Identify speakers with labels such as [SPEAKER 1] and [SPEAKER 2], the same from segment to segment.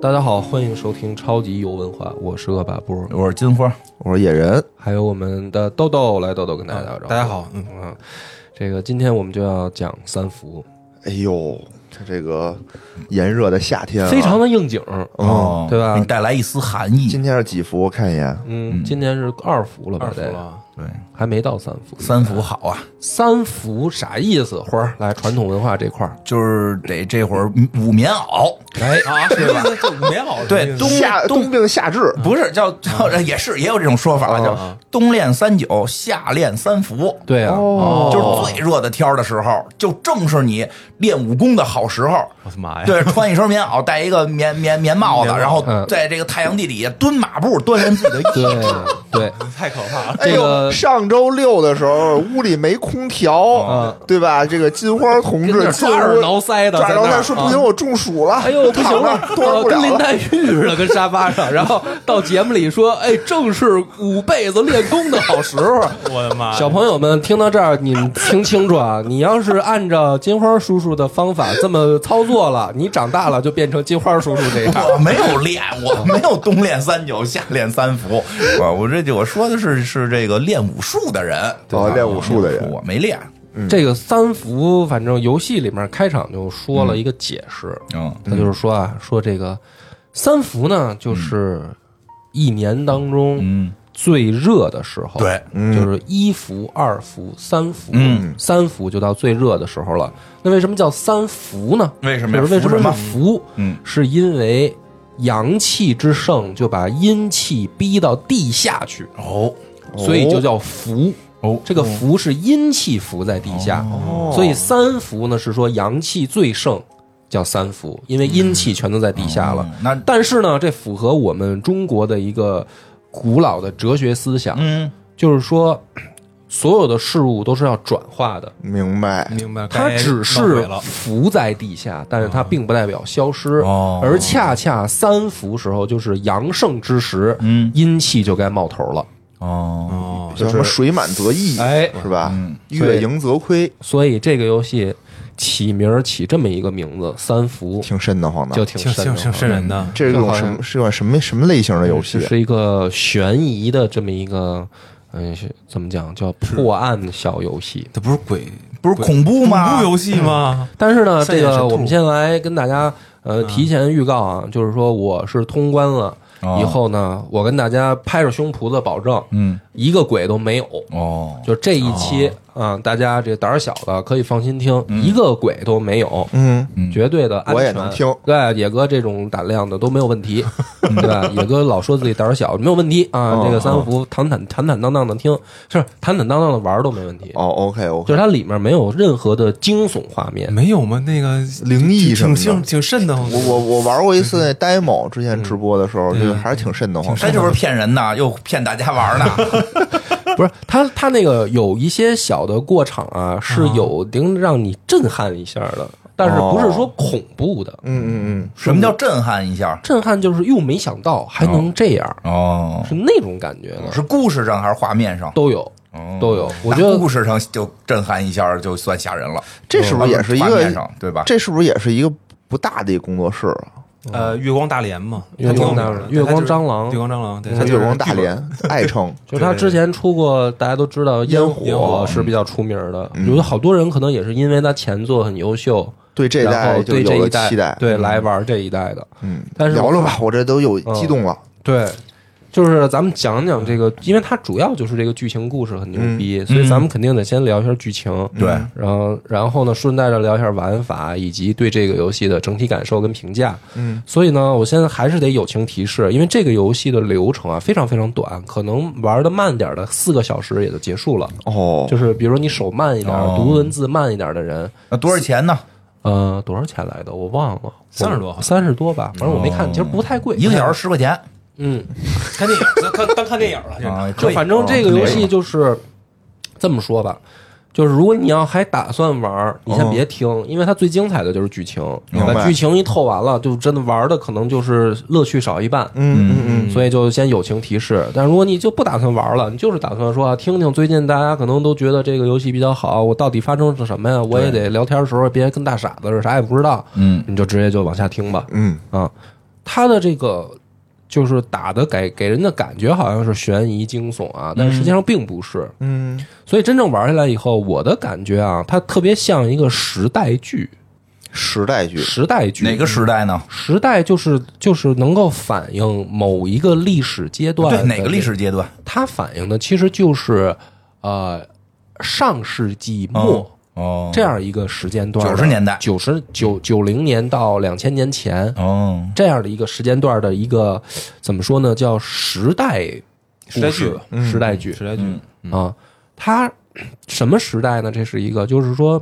[SPEAKER 1] 大家好，欢迎收听超级游文化，我是恶霸波，
[SPEAKER 2] 我是金花，
[SPEAKER 3] 我是野人，
[SPEAKER 1] 还有我们的豆豆来，豆豆跟大家打个招呼。
[SPEAKER 2] 大家好，嗯
[SPEAKER 1] 嗯，这个今天我们就要讲三伏，
[SPEAKER 3] 哎呦，这这个炎热的夏天、啊，
[SPEAKER 1] 非常的应景。
[SPEAKER 2] 哦
[SPEAKER 1] 对吧
[SPEAKER 2] 给你带来一丝寒意，
[SPEAKER 3] 今天是几伏？我看一眼，
[SPEAKER 1] 嗯，今年是二伏了吧？
[SPEAKER 4] 服
[SPEAKER 1] 得
[SPEAKER 4] 了，
[SPEAKER 2] 对，
[SPEAKER 1] 还没到三伏。
[SPEAKER 2] 三伏好啊，
[SPEAKER 1] 三伏啥意思？花儿来，传统文化这块儿，
[SPEAKER 2] 就是得这会儿捂棉袄，
[SPEAKER 4] 哎啊，是吧？ 这五棉袄
[SPEAKER 2] 对，冬
[SPEAKER 3] 夏
[SPEAKER 2] 冬
[SPEAKER 3] 冬病夏治，
[SPEAKER 2] 不是叫叫也是也有这种说法，叫冬练三九，夏练三伏，
[SPEAKER 1] 对啊，
[SPEAKER 2] 就是最热的天儿的时候，就正是你练武功的好时候。
[SPEAKER 4] 我的妈呀！
[SPEAKER 2] 对，穿一身棉袄，戴一个棉棉棉帽子，
[SPEAKER 4] 棉帽
[SPEAKER 2] 然后
[SPEAKER 1] 嗯
[SPEAKER 2] 在这个太阳地底下蹲马步，锻炼自己的意
[SPEAKER 1] 对对，
[SPEAKER 4] 太可怕了，
[SPEAKER 1] 这
[SPEAKER 3] 哎
[SPEAKER 1] 个
[SPEAKER 3] 呦，上周六的时候屋里没空调
[SPEAKER 1] 啊，
[SPEAKER 3] 对吧？这个金花同
[SPEAKER 1] 跟那儿
[SPEAKER 3] 志进
[SPEAKER 1] 抓耳
[SPEAKER 3] 屋
[SPEAKER 1] 挠腮的
[SPEAKER 3] 抓耳挠
[SPEAKER 1] 在那
[SPEAKER 3] 腮
[SPEAKER 1] 儿
[SPEAKER 3] 说
[SPEAKER 1] 啊
[SPEAKER 3] 不行，我中暑了，
[SPEAKER 1] 哎呦，不行
[SPEAKER 3] 躺那
[SPEAKER 1] 了
[SPEAKER 3] 儿，多
[SPEAKER 1] 呃
[SPEAKER 3] 不
[SPEAKER 1] 跟林
[SPEAKER 3] 了了。
[SPEAKER 1] 黛玉似的，跟沙发上。然后到节目里说，哎，正是捂被子练功的好时候。
[SPEAKER 4] 我的妈呀！
[SPEAKER 1] 小朋友们听到这儿，你们听清楚啊！你要是按照金花叔叔的方法这么操作了，你长大了就变成金花叔叔这样。
[SPEAKER 2] 我没有练，我没有冬练三九，夏练三伏。啊我我这就我说的是是这个练武术的人，
[SPEAKER 3] 哦
[SPEAKER 2] 吧
[SPEAKER 3] 练武术的人
[SPEAKER 2] 我没练。
[SPEAKER 1] 这个三伏，反正游戏里面开场就说了一个解释，
[SPEAKER 2] 嗯，
[SPEAKER 1] 他就是说啊，说这个三伏呢，就是一年当中
[SPEAKER 2] 嗯
[SPEAKER 1] 最热的时候，
[SPEAKER 2] 对，
[SPEAKER 1] 就是一伏、二伏、三伏，
[SPEAKER 2] 嗯
[SPEAKER 1] 三伏就到最热的时候了。那为什么叫三伏呢？
[SPEAKER 2] 为什么呀
[SPEAKER 1] 就是为
[SPEAKER 2] 伏什
[SPEAKER 1] 么
[SPEAKER 2] 么
[SPEAKER 1] 是伏？
[SPEAKER 2] 嗯，
[SPEAKER 1] 是因为阳气之盛就把阴气逼到地下去，
[SPEAKER 2] 哦
[SPEAKER 1] 所以就叫伏。
[SPEAKER 2] 哦，
[SPEAKER 1] 这个伏是阴气伏在地下，所以三伏呢是说阳气最盛，叫三伏，因为阴气全都在地下了。
[SPEAKER 2] 嗯那
[SPEAKER 1] 但是呢，这符合我们中国的一个古老的哲学思想，
[SPEAKER 2] 嗯
[SPEAKER 1] 就是说，所有的事物都是要转化的，
[SPEAKER 3] 明白，
[SPEAKER 4] 明白，
[SPEAKER 1] 它
[SPEAKER 2] 哎
[SPEAKER 4] 该
[SPEAKER 1] 只
[SPEAKER 4] 闹
[SPEAKER 1] 是
[SPEAKER 4] 鬼了
[SPEAKER 1] 伏在地下，但是它并不代表消失
[SPEAKER 2] 嗯哦，
[SPEAKER 1] 而恰恰三伏时候就是阳盛之时，
[SPEAKER 2] 嗯
[SPEAKER 1] 阴气就该冒头了。
[SPEAKER 2] 哦，
[SPEAKER 4] 哦，
[SPEAKER 3] 叫什么水满则溢，
[SPEAKER 1] 哎
[SPEAKER 3] 是吧
[SPEAKER 2] 嗯？
[SPEAKER 3] 月盈则亏，
[SPEAKER 1] 所以这个游戏起名儿起这么一个名字“三伏
[SPEAKER 3] 挺瘆得慌”，
[SPEAKER 1] 就
[SPEAKER 3] 的。
[SPEAKER 1] 挺瘆啊得
[SPEAKER 4] 挺挺挺
[SPEAKER 1] 慌
[SPEAKER 4] 瘆人的。
[SPEAKER 3] 这是
[SPEAKER 1] 就
[SPEAKER 3] 种
[SPEAKER 1] 好
[SPEAKER 3] 什
[SPEAKER 1] 像
[SPEAKER 3] 么是种什么什么类型的游戏
[SPEAKER 1] 这？是一个悬疑的这么一个，嗯，是怎么讲叫破案小游戏。
[SPEAKER 4] 这不是鬼
[SPEAKER 2] 不是恐怖
[SPEAKER 4] 恐
[SPEAKER 2] 吗？
[SPEAKER 4] 怖游戏吗？
[SPEAKER 1] 但是呢，
[SPEAKER 2] 三
[SPEAKER 1] 这
[SPEAKER 2] 眼
[SPEAKER 1] 个
[SPEAKER 2] 神兔
[SPEAKER 1] 我们先来跟大家呃提前预告啊，就是说我是通关了。
[SPEAKER 2] 哦
[SPEAKER 1] 以后呢，我跟大家拍着胸脯子保证，
[SPEAKER 2] 嗯，
[SPEAKER 1] 一个鬼都没有。
[SPEAKER 2] 哦，
[SPEAKER 1] 就这一期啊、大家这胆儿小的可以放心听，一个鬼都没有，
[SPEAKER 3] 嗯，
[SPEAKER 1] 绝对的安全。
[SPEAKER 3] 我也能听
[SPEAKER 1] 对野哥这种胆量的都没有问 题，对吧？野哥老说自己胆儿小，没有问题啊。
[SPEAKER 3] 哦
[SPEAKER 1] 这个三伏坦坦坦坦荡荡的听，是坦坦荡荡的玩儿都没问题。
[SPEAKER 3] 哦，OK
[SPEAKER 1] 就
[SPEAKER 3] OK，
[SPEAKER 1] 是它里面没有任何的惊悚画面，
[SPEAKER 4] 没有吗？那个
[SPEAKER 3] 灵异什么
[SPEAKER 4] 挺
[SPEAKER 3] 的
[SPEAKER 4] 挺挺瘆得慌。
[SPEAKER 3] 我我我玩过一次
[SPEAKER 1] 嗯
[SPEAKER 3] 那 demo，之前直播的时候，就还是挺瘆得慌的。
[SPEAKER 2] 这就是骗人呢，又骗大家玩呢。
[SPEAKER 1] 不是它它那个有一些小的过场啊，
[SPEAKER 3] 哦
[SPEAKER 1] 是有能让你震撼一下的，但是不是说恐怖的。
[SPEAKER 3] 哦嗯嗯嗯，
[SPEAKER 2] 什么叫震撼一下？
[SPEAKER 1] 震撼就是哟，没想到还能这样，
[SPEAKER 2] 哦，
[SPEAKER 1] 是那种感觉
[SPEAKER 3] 嗯
[SPEAKER 1] 的，
[SPEAKER 2] 是故事上还是画面上？
[SPEAKER 1] 都有
[SPEAKER 2] 哦
[SPEAKER 1] 都有。我
[SPEAKER 2] 那
[SPEAKER 1] 觉得
[SPEAKER 2] 故事上就震撼一下，就算吓人了。嗯
[SPEAKER 3] 这是不是也是一
[SPEAKER 2] 画面
[SPEAKER 3] 个？
[SPEAKER 2] 上对吧？
[SPEAKER 3] 啊这是不是也是一个不大的一个工作室啊？
[SPEAKER 4] 呃，月光大连嘛，
[SPEAKER 1] 月光大
[SPEAKER 4] 它挺有名的
[SPEAKER 1] 月光
[SPEAKER 4] 它就是
[SPEAKER 1] 蟑螂
[SPEAKER 4] 月光蟑螂，对，它
[SPEAKER 3] 它
[SPEAKER 4] 就是
[SPEAKER 3] 月光大连， 爱称
[SPEAKER 1] 就是他之前出过，大家都知道
[SPEAKER 3] 烟
[SPEAKER 1] 火
[SPEAKER 3] 火
[SPEAKER 1] 是比较出名的，
[SPEAKER 3] 嗯
[SPEAKER 1] 有好多人可能也是因为他前作很优秀，
[SPEAKER 3] 对这一
[SPEAKER 1] 然后
[SPEAKER 3] 代就
[SPEAKER 1] 对这
[SPEAKER 3] 有
[SPEAKER 1] 一
[SPEAKER 3] 了
[SPEAKER 1] 代
[SPEAKER 3] 期待。
[SPEAKER 1] 对来玩这一代的，
[SPEAKER 3] 嗯，
[SPEAKER 1] 但是嗯
[SPEAKER 3] 聊聊吧，我这都有激动了。
[SPEAKER 1] 对，就是咱们讲讲这个，因为它主要就是这个剧情故事很牛逼，所以咱们肯定得先聊一下剧情，
[SPEAKER 2] 嗯对，
[SPEAKER 1] 然后然后呢，顺带着聊一下玩法以及对这个游戏的整体感受跟评价。
[SPEAKER 3] 嗯，
[SPEAKER 1] 所以呢，我现在还是得友情提示，因为这个游戏的流程啊非常非常短，可能玩的慢点儿的四个小时也就结束了。
[SPEAKER 3] 哦，
[SPEAKER 1] 就是比如说你手慢一点儿、
[SPEAKER 2] 哦
[SPEAKER 1] 读文字慢一点儿的人，
[SPEAKER 2] 那多少钱呢？
[SPEAKER 1] 呃，多少钱来的我忘了，
[SPEAKER 4] 30多好像
[SPEAKER 1] 三十多吧，反正我没看，
[SPEAKER 2] 哦
[SPEAKER 1] 其实不太贵，
[SPEAKER 2] 一个小
[SPEAKER 1] 时。
[SPEAKER 2] 时十块钱
[SPEAKER 1] 嗯，
[SPEAKER 4] 看电影，咱看当看电影了，现在
[SPEAKER 2] 啊，
[SPEAKER 1] 就
[SPEAKER 2] 可以
[SPEAKER 1] 反正这个游戏就是这么说吧，就是如果你要还打算玩儿，你先别听，因为它最精彩的就是剧情，
[SPEAKER 3] 哦明白
[SPEAKER 1] 把剧情一透完了，就真的玩的可能就是乐趣少一半。
[SPEAKER 3] 嗯嗯嗯，
[SPEAKER 1] 所以就先友情提示，但如果你就不打算玩了，你就是打算说啊，听听最近大家可能都觉得这个游戏比较好，我到底发生了什么呀？我也得聊天的时候别跟大傻子似的，啥也不知道，
[SPEAKER 2] 嗯，
[SPEAKER 1] 你就直接就往下听吧。
[SPEAKER 3] 嗯，
[SPEAKER 1] 啊，他的这个就是打的给给人的感觉好像是悬疑惊悚啊，但是实际上并不是。
[SPEAKER 3] 嗯，
[SPEAKER 1] 所以真正玩下来以后，我的感觉啊，它特别像一个时代剧，
[SPEAKER 3] 时代剧，
[SPEAKER 1] 时代剧
[SPEAKER 3] 嗯
[SPEAKER 2] 哪个时代呢？
[SPEAKER 1] 时代就是就是能够反映某一个历史阶段
[SPEAKER 2] 对
[SPEAKER 1] 的，
[SPEAKER 2] 哪个历史阶段？
[SPEAKER 1] 它反映的其实就是呃上世纪末。
[SPEAKER 2] 哦，
[SPEAKER 1] 这样一个时间段的，
[SPEAKER 2] 90年代
[SPEAKER 1] 九十九九零年到两千年前
[SPEAKER 2] 哦，
[SPEAKER 1] 这样的一个时间段的一个怎么说呢？叫时代
[SPEAKER 4] 时代
[SPEAKER 1] 故事
[SPEAKER 4] 剧
[SPEAKER 2] 嗯
[SPEAKER 1] 时代剧
[SPEAKER 4] 时代剧，
[SPEAKER 1] 啊。它什么时代呢？这是一个，就是说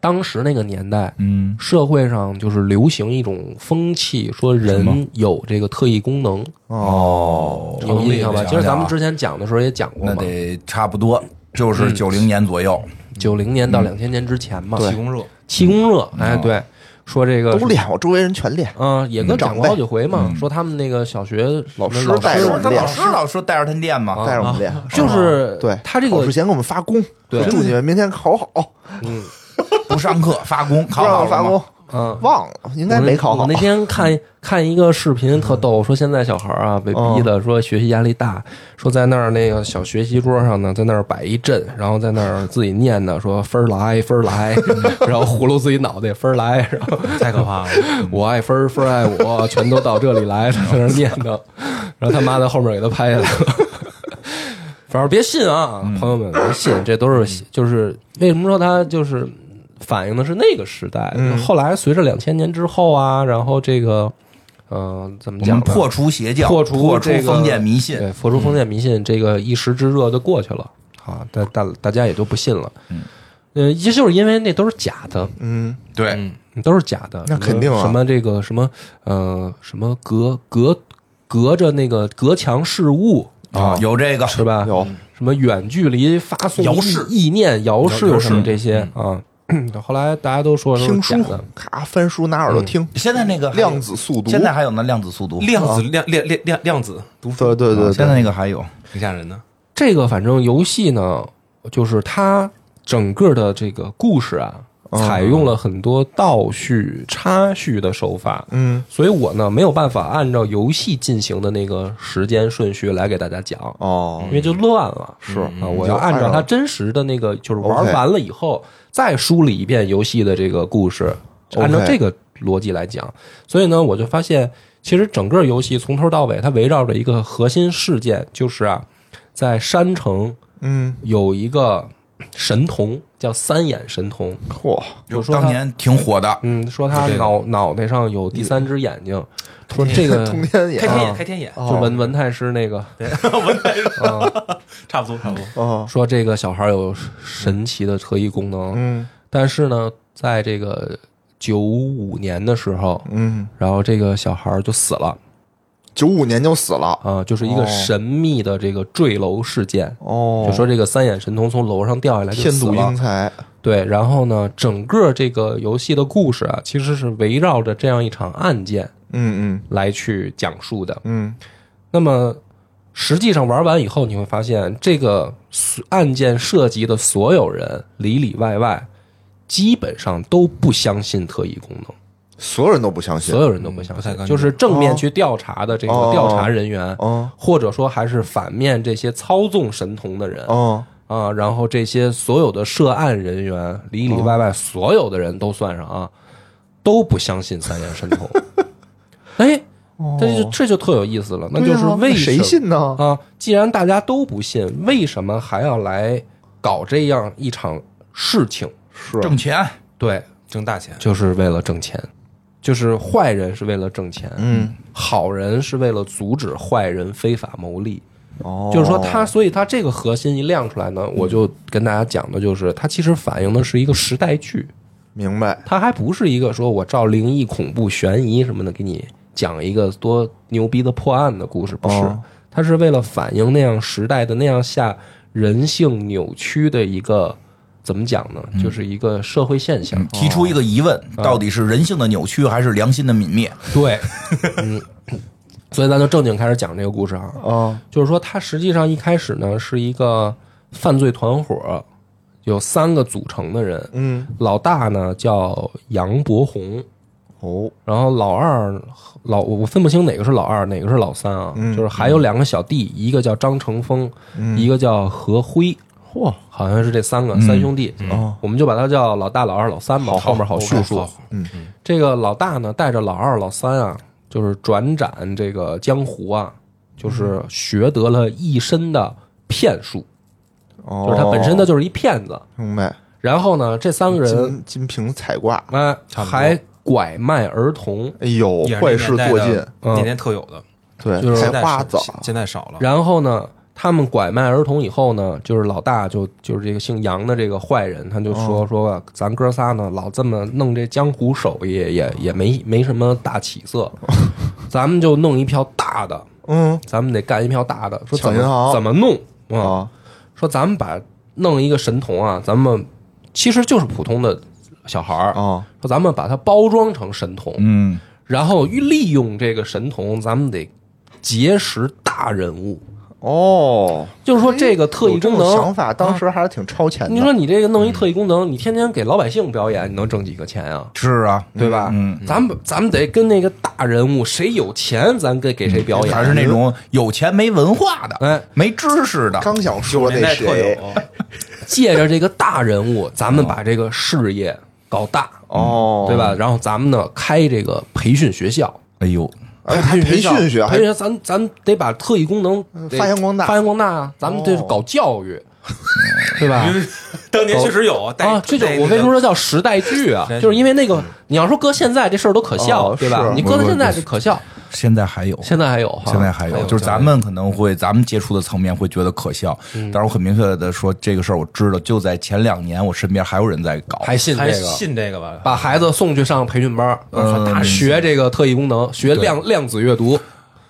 [SPEAKER 1] 当时那个年代，
[SPEAKER 2] 嗯
[SPEAKER 1] 社会上就是流行一种风气，说人有这个特异功能，
[SPEAKER 2] 哦，
[SPEAKER 1] 有印象吧？
[SPEAKER 2] 这
[SPEAKER 1] 其
[SPEAKER 2] 个
[SPEAKER 1] 实
[SPEAKER 2] 想想
[SPEAKER 1] 咱
[SPEAKER 2] 啊
[SPEAKER 1] 们之前讲的时候也讲过
[SPEAKER 2] 那
[SPEAKER 1] 嘛，
[SPEAKER 2] 得差不多
[SPEAKER 3] 嗯
[SPEAKER 2] 就是九零年左右。
[SPEAKER 1] 九零年到两千年之前嘛，
[SPEAKER 4] 气功热，
[SPEAKER 1] 气功热，哎，对，说这个
[SPEAKER 3] 都练，我周围人全练。
[SPEAKER 1] 嗯，也跟
[SPEAKER 3] 长
[SPEAKER 1] 讲过好
[SPEAKER 3] 辈
[SPEAKER 1] 几回嘛，
[SPEAKER 2] 嗯
[SPEAKER 1] 说他们那个小学
[SPEAKER 3] 老
[SPEAKER 1] 什么
[SPEAKER 3] 师
[SPEAKER 1] 老
[SPEAKER 3] 带
[SPEAKER 1] 师
[SPEAKER 3] 着
[SPEAKER 2] 是他老师老说带着他练嘛，
[SPEAKER 1] 啊
[SPEAKER 3] 带着我们练，
[SPEAKER 1] 就是
[SPEAKER 3] 对
[SPEAKER 1] 他这
[SPEAKER 3] 考
[SPEAKER 1] 个
[SPEAKER 3] 试前给我们发功，
[SPEAKER 1] 对
[SPEAKER 3] 说祝你们明天考好，
[SPEAKER 1] 嗯
[SPEAKER 2] 不上课发功，
[SPEAKER 3] 不
[SPEAKER 2] 考好
[SPEAKER 3] 让
[SPEAKER 2] 了
[SPEAKER 3] 发
[SPEAKER 2] 吗
[SPEAKER 3] 功，
[SPEAKER 1] 嗯，
[SPEAKER 3] 忘了，应该没考
[SPEAKER 1] 我
[SPEAKER 3] 好
[SPEAKER 1] 那。天看看一个视频特逗，说现在小孩儿啊被
[SPEAKER 3] 哦
[SPEAKER 1] 逼的，说学习压力大，说在那儿那个小学习桌上呢，在那儿摆一阵，然后在那儿自己念呢，说分儿来分儿来， 然后葫芦自己脑袋分儿来，然后
[SPEAKER 4] 太可怕了。
[SPEAKER 1] 我爱分儿分儿爱我，全都到这里来，在那儿念 叨，然后他妈在后面给他拍下来了。反正别信啊，朋友们，嗯别信，这都是就是为什么说它就是反映的是那个时代。后来随着两千年之后啊，然后这个呃，怎么
[SPEAKER 2] 我
[SPEAKER 1] 讲
[SPEAKER 2] 们
[SPEAKER 1] 呢？
[SPEAKER 2] 破除邪教，
[SPEAKER 1] 破
[SPEAKER 2] 破
[SPEAKER 1] 除
[SPEAKER 2] 破除
[SPEAKER 1] 这个
[SPEAKER 2] 封建迷信，
[SPEAKER 1] 对佛出封建迷信，这个一时之热就过去了啊，大大大家也就不信了。嗯，呃，也就是因为那都是假的，
[SPEAKER 3] 嗯，
[SPEAKER 2] 对，
[SPEAKER 1] 都是假的，
[SPEAKER 3] 那
[SPEAKER 1] 什么
[SPEAKER 3] 肯定啊
[SPEAKER 1] 什么这个什么呃什么隔隔隔着那个隔墙视物
[SPEAKER 2] 啊，有这个
[SPEAKER 1] 是吧？
[SPEAKER 3] 有
[SPEAKER 1] 什么远距离发送
[SPEAKER 2] 遥
[SPEAKER 1] 意
[SPEAKER 2] 视
[SPEAKER 1] 意念、遥视
[SPEAKER 2] 遥
[SPEAKER 1] 什么这些啊？ 后来大家都说都是
[SPEAKER 3] 嗯听
[SPEAKER 1] 假
[SPEAKER 3] 书
[SPEAKER 1] 的，，嗯
[SPEAKER 3] 咔翻书拿耳朵听，
[SPEAKER 2] 现在那个还有
[SPEAKER 3] 量子速读。
[SPEAKER 2] 现在还有呢，量子速读，啊
[SPEAKER 4] 量子量量量量量子读书
[SPEAKER 3] 对对对，对
[SPEAKER 2] 现在那个还有，
[SPEAKER 4] 挺吓人的，
[SPEAKER 1] 这个反正游戏呢，就是它整个的这个故事啊，
[SPEAKER 3] 嗯
[SPEAKER 1] 采用了很多倒叙、插叙的手法。
[SPEAKER 3] 嗯，
[SPEAKER 1] 所以我呢没有办法按照游戏进行的那个时间顺序来给大家讲，
[SPEAKER 3] 哦
[SPEAKER 1] 因，为就乱了。是
[SPEAKER 3] 嗯
[SPEAKER 1] 啊，我要按照它真实的那个，就是玩
[SPEAKER 3] OK
[SPEAKER 1] 完了以后再梳理一遍游戏的这个故事，
[SPEAKER 3] OK
[SPEAKER 1] 按照这个逻辑来讲。所以呢，我就发现，其实整个游戏从头到尾，它围绕着一个核心事件，就是啊，在山城
[SPEAKER 3] 嗯，
[SPEAKER 1] 有一个神童叫三眼神童，
[SPEAKER 3] 嚯，
[SPEAKER 1] 就说
[SPEAKER 2] 当
[SPEAKER 1] 他。
[SPEAKER 2] 年挺火的，
[SPEAKER 1] 嗯，说他
[SPEAKER 4] 就这个
[SPEAKER 1] 脑脑袋上有第三只眼睛，说这 个
[SPEAKER 3] 通天眼
[SPEAKER 4] 开天眼开天眼，
[SPEAKER 3] 啊
[SPEAKER 1] 就文文太师那个
[SPEAKER 4] 差不多差不多。
[SPEAKER 3] 哦，
[SPEAKER 1] 说这个小孩有神奇的特异功能，
[SPEAKER 3] 嗯
[SPEAKER 1] 但是呢，在这个九五年的时候，
[SPEAKER 3] 嗯，
[SPEAKER 1] 然后这个小孩就死了
[SPEAKER 3] 九五年就死了。
[SPEAKER 1] 啊、就是一个
[SPEAKER 3] 哦
[SPEAKER 1] 神秘的这个坠楼事件。
[SPEAKER 3] 哦，
[SPEAKER 1] 就说这个三眼神童从楼上掉下来就
[SPEAKER 3] 天
[SPEAKER 1] 死
[SPEAKER 3] 妒英
[SPEAKER 1] 了，
[SPEAKER 3] 才，
[SPEAKER 1] 对。然后呢，整个这个游戏的故事啊，其实是围绕着这样一场案件
[SPEAKER 3] 嗯
[SPEAKER 1] 来去讲述的。
[SPEAKER 3] 嗯
[SPEAKER 1] 那么实际上玩完以后，你会发现这个案件涉及的所有人里里外外，基本上都不相信特异功能，
[SPEAKER 3] 嗯，所有人都不相信
[SPEAKER 1] 所。有人都不
[SPEAKER 4] 嗯
[SPEAKER 1] 相
[SPEAKER 4] 不太
[SPEAKER 1] 信，
[SPEAKER 4] 干净
[SPEAKER 1] 就是正面去调查的这个
[SPEAKER 3] 哦
[SPEAKER 1] 调查人员，
[SPEAKER 3] 哦
[SPEAKER 1] 或者说还是反面这些操纵神童的人
[SPEAKER 3] 哦，
[SPEAKER 1] 啊，然后这些所有的涉案人员里里外
[SPEAKER 3] 哦
[SPEAKER 1] 外所有的人都算上啊，都不相信三眼神 童。哎，这就这就特有意思了，那就是
[SPEAKER 3] 哦对啊
[SPEAKER 1] 为什
[SPEAKER 3] 谁
[SPEAKER 1] 么
[SPEAKER 3] 信呢？
[SPEAKER 1] 啊，既然大家都不信，为什么还要来搞这样一场事情？
[SPEAKER 3] 是啊
[SPEAKER 2] 挣钱，
[SPEAKER 1] 对，
[SPEAKER 4] 挣大钱，
[SPEAKER 1] 就是为了挣钱，就是坏人是为了挣钱，
[SPEAKER 3] 嗯，
[SPEAKER 1] 好人是为了阻止坏人非法牟利。
[SPEAKER 3] 哦，嗯
[SPEAKER 1] 就是说他，所以他这个核心一亮出来呢，我就跟大家讲的就是，它其实反映的是一个时代剧，
[SPEAKER 3] 明白，
[SPEAKER 1] 它还不是一个说我照灵异、恐怖、悬疑什么的给你讲一个多牛逼的破案的故事，不是，
[SPEAKER 3] 哦
[SPEAKER 1] 它是为了反映那样时代的那样下人性扭曲的一个怎么讲呢？
[SPEAKER 3] 嗯
[SPEAKER 1] 就是一个社会现象。
[SPEAKER 2] 提出一个疑问，
[SPEAKER 3] 啊
[SPEAKER 2] 到底是人性的扭曲还是良心的泯灭？
[SPEAKER 1] 对， 嗯，所以咱就正经开始讲这个故事啊，
[SPEAKER 3] 哦，
[SPEAKER 1] 就是说它实际上一开始呢是一个犯罪团伙，有三个组成的人，
[SPEAKER 3] 嗯，
[SPEAKER 1] 老大呢叫杨伯宏，
[SPEAKER 3] 哦，
[SPEAKER 1] 然后老二老我我分不清哪个是老二，哪个是老三啊，就是还有两个小弟，一个叫张成峰，一个叫何辉。嚯，好像是这三个、三兄弟，我们就把他叫老大、老二、老三吧，后面好叙述。
[SPEAKER 3] 嗯，
[SPEAKER 1] 这个老大呢，带着老二、老三啊，就是转展这个江湖啊，就是学得了一身的骗术，
[SPEAKER 3] 哦，
[SPEAKER 1] 就是他本身他就是一骗子。
[SPEAKER 3] 明白，
[SPEAKER 1] 然后呢，这三个人
[SPEAKER 3] 金金瓶彩挂，
[SPEAKER 1] 哎
[SPEAKER 4] 差不多
[SPEAKER 1] 还拐卖儿童，
[SPEAKER 3] 哎呦
[SPEAKER 4] 也，是
[SPEAKER 3] 坏
[SPEAKER 4] 那
[SPEAKER 3] 事
[SPEAKER 4] 年代
[SPEAKER 3] 做
[SPEAKER 4] 的
[SPEAKER 3] 尽，
[SPEAKER 1] 嗯
[SPEAKER 4] 年年特有的，
[SPEAKER 1] 就是
[SPEAKER 3] 对，采
[SPEAKER 4] 现在
[SPEAKER 3] 花
[SPEAKER 4] 是
[SPEAKER 3] 枣，
[SPEAKER 4] 现在少了。
[SPEAKER 1] 然后呢，他们拐卖儿童以后呢，就是老大就就是这个姓杨的这个坏人，他就说、说吧，咱哥仨呢老这么弄这江湖手艺，也也没没什么大起色，咱们就弄一票大的，
[SPEAKER 3] 嗯
[SPEAKER 1] 咱们得干一票大的，说怎
[SPEAKER 3] 抢银
[SPEAKER 1] 么
[SPEAKER 3] 行
[SPEAKER 1] 怎么弄啊、
[SPEAKER 3] 啊，
[SPEAKER 1] 说咱们把弄一个神童啊，咱们其实就是普通的小孩儿，
[SPEAKER 3] 啊，
[SPEAKER 1] 说咱们把它包装成神童，
[SPEAKER 2] 嗯，
[SPEAKER 1] 然后利用这个神童，咱们得结识大人物。
[SPEAKER 3] 哦，
[SPEAKER 1] 就是说这个特异
[SPEAKER 3] 哎有这
[SPEAKER 1] 功
[SPEAKER 3] 种想
[SPEAKER 1] 能，啊
[SPEAKER 3] 法嗯当时还是挺超前的。
[SPEAKER 1] 你说你这个弄一特异功能，你天天给老百姓表演，你能挣几个钱啊？
[SPEAKER 2] 是啊，
[SPEAKER 1] 对吧？
[SPEAKER 2] 嗯，
[SPEAKER 1] 咱们咱们得跟那个大人物，谁有钱咱给给谁表演。
[SPEAKER 2] 还是那种有钱没文化
[SPEAKER 3] 嗯
[SPEAKER 2] 的，
[SPEAKER 1] 哦哎，
[SPEAKER 2] 没知识的，
[SPEAKER 3] 刚想
[SPEAKER 4] 九
[SPEAKER 3] 说
[SPEAKER 4] 十年代
[SPEAKER 3] 那
[SPEAKER 4] 特
[SPEAKER 3] 谁，
[SPEAKER 4] 有，
[SPEAKER 1] 借着这个大人物，咱们把这个事业搞大，
[SPEAKER 3] 哦，
[SPEAKER 1] 对？吧？然后咱们呢开这个培训学校，
[SPEAKER 2] 哎呦，
[SPEAKER 3] 哎，还培训学，
[SPEAKER 1] 培
[SPEAKER 3] 还
[SPEAKER 1] 训学咱咱得把特异功能
[SPEAKER 2] 呃
[SPEAKER 1] 得
[SPEAKER 3] 发扬光大
[SPEAKER 1] 发扬光大啊！咱们得搞教育，
[SPEAKER 2] 哦
[SPEAKER 1] 对吧？
[SPEAKER 4] 当年确实有带
[SPEAKER 1] 啊，这就我为什么说叫时代剧啊？就是因为那个，你要说搁现在这事儿都可笑，
[SPEAKER 3] 哦
[SPEAKER 1] 对吧
[SPEAKER 3] 是？
[SPEAKER 1] 你搁到现在就可笑，
[SPEAKER 2] 现在还有，
[SPEAKER 1] 现在还有哈，
[SPEAKER 2] 现在还有，就是咱们可能会，咱们接触的层面会觉得可笑，
[SPEAKER 1] 嗯
[SPEAKER 2] 但是我很明确的说，这个事儿我知道，就在前两年，我身边还有人在搞，
[SPEAKER 1] 还信这
[SPEAKER 4] 还
[SPEAKER 1] 个，
[SPEAKER 4] 信这个吧？
[SPEAKER 1] 把孩子送去上培训班儿，
[SPEAKER 2] 嗯
[SPEAKER 1] 大学这个特异功能，学量量子阅读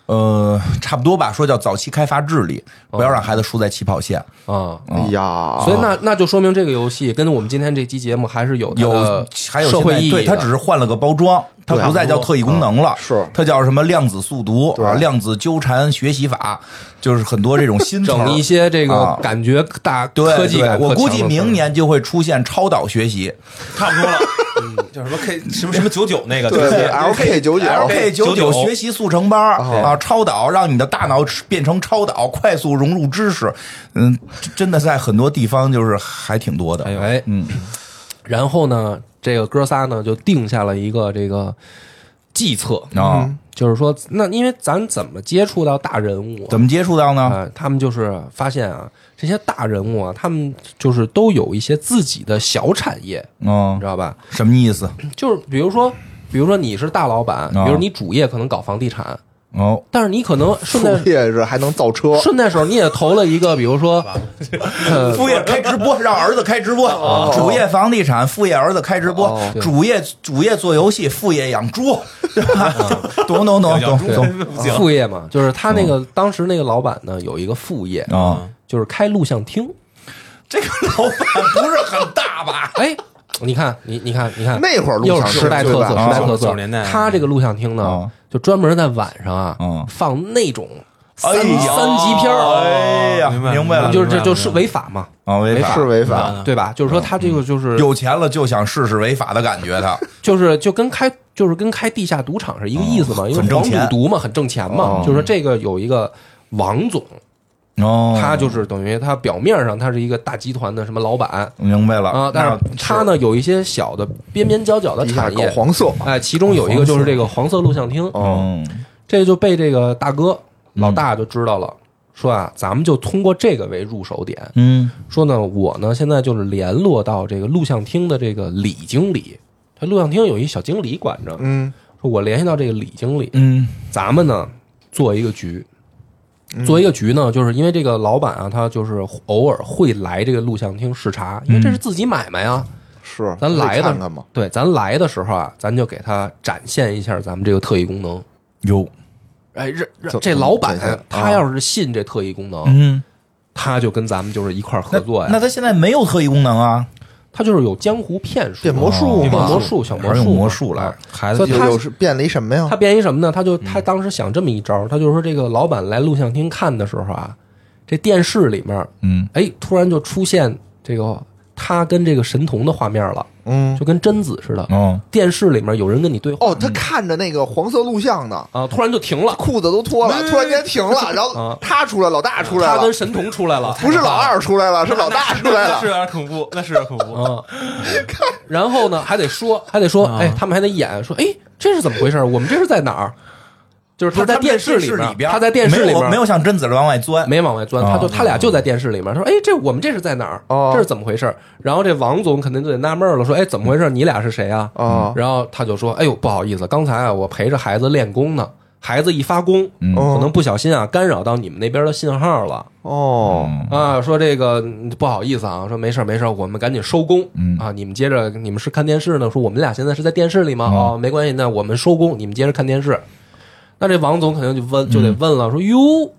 [SPEAKER 2] 呃，差不多吧，说叫早期开发智力，
[SPEAKER 1] 哦
[SPEAKER 2] 不要让孩子输在起跑线，
[SPEAKER 1] 啊。
[SPEAKER 3] 哎
[SPEAKER 2] 哦
[SPEAKER 3] 呀，
[SPEAKER 1] 所以那那就说明这个游戏跟我们今天这期节目还是有它
[SPEAKER 2] 有
[SPEAKER 1] 的
[SPEAKER 2] 还有
[SPEAKER 1] 呃社
[SPEAKER 2] 现
[SPEAKER 1] 会
[SPEAKER 2] 在
[SPEAKER 1] 意义的。啊
[SPEAKER 2] 对，它只是换了个包装，它不再叫特异功
[SPEAKER 1] 哦
[SPEAKER 2] 能了，
[SPEAKER 3] 是
[SPEAKER 2] 它叫什么量子速读啊，量子纠缠学习法，就是很多这种新词儿
[SPEAKER 1] 整一些这个
[SPEAKER 2] 啊
[SPEAKER 1] 感觉大
[SPEAKER 2] 对
[SPEAKER 1] 科技
[SPEAKER 2] 对
[SPEAKER 1] 感特强的词儿，
[SPEAKER 2] 我估计明年就会出现超导学习
[SPEAKER 4] 差不多了， 嗯叫什么 K 什么什么九九那个
[SPEAKER 3] 对
[SPEAKER 4] 就是
[SPEAKER 3] LK 九九
[SPEAKER 2] ，LK 九九学习速成班儿
[SPEAKER 3] 哦
[SPEAKER 2] 啊，超导让你的大脑变成超导，快速融入知识。嗯，真的在很多地方就是还挺多的。
[SPEAKER 1] 哎，
[SPEAKER 2] 嗯，
[SPEAKER 1] 然后呢，这个哥仨呢就定下了一个这个计策，
[SPEAKER 2] 啊，
[SPEAKER 3] 嗯
[SPEAKER 1] 就是说，那因为咱怎么接触到大人物啊？
[SPEAKER 2] 怎么接触到呢？
[SPEAKER 1] 呃他们就是发现啊，这些大人物啊，他们就是都有一些自己的小产业，你
[SPEAKER 2] 嗯
[SPEAKER 1] 知，道吧？
[SPEAKER 2] 什么意思？
[SPEAKER 1] 就是比如说，比如说你是大老板，
[SPEAKER 2] 啊
[SPEAKER 1] 比如你主业可能搞房地产，
[SPEAKER 2] 哦，
[SPEAKER 1] 但是你可能顺
[SPEAKER 3] 副
[SPEAKER 1] 带
[SPEAKER 3] 业是还能造车，
[SPEAKER 1] 顺带手你也投了一个，比如说，呃哦
[SPEAKER 2] 副业开直播，让儿子开直播，主业房地产，副业儿子开直播
[SPEAKER 3] 哦，
[SPEAKER 2] 主业主业做游戏，副业养猪，对吧？
[SPEAKER 1] 嗯
[SPEAKER 2] 懂懂懂懂懂
[SPEAKER 1] 副业嘛，就是他那
[SPEAKER 2] 嗯
[SPEAKER 1] 个当时那个老板呢有一个副业，
[SPEAKER 2] 啊！
[SPEAKER 1] 就是开录像厅。
[SPEAKER 2] 这个老板不是很大吧？
[SPEAKER 1] 哎，你看，你你看，你看，
[SPEAKER 3] 那会儿录
[SPEAKER 1] 又
[SPEAKER 3] 像
[SPEAKER 1] 是
[SPEAKER 3] 厅
[SPEAKER 1] 时代特色，
[SPEAKER 3] 对
[SPEAKER 1] 时
[SPEAKER 3] 吧
[SPEAKER 1] 代特
[SPEAKER 4] 九
[SPEAKER 1] 色
[SPEAKER 4] 十年代。
[SPEAKER 1] 他这个录像厅呢
[SPEAKER 2] 嗯，
[SPEAKER 1] 就专门在晚上啊
[SPEAKER 2] 嗯，
[SPEAKER 1] 放那种三
[SPEAKER 2] 哎呀
[SPEAKER 1] 三级片儿，
[SPEAKER 2] 哎呀，
[SPEAKER 4] 哦明白
[SPEAKER 2] 明白了，
[SPEAKER 1] 就是这就是
[SPEAKER 4] 为
[SPEAKER 1] 违法嘛，
[SPEAKER 2] 啊，违法
[SPEAKER 3] 是违
[SPEAKER 4] 嗯
[SPEAKER 3] 法，
[SPEAKER 1] 对吧？就是说他这个就是
[SPEAKER 2] 嗯有钱了就想试试违法的感觉，他
[SPEAKER 1] 就是就跟开就是跟开地下赌场是一个意思嘛，因为
[SPEAKER 2] 哦很挣
[SPEAKER 1] 黄赌
[SPEAKER 2] 钱
[SPEAKER 1] 毒嘛，很挣钱嘛。
[SPEAKER 2] 哦
[SPEAKER 1] 就是说这个有一个王总，
[SPEAKER 2] 哦
[SPEAKER 1] 他就是等于他表面上他是一个大集团的什么老板。
[SPEAKER 2] 明白了
[SPEAKER 1] 啊，但是他呢有一些小的边边角角的
[SPEAKER 3] 地下
[SPEAKER 1] 产
[SPEAKER 3] 搞
[SPEAKER 1] 业，
[SPEAKER 3] 黄色，
[SPEAKER 1] 哎，其中有一个就是这个黄色录像厅，
[SPEAKER 3] 哦，
[SPEAKER 2] 嗯
[SPEAKER 1] 这就被这个大哥老大就知道了，说啊，咱们就通过这个为入手点。
[SPEAKER 2] 嗯
[SPEAKER 1] 说呢，我呢现在就是联络到这个录像厅的这个李经理，他录像厅有一小经理管着，
[SPEAKER 3] 嗯，
[SPEAKER 1] 说我联系到这个李经理，
[SPEAKER 2] 嗯
[SPEAKER 1] 咱们呢做一个局。做一个局呢，就是因为这个老板啊，他就是偶尔会来这个录像厅视察，因为这是自己买卖啊。
[SPEAKER 3] 是，
[SPEAKER 1] 咱来
[SPEAKER 3] 得
[SPEAKER 1] 的
[SPEAKER 3] 看看嘛，
[SPEAKER 1] 对，咱来的时候啊，咱就给他展现一下咱们这个特异功能。
[SPEAKER 2] 有
[SPEAKER 1] 哎，这这
[SPEAKER 3] 怎
[SPEAKER 1] 这老板
[SPEAKER 3] 怎么展现
[SPEAKER 1] 他要是信这特异功能，
[SPEAKER 2] 嗯，
[SPEAKER 1] 他就跟咱们就是一块儿合
[SPEAKER 2] 那
[SPEAKER 1] 作呀。
[SPEAKER 2] 那他现在没有特异功能啊，
[SPEAKER 1] 他就是有江湖骗术、啊
[SPEAKER 3] 变魔术
[SPEAKER 1] 变
[SPEAKER 3] 嘛嗯
[SPEAKER 1] 魔术、小魔
[SPEAKER 2] 还是
[SPEAKER 1] 术
[SPEAKER 2] 用
[SPEAKER 1] 嘛、
[SPEAKER 2] 魔术来嗯
[SPEAKER 1] 啊，
[SPEAKER 2] 孩
[SPEAKER 1] 所以
[SPEAKER 3] 有
[SPEAKER 1] 他
[SPEAKER 3] 有是变了一什么呀
[SPEAKER 1] 他？变一什么呢？他就他当时想这么一招，他就说这个老板来录像厅看的时候啊，这电视里面，
[SPEAKER 2] 嗯
[SPEAKER 1] 哎，突然就出现这个。他跟这个神童的画面了，
[SPEAKER 3] 嗯，
[SPEAKER 1] 就跟贞子似的。
[SPEAKER 2] 嗯，
[SPEAKER 1] 电视里面有人跟你对话
[SPEAKER 3] 哦，他看着那个黄色录像呢，
[SPEAKER 1] 啊，突然就停了，
[SPEAKER 3] 裤子都脱了，突然间 停了，然后他出来，老大出来
[SPEAKER 1] 嗯他
[SPEAKER 3] 了
[SPEAKER 1] 跟，神童出来 了，
[SPEAKER 3] 不是老二出来了，是老大出来
[SPEAKER 4] 那是有
[SPEAKER 3] 了。
[SPEAKER 4] 点恐怖，那是有点恐怖。
[SPEAKER 1] 啊，然后呢，还得
[SPEAKER 2] 啊
[SPEAKER 1] 说，还得说，哎，他们还得演，说，哎，这是怎么回事？我们这是在哪儿？就是
[SPEAKER 2] 不
[SPEAKER 1] 他
[SPEAKER 2] 是
[SPEAKER 1] 在电视
[SPEAKER 2] 里
[SPEAKER 1] 面，
[SPEAKER 2] 边，
[SPEAKER 1] 他在电视里
[SPEAKER 2] 没有
[SPEAKER 1] 面
[SPEAKER 2] 没有像贞子往外钻，
[SPEAKER 1] 没往外钻，
[SPEAKER 2] 啊
[SPEAKER 1] 他就他俩就在电视里面说，哎，这我们这是在哪儿？
[SPEAKER 3] 哦
[SPEAKER 1] 这是怎么回事？然后这王总肯定就得纳闷了，说，哎，怎么回事？你俩是谁啊？
[SPEAKER 3] 哦
[SPEAKER 1] 然后他就说，哎呦，不好意思，刚才啊，我陪着孩子练功呢，孩子一发功，
[SPEAKER 3] 嗯
[SPEAKER 2] 哦
[SPEAKER 1] 可能不小心啊，干扰到你们那边的信号了。
[SPEAKER 3] 哦，
[SPEAKER 2] 嗯
[SPEAKER 1] 啊，说这个嗯不好意思啊，说没事儿没事儿，我们赶紧收工。
[SPEAKER 2] 嗯
[SPEAKER 1] 啊，你们接着，你们是看电视呢？说我们俩现在是在电视里吗？
[SPEAKER 2] 哦
[SPEAKER 1] 哦，没关系，那我们收工，你们接着看电视。那这王总肯定就问，就得问了，说
[SPEAKER 2] 嗯
[SPEAKER 1] 哟，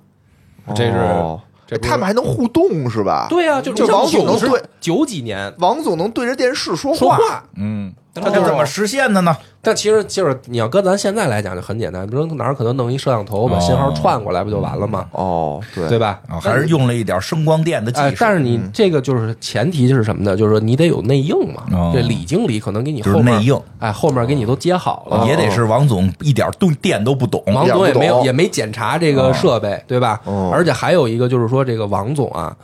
[SPEAKER 1] 嗯这是
[SPEAKER 3] 哦
[SPEAKER 1] 这不是
[SPEAKER 3] 他们还能互动是吧？
[SPEAKER 1] 对啊呀、就
[SPEAKER 3] 就王总能
[SPEAKER 1] 是
[SPEAKER 3] 对
[SPEAKER 1] 九几年
[SPEAKER 3] 王总能对着电视说
[SPEAKER 1] 说
[SPEAKER 3] 话，
[SPEAKER 1] 话，
[SPEAKER 2] 嗯，他这怎么实现的呢？
[SPEAKER 1] 但其实就是你要搁咱现在来讲就很简单，比如说哪儿可能弄一摄像头把信号
[SPEAKER 2] 哦
[SPEAKER 1] 串过来不就完了吗？
[SPEAKER 3] 哦，对
[SPEAKER 1] 对吧？
[SPEAKER 2] 嗯啊，还是用了一点声光电的技
[SPEAKER 1] 哎，
[SPEAKER 2] 术，啊嗯
[SPEAKER 1] 但是你这个就是前提就是什么呢？就是说你得有内应嘛。
[SPEAKER 2] 哦
[SPEAKER 1] 这李经理可能给你
[SPEAKER 2] 就是
[SPEAKER 1] 后面
[SPEAKER 2] 内应，哦
[SPEAKER 1] 哎，后面给你都接好了。
[SPEAKER 2] 也得是王总一点动电都不懂，
[SPEAKER 1] 王
[SPEAKER 3] 一点
[SPEAKER 1] 总
[SPEAKER 3] 不
[SPEAKER 1] 也没有
[SPEAKER 3] 懂
[SPEAKER 1] 也没检查这个设备，对吧？
[SPEAKER 3] 哦
[SPEAKER 1] 而且还有一个就是说，这个王总啊，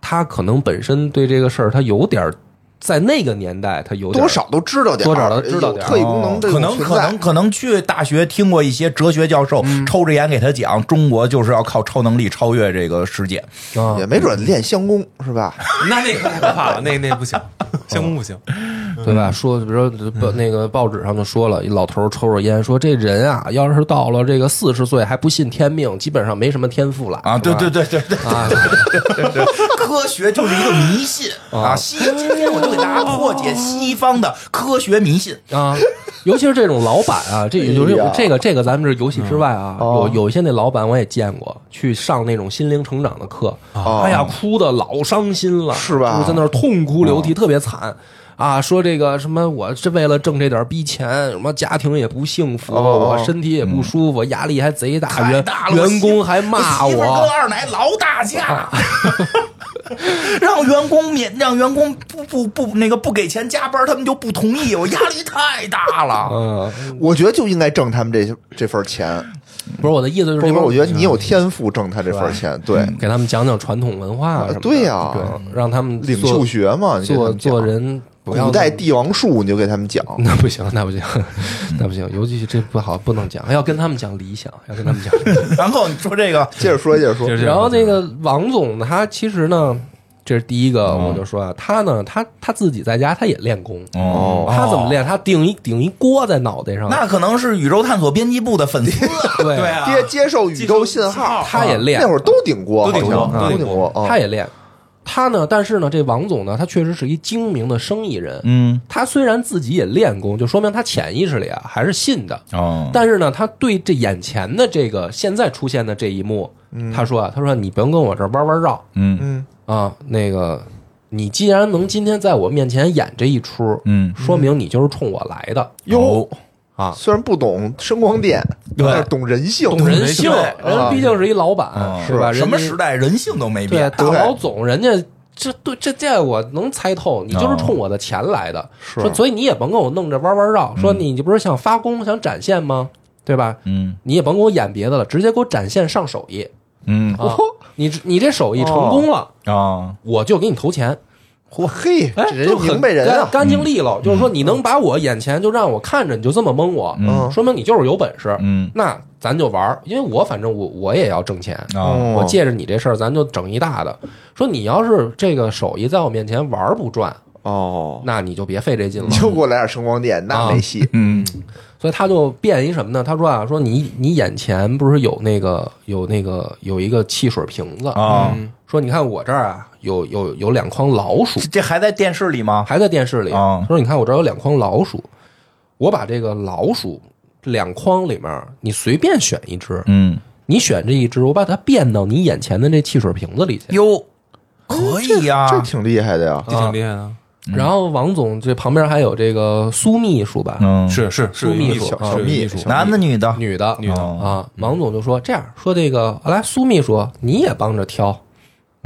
[SPEAKER 1] 他可能本身对这个事儿他有点儿，在那个年代他有点儿
[SPEAKER 3] 多少都知道点
[SPEAKER 1] 多
[SPEAKER 3] 儿，
[SPEAKER 1] 少都知道点儿
[SPEAKER 3] 有特异功能这
[SPEAKER 2] 可
[SPEAKER 3] 种
[SPEAKER 2] 能
[SPEAKER 3] 存
[SPEAKER 2] 可能
[SPEAKER 3] 在。
[SPEAKER 2] 可能去大学听过一些哲学教授抽着烟给他讲，中国就是要靠超能力超越这个世界。
[SPEAKER 1] 啊
[SPEAKER 3] 也，没准练相功是吧？
[SPEAKER 4] 那那个太可怕了，那那不行，相公不行。
[SPEAKER 1] 哦对
[SPEAKER 3] 嗯
[SPEAKER 1] 吧？说比如说报那个报纸上就说了，一老头儿抽着烟说，这人啊，要是到了这个四十岁还不信天命，基本上没什么天赋了
[SPEAKER 2] 啊，对对对对对
[SPEAKER 1] 啊。
[SPEAKER 2] 科学就是一个迷信啊！西，今天我就给大家破解西方的科学迷信。
[SPEAKER 1] 啊，尤其是这种老板啊，这也就是
[SPEAKER 3] 哎呀
[SPEAKER 1] 这个这个，咱们这游戏之外啊，有
[SPEAKER 3] 哦
[SPEAKER 1] 有一些那老板我也见过，去上那种心灵成长的课，
[SPEAKER 3] 哦
[SPEAKER 1] 哎呀，哭的老伤心了，
[SPEAKER 3] 是吧哦
[SPEAKER 1] 就是在那儿痛哭流涕，特别惨。啊，说这个什么，我是为了挣这点逼钱，什么家庭也不幸福，
[SPEAKER 3] 哦嗯
[SPEAKER 1] 我身体也不舒服，压力还贼大，
[SPEAKER 2] 太
[SPEAKER 1] 员
[SPEAKER 2] 大了，我媳
[SPEAKER 1] 员工还骂
[SPEAKER 2] 媳妇儿跟
[SPEAKER 1] 我，
[SPEAKER 2] 二奶老打架， 让员工免让员工不不不那个不给钱加班，他们就不同意，我压力太大了。
[SPEAKER 1] 嗯，
[SPEAKER 3] 我觉得就应该挣他们这这份钱。
[SPEAKER 1] 不是我的意思就是
[SPEAKER 3] 不
[SPEAKER 1] 这
[SPEAKER 3] 是，
[SPEAKER 1] 帮，
[SPEAKER 3] 我觉得你有天赋挣他这份钱，对，呃
[SPEAKER 1] 给他们讲讲传统文化啊什么的，
[SPEAKER 3] 啊对呀
[SPEAKER 1] 嗯对让他们
[SPEAKER 3] 领
[SPEAKER 1] 做
[SPEAKER 3] 袖学嘛，你给他
[SPEAKER 1] 做
[SPEAKER 3] 们讲
[SPEAKER 1] 做嗯人不要
[SPEAKER 3] 古代帝王术，你就给他们讲。
[SPEAKER 1] 那不行，那不行，那不行，尤其是这不好，不能讲，要跟他们讲理想，要跟他们 讲。
[SPEAKER 2] 然后你说这个，
[SPEAKER 3] 接着说，接着说，
[SPEAKER 1] 然后那个王总呢，他其实呢，这是第一个，我就说啊，他呢，他他自己在家他也练功，
[SPEAKER 2] 哦
[SPEAKER 1] 他怎么？练？他顶一顶一锅在脑袋上，
[SPEAKER 2] 那可能是宇宙探索编辑部的粉丝啊
[SPEAKER 1] 对
[SPEAKER 4] 对啊，
[SPEAKER 3] 接接受宇宙信号，
[SPEAKER 1] 他也练
[SPEAKER 3] 那，会儿都顶锅，
[SPEAKER 4] 都顶锅
[SPEAKER 3] 好像
[SPEAKER 4] 都
[SPEAKER 3] 都
[SPEAKER 4] 顶
[SPEAKER 3] 顶嗯
[SPEAKER 4] 锅
[SPEAKER 3] 锅，
[SPEAKER 1] 嗯他也练。他呢？但是呢，这王总呢，他确实是一精明的生意人。
[SPEAKER 2] 嗯，
[SPEAKER 1] 他虽然自己也练功，就说明他潜意识里啊还是信的。
[SPEAKER 2] 哦
[SPEAKER 1] 但是呢，他对这眼前的这个现在出现的这一幕，他说啊，他说你甭跟我这儿弯弯绕
[SPEAKER 2] 嗯
[SPEAKER 3] 嗯，
[SPEAKER 1] 啊，那个你既然能今天在我面前演这一出，
[SPEAKER 2] 嗯，
[SPEAKER 1] 说明你就是冲我来的，
[SPEAKER 3] 哟
[SPEAKER 1] 啊
[SPEAKER 3] 虽然不懂声光电，
[SPEAKER 2] 对
[SPEAKER 3] 但是懂人性，
[SPEAKER 1] 懂人性，
[SPEAKER 2] 对
[SPEAKER 1] 人毕竟啊是一老板，
[SPEAKER 2] 是
[SPEAKER 1] 吧？
[SPEAKER 2] 什么
[SPEAKER 1] 人家
[SPEAKER 2] 时代人性都没
[SPEAKER 1] 对
[SPEAKER 2] 变，
[SPEAKER 1] 大老总，人家这对这这我能猜透，你就是
[SPEAKER 2] 哦
[SPEAKER 1] 冲我的钱来的，
[SPEAKER 3] 是
[SPEAKER 1] 说所以你也甭跟我弄这弯弯绕，说你这不是想发功想展现吗？对吧？
[SPEAKER 2] 嗯
[SPEAKER 1] 你也甭给我演别的了，直接给我展现上手艺。
[SPEAKER 2] 嗯
[SPEAKER 3] 哦
[SPEAKER 1] 啊，你你这手艺成功了，
[SPEAKER 2] 啊，
[SPEAKER 1] 我就给你投钱。
[SPEAKER 3] 嚯嘿，
[SPEAKER 1] 哎，
[SPEAKER 3] 这人
[SPEAKER 1] 就
[SPEAKER 3] 家
[SPEAKER 1] 很
[SPEAKER 3] 明白人啊
[SPEAKER 1] 干，干净利落，就是说你能把我眼前就让我看着你就这么蒙我，
[SPEAKER 3] 嗯
[SPEAKER 1] 说明你就是有本事。
[SPEAKER 2] 嗯
[SPEAKER 1] 那咱就玩儿，因为我反正我我也要挣钱。
[SPEAKER 3] 哦
[SPEAKER 2] 啊，
[SPEAKER 1] 嗯我借着你这事儿，咱就整一大的。说你要是这个手艺在我面前玩儿不转，
[SPEAKER 3] 哦，
[SPEAKER 1] 那你就别费这劲了
[SPEAKER 3] 你。就给我来点声光电，那没戏。
[SPEAKER 2] 嗯
[SPEAKER 1] 所以他就变一什么呢？他说啊，说你你眼前不是有那个有那个有一个汽水瓶子
[SPEAKER 2] 啊，
[SPEAKER 1] 说你看我这儿啊有有有两筐老鼠，
[SPEAKER 2] 这这还在电视里吗？
[SPEAKER 1] 还在电视里。
[SPEAKER 2] 啊
[SPEAKER 1] 他说：“你看我这儿有两筐老鼠，我把这个老鼠两筐里面，你随便选一只，
[SPEAKER 2] 嗯，
[SPEAKER 1] 你选这一只，我把它变到你眼前的这汽水瓶子里去。
[SPEAKER 2] 哟，可以哎呀，
[SPEAKER 3] 这挺厉害的呀！
[SPEAKER 1] 嗯
[SPEAKER 4] 这挺厉害的，
[SPEAKER 2] 嗯
[SPEAKER 1] 然后王总这旁边还有这个苏秘书吧，
[SPEAKER 2] 嗯
[SPEAKER 4] 是是是
[SPEAKER 1] 苏秘
[SPEAKER 4] 有
[SPEAKER 1] 书
[SPEAKER 4] 艺术
[SPEAKER 1] 啊
[SPEAKER 4] 是有艺
[SPEAKER 3] 秘
[SPEAKER 4] 术
[SPEAKER 3] 书
[SPEAKER 2] 男的女的，
[SPEAKER 1] 女的，
[SPEAKER 4] 女
[SPEAKER 2] 哦
[SPEAKER 4] 的
[SPEAKER 1] 啊。王总就说：这样说这个，来苏
[SPEAKER 2] 嗯
[SPEAKER 1] 秘书你也帮着挑，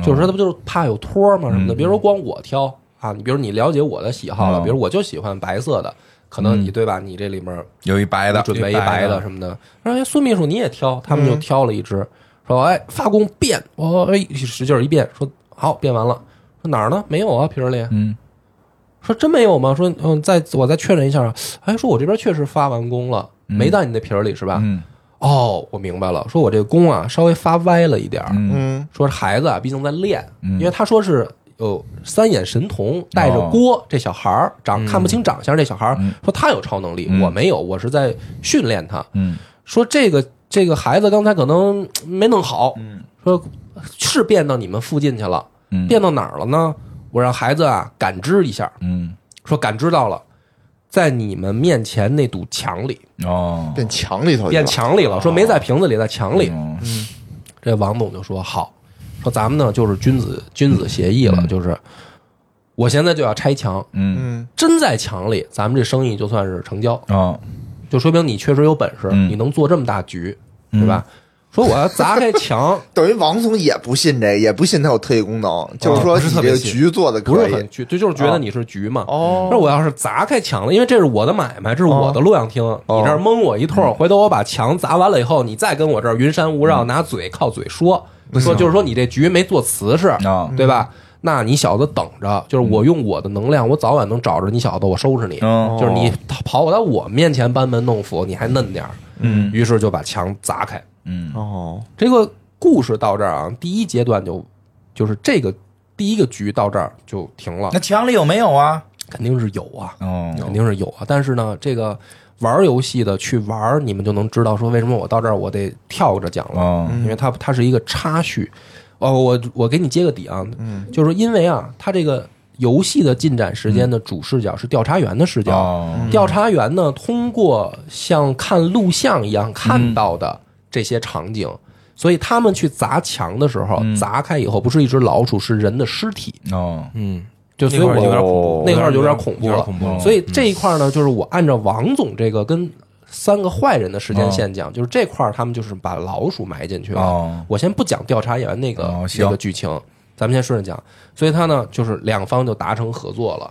[SPEAKER 1] 就是说他不就是怕有托嘛什么的，别说光我挑。啊，你比如你了解我的喜好了，
[SPEAKER 2] 嗯
[SPEAKER 1] 比如我就喜欢白色的，可能你对吧？你这里面
[SPEAKER 2] 有一白的，嗯
[SPEAKER 1] 准备一
[SPEAKER 2] 白
[SPEAKER 1] 白的，什么的。然后哎孙秘书你也挑，他们就挑了一只，说哎发供变，我、哎使劲儿一变，说好变完了，说哪儿呢？没有啊，皮尔里。
[SPEAKER 2] 嗯，
[SPEAKER 1] 说真没有吗？说嗯，再我再确认一下。哎，说我这边确实发完工了，没到你那皮儿里是吧？
[SPEAKER 2] 嗯
[SPEAKER 1] 哦，我明白了，说我这工啊稍微发歪了一点儿。
[SPEAKER 2] 嗯
[SPEAKER 3] 嗯
[SPEAKER 1] 说孩子啊，毕竟在练，
[SPEAKER 2] 嗯哦
[SPEAKER 1] 因为他说是有三眼神童，带着锅、这小孩儿长看不清长相，这小孩儿、说他有超能力，
[SPEAKER 2] 嗯
[SPEAKER 1] 我没有，我是在训练他。
[SPEAKER 2] 嗯
[SPEAKER 1] 说这个这个孩子刚才可能嗯没弄好，说是变到你们附近去了，
[SPEAKER 2] 嗯
[SPEAKER 1] 变到哪儿了呢？我让孩子啊感知一下，
[SPEAKER 2] 嗯，
[SPEAKER 1] 说感知到了，在你们面前那堵墙里，
[SPEAKER 2] 哦，
[SPEAKER 3] 变墙里头去了
[SPEAKER 1] 变墙里了，说没在瓶子里，在墙里。
[SPEAKER 2] 嗯
[SPEAKER 1] 这王总就说好，说咱们呢就是君子君子协议了，就是我现在就要拆墙，
[SPEAKER 2] 嗯
[SPEAKER 3] 嗯
[SPEAKER 1] 真在墙里，咱们这生意就算是成交，
[SPEAKER 2] 哦，
[SPEAKER 1] 就说明你确实有本事，
[SPEAKER 2] 嗯
[SPEAKER 1] 你能做这么大局，对吧？说我要砸开墙，
[SPEAKER 3] 等于王总也不信这，也不信他有特异功能，就是说
[SPEAKER 4] 不是
[SPEAKER 3] 你这
[SPEAKER 4] 特别
[SPEAKER 3] 个
[SPEAKER 4] 信
[SPEAKER 3] 局做的
[SPEAKER 1] 不
[SPEAKER 3] 可
[SPEAKER 1] 是很
[SPEAKER 3] 以。
[SPEAKER 1] 局，就就是觉得你是局嘛。
[SPEAKER 3] 哦
[SPEAKER 1] 那我要是砸开墙了，因为这是我的买卖，这是我的录像厅，你这儿蒙我一通，回头我把墙砸完了以后，你再跟我这儿云山雾绕，拿嘴靠嘴说，说就是说你这局没做瓷实，
[SPEAKER 2] 哦
[SPEAKER 1] 对吧？那你小子等着，就是我用我的能量，我早晚能找着你小子，我收拾你。
[SPEAKER 2] 哦
[SPEAKER 1] 就是你跑到我面前班门弄斧，你还嫩点儿。
[SPEAKER 2] 嗯
[SPEAKER 1] 于是就把墙砸开。
[SPEAKER 2] 嗯
[SPEAKER 3] 哦，
[SPEAKER 1] 这个故事到这儿啊，第一阶段就就是这个第一个局到这儿就停了
[SPEAKER 2] 那，墙里有没有啊？
[SPEAKER 1] 肯定是有啊，
[SPEAKER 2] 哦，
[SPEAKER 1] 肯定是有啊。但是呢，这个玩儿游戏的去玩儿，你们就能知道说为什么我到这儿我得跳着讲了，
[SPEAKER 2] 哦，
[SPEAKER 1] 因为它它是一个插叙。哦，我我给你接个底啊，就是因为啊，它这个游戏的进展时间的主视角是调查员的视角，
[SPEAKER 2] 哦，
[SPEAKER 1] 调查员呢，通过像看录像一样看到的这些场景，所以他们去砸墙的时候，砸开以后不是一只老鼠，是人的尸体。
[SPEAKER 2] 哦，
[SPEAKER 1] 嗯，就所以
[SPEAKER 4] 那块儿有点
[SPEAKER 1] 我
[SPEAKER 4] 恐怖，
[SPEAKER 1] 那块儿有点
[SPEAKER 4] 点
[SPEAKER 1] 恐怖
[SPEAKER 4] 有
[SPEAKER 1] 了
[SPEAKER 4] 点恐怖了。嗯
[SPEAKER 1] 所以这一块儿呢，就是我按照王总这个跟三个坏人的时
[SPEAKER 4] 嗯
[SPEAKER 1] 间线讲，就是这块儿他们就是把老鼠埋进去了。
[SPEAKER 2] 哦
[SPEAKER 1] 我先不讲调查员那个、
[SPEAKER 2] 哦行
[SPEAKER 1] 那个剧情，咱们先顺着讲。所以他呢，就是两方就达成合作了。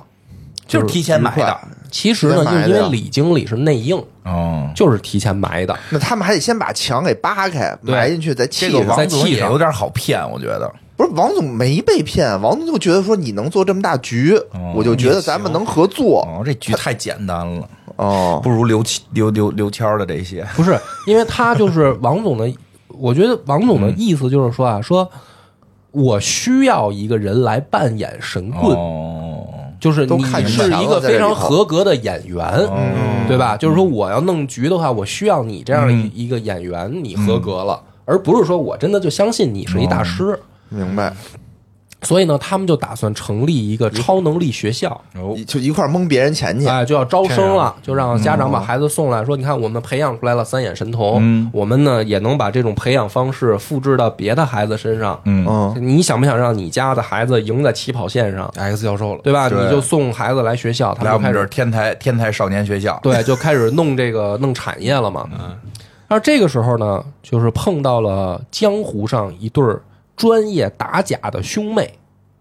[SPEAKER 2] 就是提前买
[SPEAKER 3] 愉
[SPEAKER 2] 的
[SPEAKER 3] 快，
[SPEAKER 1] 其实呢，
[SPEAKER 3] 提前
[SPEAKER 1] 就
[SPEAKER 3] 埋
[SPEAKER 1] 是
[SPEAKER 3] 的
[SPEAKER 1] 因为
[SPEAKER 3] 呀
[SPEAKER 1] 李经理是内应，
[SPEAKER 4] 嗯
[SPEAKER 2] 哦，
[SPEAKER 1] 就是提前埋的。
[SPEAKER 3] 那他们还得先把墙给扒开，埋进去再砌
[SPEAKER 2] 这个
[SPEAKER 3] 上。
[SPEAKER 2] 王
[SPEAKER 1] 在
[SPEAKER 2] 总
[SPEAKER 1] 气
[SPEAKER 2] 也
[SPEAKER 1] 上
[SPEAKER 2] 有点好骗，我觉得。
[SPEAKER 3] 不是王总没被骗，王总就觉得说你能做这么大局，我就觉得咱们能合作
[SPEAKER 2] 哦，这局太简单了，
[SPEAKER 3] 哦。
[SPEAKER 2] 不如刘七刘刘刘谦儿的这些。
[SPEAKER 1] 不是，因为他 就是王总的，我觉得王总的
[SPEAKER 4] 嗯
[SPEAKER 1] 意思就是说啊，说我需要一个人来扮演神棍，
[SPEAKER 2] 哦，
[SPEAKER 1] 就是
[SPEAKER 3] 都
[SPEAKER 1] 你
[SPEAKER 3] 看
[SPEAKER 1] 是
[SPEAKER 3] 全
[SPEAKER 1] 一
[SPEAKER 3] 了
[SPEAKER 1] 个
[SPEAKER 3] 在这
[SPEAKER 1] 非常
[SPEAKER 3] 里头
[SPEAKER 1] 合格的演员，对吧？就是说我要弄局的话，我需要你这样一一个演员，你合格了，而不是说我真的就相信你是一大师。
[SPEAKER 3] 明白，
[SPEAKER 1] 所以呢，他们就打算成立一个超能力学校。
[SPEAKER 2] 哦
[SPEAKER 3] 就一块儿蒙别人钱去。
[SPEAKER 1] 哎，就要招生了，就让家长把孩子送来，说你看我们培养出来了三眼神童，我们呢也能把这种培养方式复制到别的孩子身上。
[SPEAKER 2] 嗯，
[SPEAKER 3] 嗯，
[SPEAKER 1] 你想不想让你家的孩子赢在起跑线上，
[SPEAKER 4] X 教授了，
[SPEAKER 1] 对吧？
[SPEAKER 2] 对
[SPEAKER 1] 你就送孩子来学校，他
[SPEAKER 2] 来
[SPEAKER 1] 们
[SPEAKER 2] 我
[SPEAKER 1] 就开
[SPEAKER 2] 们这儿
[SPEAKER 1] 始
[SPEAKER 2] 天台天台少年学校。
[SPEAKER 1] 对，就开始弄这个弄产业了嘛。嗯，而这个时候呢，就是碰到了江湖上一对儿专业打假的兄妹，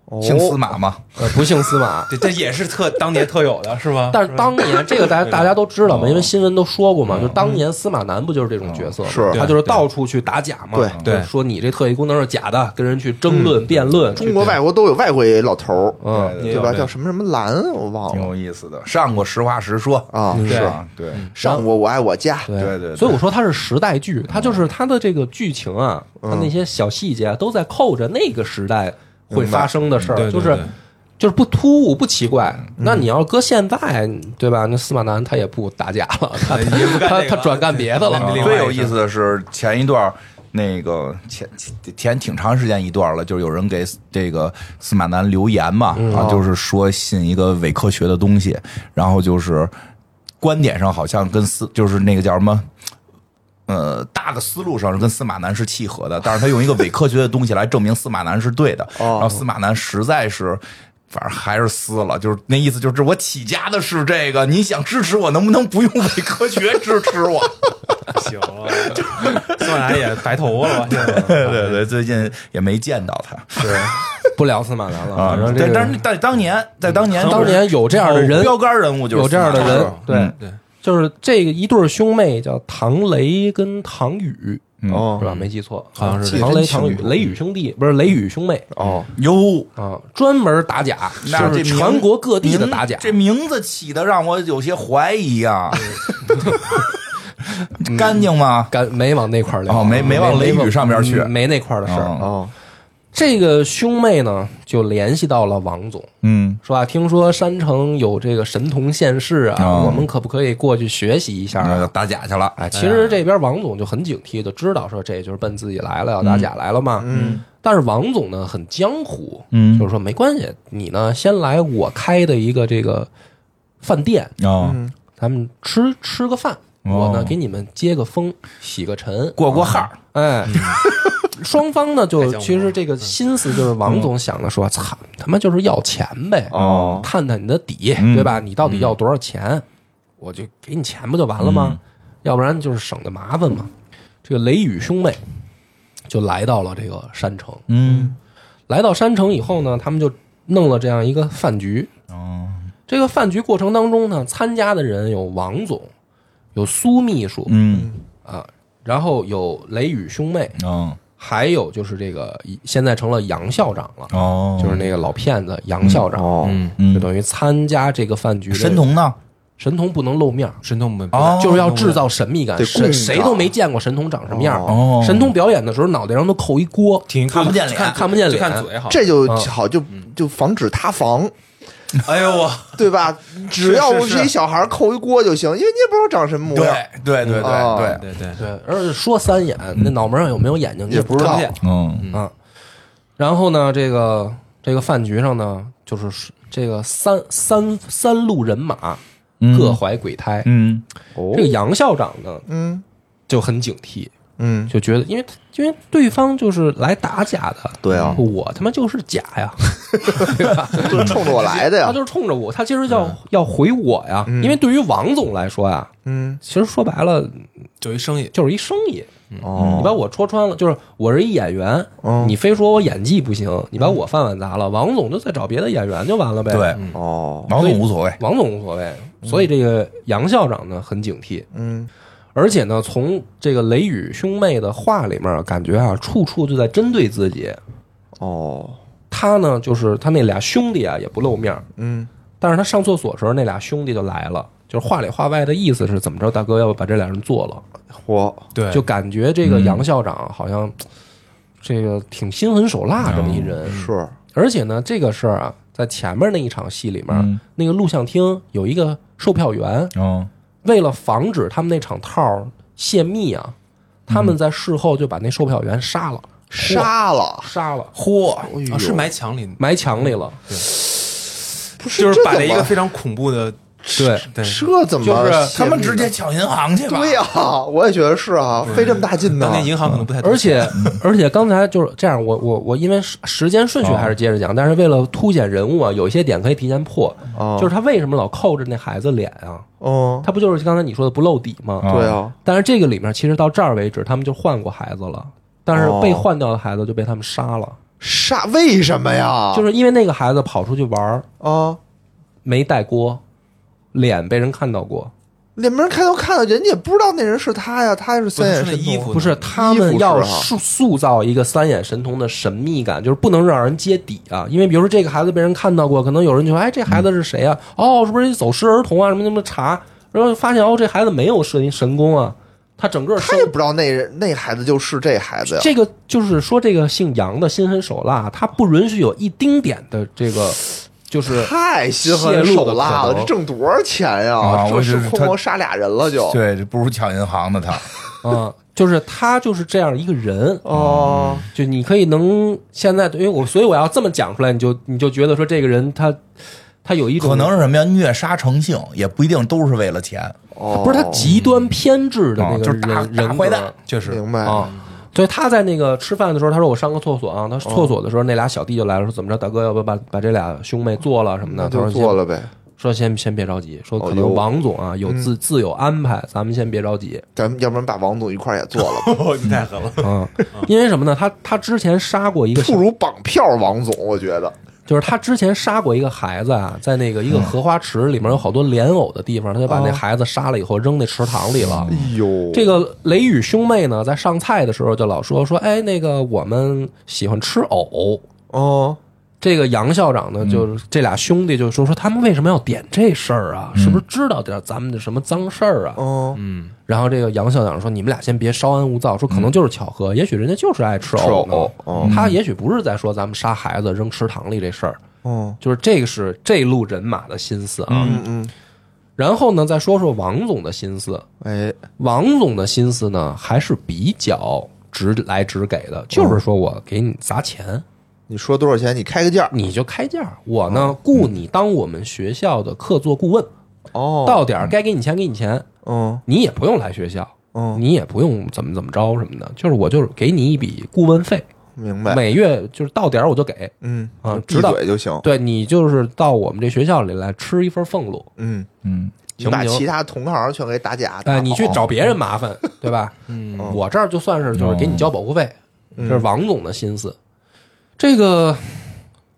[SPEAKER 3] 哦
[SPEAKER 2] 姓司马嘛，
[SPEAKER 1] 呃，不姓司马，
[SPEAKER 4] 这这也是特当年特有的是吗？
[SPEAKER 1] 但是当年这个大家大家都知道嘛，因为新闻都说过嘛，就当年司马南不就是这种角色吗？
[SPEAKER 3] 哦是
[SPEAKER 1] 他就是到处去打假嘛，
[SPEAKER 3] 对嗯
[SPEAKER 4] 对
[SPEAKER 1] 就是说你这特异功能是假的，跟人去争论辩论。
[SPEAKER 3] 中国外国都有外国老头儿，
[SPEAKER 1] 嗯，
[SPEAKER 2] 对
[SPEAKER 4] 也
[SPEAKER 3] 对
[SPEAKER 4] 有
[SPEAKER 3] 吧？
[SPEAKER 4] 这
[SPEAKER 3] 叫什么什么兰，我忘
[SPEAKER 2] 挺
[SPEAKER 3] 了
[SPEAKER 2] 有意思的。上过《实话实说》
[SPEAKER 1] 哦
[SPEAKER 3] 啊。
[SPEAKER 2] 是
[SPEAKER 3] 是
[SPEAKER 2] 吧？对，
[SPEAKER 1] 嗯
[SPEAKER 3] 上过《我爱我家》，
[SPEAKER 2] 对对对
[SPEAKER 1] 所以我说它是时代剧，它就是它的这个剧情啊，它那些小细节啊都在扣着那个时代会发生的事
[SPEAKER 4] 明
[SPEAKER 1] 儿，
[SPEAKER 4] 白
[SPEAKER 1] 就
[SPEAKER 4] 对
[SPEAKER 1] 是
[SPEAKER 4] 对对
[SPEAKER 1] 就是不突兀不奇怪。那你要搁现在，对吧？那司马南他也不打假了，他
[SPEAKER 4] 也不干
[SPEAKER 1] 他
[SPEAKER 4] 这个
[SPEAKER 1] 他转干别的了啊
[SPEAKER 4] 那。另外
[SPEAKER 2] 哦最有意思的是前一段儿那个前前挺长时间一段了，就是有人给这个司马南留言嘛，啊，就是说信一个伪科学的东西，然后就是观点上好像跟司就是那个叫什么。呃，大的思路上是跟司马南是契合的，但是他用一个伪科学的东西来证明司马南是对的，然后司马南实在是，反正还是撕了，就是那意思，就是我起家的是这个，你想支持我，能不能不用伪科学支持我？
[SPEAKER 4] 行了，算来也白头了吧？现 在
[SPEAKER 2] 对对对，最近也没见到他
[SPEAKER 1] 不聊司马南了。
[SPEAKER 2] 啊
[SPEAKER 1] 反正。这
[SPEAKER 2] 但
[SPEAKER 1] 个
[SPEAKER 2] 但是在当年，在当年
[SPEAKER 1] 当年有这样的人，
[SPEAKER 2] 标杆人物就是
[SPEAKER 1] 有这样的
[SPEAKER 2] 司马
[SPEAKER 1] 人
[SPEAKER 2] 南，
[SPEAKER 1] 对
[SPEAKER 2] 嗯
[SPEAKER 4] 对
[SPEAKER 1] 就是这个一对儿兄妹叫唐雷跟唐宇，是
[SPEAKER 3] 哦
[SPEAKER 1] 吧？没记错，啊
[SPEAKER 4] 好像是
[SPEAKER 1] 唐雷、
[SPEAKER 3] 这
[SPEAKER 1] 唐宇、雷雨兄弟，不是雷雨兄妹
[SPEAKER 3] 哦，
[SPEAKER 2] 哟，
[SPEAKER 1] 啊，专门打假，
[SPEAKER 2] 那
[SPEAKER 1] 就是
[SPEAKER 2] 这名
[SPEAKER 1] 全国各地的
[SPEAKER 2] 名
[SPEAKER 1] 打假。
[SPEAKER 2] 这名字起的让我有些怀疑 啊，干净吗？
[SPEAKER 1] 敢没往那块儿聊，
[SPEAKER 2] 哦没没往雷雨上边去
[SPEAKER 1] 嗯没那块儿的事儿。
[SPEAKER 2] 嗯
[SPEAKER 3] 哦，
[SPEAKER 1] 这个兄妹呢，就联系到了王总，
[SPEAKER 2] 嗯
[SPEAKER 1] 说啊，听说山城有这个神童现世啊，
[SPEAKER 2] 哦
[SPEAKER 1] 我们可不可以过去学习一下？
[SPEAKER 2] 那打假去了，
[SPEAKER 1] 哎，其实这边王总就很警惕，就知道说这就是奔自己来了，要打假来了嘛。
[SPEAKER 3] 嗯，
[SPEAKER 1] 但是王总呢很江湖，
[SPEAKER 2] 嗯
[SPEAKER 1] 就是说没关系，你呢先来我开的一个这个饭店，
[SPEAKER 2] 哦，
[SPEAKER 3] 嗯
[SPEAKER 1] 咱们吃吃个饭，
[SPEAKER 2] 哦
[SPEAKER 1] 我呢给你们接个风，洗个尘，
[SPEAKER 2] 过过号，
[SPEAKER 1] 哎。 双方呢，
[SPEAKER 4] 太
[SPEAKER 1] 就
[SPEAKER 4] 江湖
[SPEAKER 1] 其实这个心思就是王总想着说，操，他妈就是要钱呗，
[SPEAKER 3] 哦
[SPEAKER 1] 探探你的底，
[SPEAKER 2] 嗯
[SPEAKER 1] 对吧？你到底要多少钱？我就给你钱不就完了吗？要不然就是省得麻烦嘛。这个雷雨兄妹就来到了这个山城，
[SPEAKER 2] 嗯，
[SPEAKER 1] 来到山城以后呢，他们就弄了这样一个饭局。
[SPEAKER 2] 哦，
[SPEAKER 1] 这个饭局过程当中呢，参加的人有王总，有苏秘书
[SPEAKER 2] 嗯，
[SPEAKER 1] 啊，然后有雷雨兄妹，
[SPEAKER 2] 哦，
[SPEAKER 1] 还有就是这个现在成了杨校长了，
[SPEAKER 2] 哦，嗯
[SPEAKER 1] 就是那个老骗子杨校长，嗯
[SPEAKER 3] 哦，
[SPEAKER 1] 就等于参加这个饭局的
[SPEAKER 2] 神嗯童呢？
[SPEAKER 1] 神童不能露面儿。
[SPEAKER 4] 神童们
[SPEAKER 2] 哦
[SPEAKER 1] 就是要制造神秘感，
[SPEAKER 3] 得
[SPEAKER 1] 谁
[SPEAKER 3] 供
[SPEAKER 1] 谁
[SPEAKER 3] 着
[SPEAKER 1] 都没见过神童长什么样儿。
[SPEAKER 2] 哦
[SPEAKER 1] 神童表演的时候，脑袋上都扣一锅，
[SPEAKER 4] 挺
[SPEAKER 2] 看不见脸
[SPEAKER 4] 看
[SPEAKER 1] 看不见
[SPEAKER 4] 就看
[SPEAKER 1] 脸
[SPEAKER 4] 嘴好。
[SPEAKER 3] 这就好就就防止塌房，
[SPEAKER 4] 哎呦我，
[SPEAKER 3] 对吧？ 只要
[SPEAKER 4] 是
[SPEAKER 3] 是一小孩扣一锅就行，因为你也不知道长什么模
[SPEAKER 2] 对
[SPEAKER 3] 样。
[SPEAKER 2] 对对
[SPEAKER 3] 哦
[SPEAKER 2] 对对，
[SPEAKER 4] 对对，
[SPEAKER 1] 对，而且说三眼，那脑门上有没有眼睛你
[SPEAKER 3] 嗯也不知道
[SPEAKER 1] 看见
[SPEAKER 2] 嗯
[SPEAKER 1] 啊。然后呢，这个这个饭局上呢，就是这个三三三路人马各怀鬼胎。
[SPEAKER 2] 嗯，
[SPEAKER 1] 这个杨校长呢
[SPEAKER 3] 哦嗯
[SPEAKER 1] 就很警惕，
[SPEAKER 3] 嗯，
[SPEAKER 1] 就觉得因为他因为对方就是来打假的，
[SPEAKER 3] 对啊
[SPEAKER 1] 我他妈就是假呀，对吧？
[SPEAKER 3] 就是冲着我来的
[SPEAKER 1] 他
[SPEAKER 3] 呀。
[SPEAKER 1] 就是冲着我，他其实要、要回我呀，因为对于王总来说呀，
[SPEAKER 3] 嗯，
[SPEAKER 1] 其实说白了
[SPEAKER 4] 就一生意，
[SPEAKER 1] 就是一生意。
[SPEAKER 3] 哦，
[SPEAKER 1] 你把我戳穿了，就是我是一演员，
[SPEAKER 3] 嗯
[SPEAKER 1] 你非说我演技不行，你把我饭碗砸了，王总就再找别的演员就完了呗。，
[SPEAKER 2] 对，
[SPEAKER 3] 哦，
[SPEAKER 2] 王总无所谓，
[SPEAKER 1] 王总无所谓。所以这个杨校长呢很警惕，
[SPEAKER 3] 嗯，
[SPEAKER 1] 而且呢从这个雷雨兄妹的话里面感觉啊，处处就在针对自己。
[SPEAKER 3] 哦，
[SPEAKER 1] 他呢就是他那俩兄弟啊也不露面儿，
[SPEAKER 3] 嗯，
[SPEAKER 1] 但是他上厕所的时候，那俩兄弟就来了，就是话里话外的意思是怎么着，大哥要不把这俩人做了，
[SPEAKER 3] 嚯，
[SPEAKER 4] 对
[SPEAKER 1] 就感觉这个杨校长好像嘖这个挺心狠手辣这么一人，
[SPEAKER 3] 是，
[SPEAKER 1] 而且呢，这个事儿啊，在前面那一场戏里面，
[SPEAKER 2] 嗯
[SPEAKER 1] 那个录像厅有一个售票员，
[SPEAKER 2] 嗯
[SPEAKER 1] 为了防止他们那场套儿泄密啊，他们在事后就把那售票员杀了，
[SPEAKER 3] 嗯杀了，
[SPEAKER 1] 杀了，
[SPEAKER 4] 嚯
[SPEAKER 3] 哎呦
[SPEAKER 4] 啊是埋墙里，
[SPEAKER 1] 埋墙里了，
[SPEAKER 3] 不是
[SPEAKER 4] 就是
[SPEAKER 3] 这
[SPEAKER 4] 摆
[SPEAKER 3] 怎
[SPEAKER 4] 了一
[SPEAKER 3] 么
[SPEAKER 4] 个非常恐怖的，
[SPEAKER 1] 对。
[SPEAKER 4] 对，
[SPEAKER 3] 这怎么
[SPEAKER 2] 就是
[SPEAKER 3] 泄
[SPEAKER 2] 他
[SPEAKER 3] 密
[SPEAKER 2] 们
[SPEAKER 3] 呢
[SPEAKER 2] 直接抢银行去吧，
[SPEAKER 3] 对呀，我也觉得是啊，费这么大劲呢
[SPEAKER 4] 当。年银行可能不太，
[SPEAKER 1] 而且而且刚才就是这样，我我我因为时时间顺序还是接着讲，但是为了凸显人物啊，有一些点可以提前破，
[SPEAKER 3] 哦
[SPEAKER 1] 就是他为什么老扣着那孩子脸啊？
[SPEAKER 3] 嗯，
[SPEAKER 1] 他不就是刚才你说的不露底吗？
[SPEAKER 2] 哦
[SPEAKER 3] 对啊，
[SPEAKER 1] 但是这个里面其实到这儿为止，他们就换过孩子了，但是
[SPEAKER 3] 哦
[SPEAKER 1] 被换掉的孩子就被他们杀了，
[SPEAKER 3] 杀为什么呀？
[SPEAKER 1] 就是因为那个孩子跑出去玩儿
[SPEAKER 3] 啊，
[SPEAKER 1] 没带锅，脸被人看到过。
[SPEAKER 3] 那没人看到看到，人家也不知道那人是他呀，他是三眼
[SPEAKER 4] 不是
[SPEAKER 3] 神
[SPEAKER 4] 那衣服
[SPEAKER 3] 童。
[SPEAKER 1] 不是，他们
[SPEAKER 3] 衣
[SPEAKER 1] 要
[SPEAKER 3] 服是哈
[SPEAKER 1] 塑塑造一个三眼神童的神秘感，就是不能让人揭底啊。因为比如说这个孩子被人看到过，可能有人就说：“哎，这孩子是谁啊？哦，是不是走失儿童啊？什么什么查？”然后发现哦，这孩子没有神神功啊，他整个
[SPEAKER 3] 他
[SPEAKER 1] 生
[SPEAKER 3] 也不知道那人那孩子就是这孩子呀。
[SPEAKER 1] 这个就是说，这个姓杨的心狠手辣，他不允许有一丁点的这个，就是
[SPEAKER 3] 太心狠手
[SPEAKER 1] 泄露的
[SPEAKER 3] 辣
[SPEAKER 1] 可
[SPEAKER 3] 了，
[SPEAKER 1] 能
[SPEAKER 3] 这挣多少钱呀？
[SPEAKER 2] 啊
[SPEAKER 3] 这
[SPEAKER 2] 我
[SPEAKER 3] 是
[SPEAKER 2] 是
[SPEAKER 3] 空
[SPEAKER 2] 他
[SPEAKER 3] 谋杀俩人了就。
[SPEAKER 2] 对，这不如抢银行的他，
[SPEAKER 1] 嗯，就是他就是这样一个人，
[SPEAKER 3] 哦，
[SPEAKER 1] 就你可以能现在，因为我所以我要这么讲出来，你就你就觉得说这个人他他有一种
[SPEAKER 2] 可能是什么呀？虐杀成性，也不一定都是为了钱，
[SPEAKER 3] 哦，
[SPEAKER 1] 不嗯是他极端偏执的那
[SPEAKER 2] 哦
[SPEAKER 1] 个
[SPEAKER 2] 就是
[SPEAKER 1] 人、
[SPEAKER 2] 打打
[SPEAKER 1] 人
[SPEAKER 2] 坏
[SPEAKER 1] 格
[SPEAKER 2] 蛋
[SPEAKER 4] 确实
[SPEAKER 3] 哦明白
[SPEAKER 1] 啊。所以他在那个吃饭的时候，他说我上个厕所啊。他厕所的时候，那俩小弟就来了，说怎么着，大哥，要不把把这俩兄妹做了什么的？
[SPEAKER 3] 那
[SPEAKER 1] 他说
[SPEAKER 3] 就做了呗。
[SPEAKER 1] 说先先别着急，说可
[SPEAKER 3] 哦有
[SPEAKER 1] 能王总啊有自自有安排，咱们先别着急。
[SPEAKER 3] 咱们要不然把王总一块儿也做 了吧，
[SPEAKER 4] 哦你太狠了，
[SPEAKER 1] 嗯，因为什么呢？他他之前杀过一个小
[SPEAKER 3] 不如绑票王总，我觉得
[SPEAKER 1] 就是他之前杀过一个孩子啊，在那个一
[SPEAKER 3] 嗯
[SPEAKER 1] 个荷花池里面有好多莲藕的地方，他就把那孩子杀了以后扔那池塘里了。
[SPEAKER 3] 哦哎呦，
[SPEAKER 1] 这个雷雨兄妹呢，在上菜的时候就老说说，哎，那个我们喜欢吃藕。
[SPEAKER 3] 哦，
[SPEAKER 1] 这个杨校长
[SPEAKER 3] 嗯
[SPEAKER 1] 呢，就是这俩兄弟就说说他们为什么要点这事儿啊？是不是知道点咱们的什么脏事儿啊？
[SPEAKER 3] 嗯哦，
[SPEAKER 1] 然后这个杨校长说：“你们俩先别稍安勿躁，说可能就是巧合，也许人家就是爱吃藕呢。
[SPEAKER 3] 嗯吃藕哦
[SPEAKER 1] 他也许不是在说咱们杀孩子扔池塘里这事儿，
[SPEAKER 3] 哦，
[SPEAKER 1] 就是这个是这路人马的心思啊。
[SPEAKER 3] 嗯嗯，
[SPEAKER 1] 然后呢，再说说王总的心思。
[SPEAKER 3] 哎，
[SPEAKER 1] 王总的心思呢，还是比较直来直给的，就是说我给你砸钱，
[SPEAKER 3] 你说多少钱？你开个价
[SPEAKER 1] 你就开价。我呢，雇你当我们学校的客座顾问，
[SPEAKER 3] 哦，
[SPEAKER 1] 到点儿该给你钱给你钱，
[SPEAKER 3] 嗯
[SPEAKER 1] 你也不用来学校。”
[SPEAKER 3] 嗯，
[SPEAKER 1] 你也不用怎么怎么着什么的，就是我就是给你一笔顾问费，
[SPEAKER 3] 明白，
[SPEAKER 1] 每月就是到点儿我就给，
[SPEAKER 3] 嗯
[SPEAKER 1] 啊
[SPEAKER 3] 就
[SPEAKER 1] 知
[SPEAKER 3] 闭
[SPEAKER 1] 道
[SPEAKER 3] 嘴就行，
[SPEAKER 1] 对你就是到我们这学校里来吃一份俸禄，
[SPEAKER 3] 嗯，
[SPEAKER 2] 嗯，
[SPEAKER 3] 你
[SPEAKER 1] 行不
[SPEAKER 3] 把
[SPEAKER 1] 行
[SPEAKER 3] 其他同行全给打假，
[SPEAKER 1] 哎，
[SPEAKER 3] 打
[SPEAKER 1] 你去
[SPEAKER 3] 跑
[SPEAKER 1] 找别人麻 烦，对吧？嗯，我这儿就算是就是给你交保护费，
[SPEAKER 3] 嗯
[SPEAKER 1] 这是王总的心思，这个